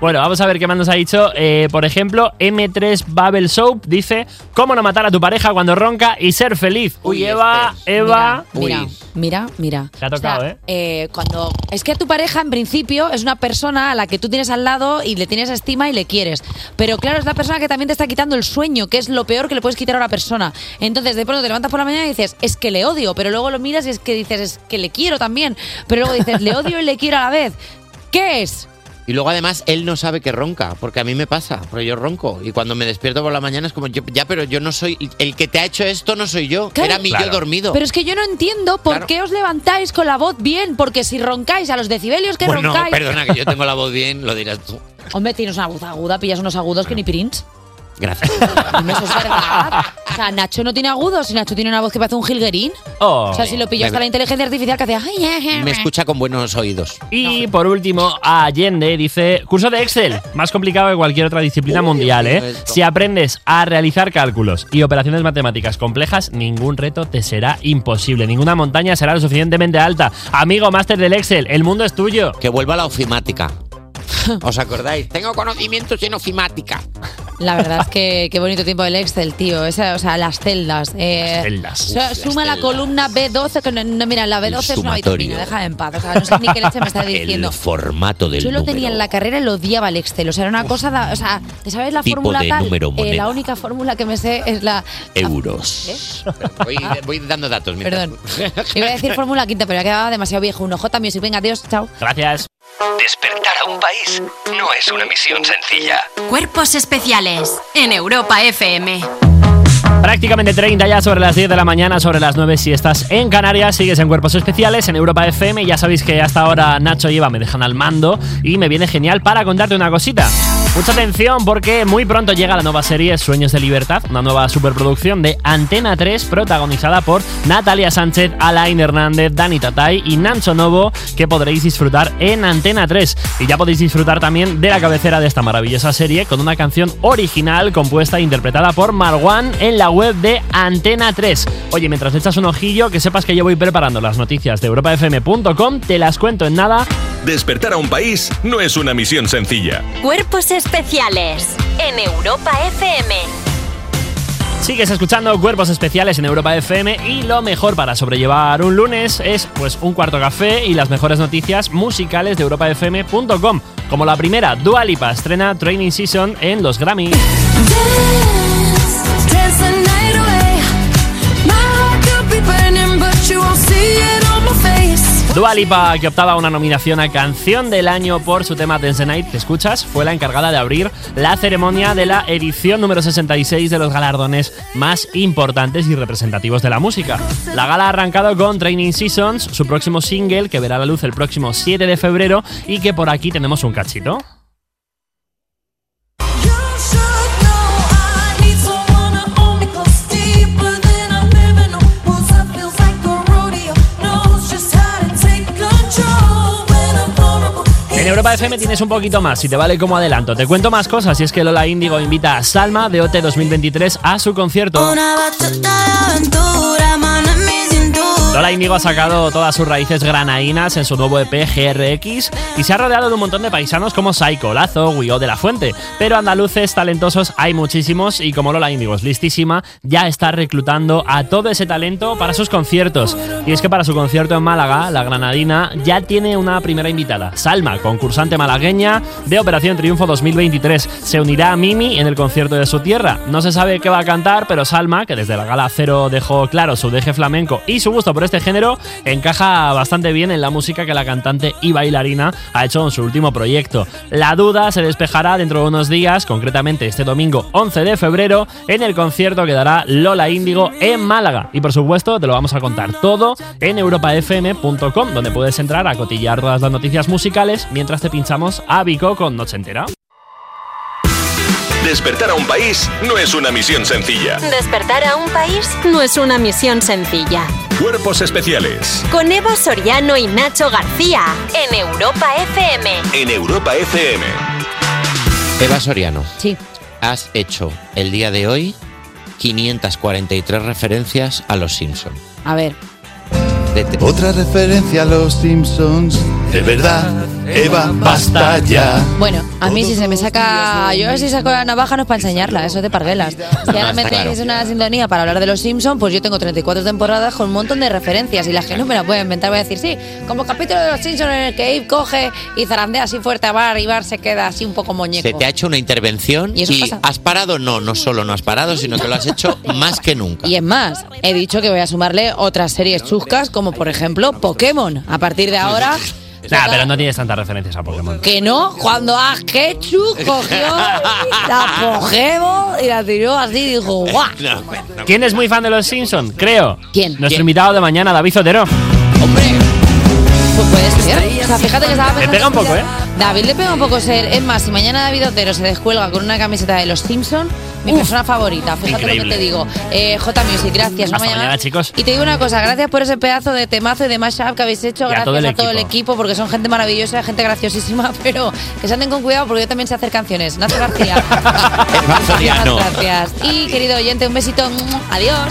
S5: Bueno, vamos a ver qué más nos ha dicho. Eh, por ejemplo, M3 Babel Soap dice: ¿Cómo no matar a tu pareja cuando ronca y ser feliz? Uy, Eva,
S4: este
S5: Eva.
S3: Mira, mira, mira.
S5: Te ha tocado,
S3: O sea,
S5: ¿eh?
S3: eh, Cuando es que tu pareja en principio es una persona a la que tú tienes al lado y le tienes estima y le quieres, pero claro es la persona que también te está quitando el sueño, que es lo peor que le puedes quitar a una persona. Entonces de pronto te levantas por la mañana y dices es que le odio, pero luego lo miras y es que dices es que le quiero también, pero luego dices le odio y le quiero a la vez. ¿Qué es?
S4: Y luego además él no sabe que ronca, porque a mí me pasa, porque yo ronco. Y cuando me despierto por la mañana es como, yo, ya, pero yo no soy, el que te ha hecho esto no soy yo,
S3: Claro.
S4: era mi yo dormido.
S3: Pero es que yo no entiendo por
S4: Claro.
S3: qué os levantáis con la voz bien, porque si roncáis a los decibelios que
S4: bueno,
S3: roncáis.
S4: Pues perdona, que yo tengo la voz bien, lo dirás tú.
S3: Hombre, tienes una voz aguda, pillas unos agudos que ni pirins.
S4: Gracias.
S3: No, eso es verdad. O sea, Nacho no tiene agudos y Nacho tiene una voz que parece un jilguerín.
S4: Oh.
S3: o sea, si lo pilló
S4: Me-
S3: hasta la inteligencia artificial que hacía. "Ay, eh, eh,
S4: Me
S3: eh".
S4: escucha con buenos oídos.
S5: Y por último, Allende dice, curso de Excel, más complicado que cualquier otra disciplina mundial,
S4: mío,
S5: ¿eh? Si aprendes a realizar cálculos y operaciones matemáticas complejas, ningún reto te será imposible, ninguna montaña será lo suficientemente alta. Amigo máster del Excel, el mundo es tuyo.
S4: Que vuelva la ofimática. ¿Os acordáis? Tengo conocimientos en ofimática.
S3: La verdad es que qué bonito tiempo del Excel, tío. Esa, o sea, las celdas. eh,
S4: Las celdas.
S3: su-
S4: Uf,
S3: suma
S4: las
S3: la columna B12, que no, no, mira, la B12 es una
S4: sumatorio.
S3: vitamina, déjame en paz. O sea, no sé ni qué leche me está diciendo.
S4: El formato del
S3: Yo lo
S4: número.
S3: tenía en la carrera y lo odiaba el Excel. O sea, era una cosa. da- o sea, ¿te sabes la
S4: Tipo
S3: fórmula
S4: de
S3: tal?
S4: número,
S3: Eh,
S4: moneda.
S3: la única fórmula que me sé es la.
S4: Euros.
S3: ¿Qué?
S4: Voy, voy dando datos. mientras-
S3: ¿eh? Perdón. Iba a decir fórmula quinta, pero ya quedaba demasiado viejo. Uno J Music. Venga, adiós, chao.
S5: Gracias.
S1: Despertar a un país no es una misión sencilla.
S2: Cuerpos especiales en Europa FM.
S5: Prácticamente 30 ya sobre las 10 de la mañana, sobre las 9 si estás en Canarias, sigues en Cuerpos Especiales, en Europa FM, ya sabéis que hasta ahora Nacho y Eva me dejan al mando y me viene genial para contarte una cosita. Mucha atención porque muy pronto llega la nueva serie Sueños de Libertad, una nueva superproducción de Antena 3 protagonizada por Natalia Sánchez, Alain Hernández, Dani Tatay y Nancho Novo que podréis disfrutar en Antena 3 y ya podéis disfrutar también de la cabecera de esta maravillosa serie con una canción original compuesta e interpretada por Marwan en la web de Antena 3. Oye, mientras le echas un ojillo, que sepas que yo voy preparando las noticias de europafm.com, te las cuento en nada.
S9: Despertar a un país no es una misión sencilla.
S2: Cuerpos especiales en Europa FM.
S5: Sigues escuchando Cuerpos Especiales en Europa FM y lo mejor para sobrellevar un lunes es pues un cuarto café y las mejores noticias musicales de europafm.com, como la primera, Dua Lipa estrena Training Season en los Grammy.
S10: Dance the night away. My heart could be burning, but you won't see it on my face.
S5: Dua Lipa, que optaba a una nominación a Canción del Año por su tema Dance the Night, que escuchas, fue la encargada de abrir la ceremonia de la edición número 66 de los galardones más importantes y representativos de la música. La gala ha arrancado con Training Seasons, su próximo single, que verá la luz el próximo 7 de febrero y que por aquí tenemos un cachito.
S10: I need someone to hold me close deeper than I've ever known. What's up feels like a rodeo. Knows just how to take control when I'm vulnerable.
S5: En Europa FM tienes un poquito más, si te vale como adelanto. Te cuento más cosas, y es que Lola Índigo invita a Salma de OT 2023 a su concierto.
S10: Una batuta de aventura, mano en mi cintura.
S5: Lola Índigo ha sacado todas sus raíces granainas en su nuevo E EP GRX y se ha rodeado de un montón de paisanos como Psycho, Lazo, Guió de la Fuente. Pero andaluces talentosos hay muchísimos y como Lola Índigo es listísima, ya está reclutando a todo ese talento para sus conciertos. Y es que para su concierto en Málaga, la granadina ya tiene una primera invitada, Salma, concursante malagueña de Operación Triunfo 2023. Se unirá a Mimi en el concierto de su tierra. No se sabe qué va a cantar, pero Salma, que desde la gala cero dejó claro su deje flamenco y su gusto por este género, encaja bastante bien en la música que la cantante y bailarina ha hecho en su último proyecto. La duda se despejará dentro de unos días, concretamente este domingo 11 de febrero, en el concierto que dará Lola Índigo en Málaga. Y por supuesto, te lo vamos a contar todo en europafm.com, donde puedes entrar a cotillar todas las noticias musicales mientras te pinchamos a Vico con Noche Entera.
S9: Despertar a un país no es una misión sencilla.
S2: Despertar a un país no es una misión sencilla.
S9: Cuerpos especiales
S2: Con Eva Soriano y Nacho García en Europa FM.
S9: en Europa FM.
S4: Eva Soriano.
S3: Sí.
S4: Has hecho el día de hoy 543 referencias a los Simpson.
S3: A ver.
S13: Otra referencia a los Simpsons. De verdad, Eva, basta ya.
S3: Bueno, a mí si se me saca. Yo si saco la navaja no es para enseñarla, eso es de parguelas. Si ahora
S4: Ah, Está
S3: me
S4: claro.
S3: tenéis una sintonía para hablar de los Simpsons, pues yo tengo 34 temporadas con un montón de referencias y las que no me las pueden inventar voy a decir, sí, como capítulo de los Simpsons en el que Abe coge y zarandea así fuerte a Bar y Bar se queda así un poco muñeco.
S4: Se te ha hecho una intervención
S3: ¿Y
S4: y,
S3: eso pasa?
S4: has parado. No, no solo no has parado, sino que lo has hecho más que nunca.
S3: Y es más, he dicho que voy a sumarle otras series chuscas, como por ejemplo Pokémon. A partir de ahora
S5: Nah, pero no tienes tantas referencias a Pokémon.
S3: Que no, cuando a Ketchup cogió la Pokémon y la tiró así y dijo, ¡guau!
S5: ¿Quién es muy fan de los Simpsons? Creo.
S3: ¿Quién?
S5: Nuestro
S3: ¿Quién?
S5: invitado de mañana, David Zotero.
S3: Pues puede ser. O sea, fíjate que estaba
S5: Le
S3: pensando-
S5: pega un poco, ¿eh?
S3: David le pega un poco ser. Es más, si mañana David Otero se descuelga con una camiseta de los Simpson, mi persona favorita. Fíjate lo que
S5: Increíble.
S3: te digo. Eh, J Music, gracias. ¿no?
S5: Hasta mañana, chicos.
S3: Y te digo una cosa, gracias por ese pedazo de temazo y de mashup que habéis hecho.
S5: Y a
S3: gracias
S5: todo el
S3: a todo el
S5: equipo.
S3: equipo, porque son gente maravillosa, gente graciosísima, pero que se anden con cuidado porque yo también sé hacer canciones. Nacho García, muchas gracias. Y querido oyente, un besito. Adiós.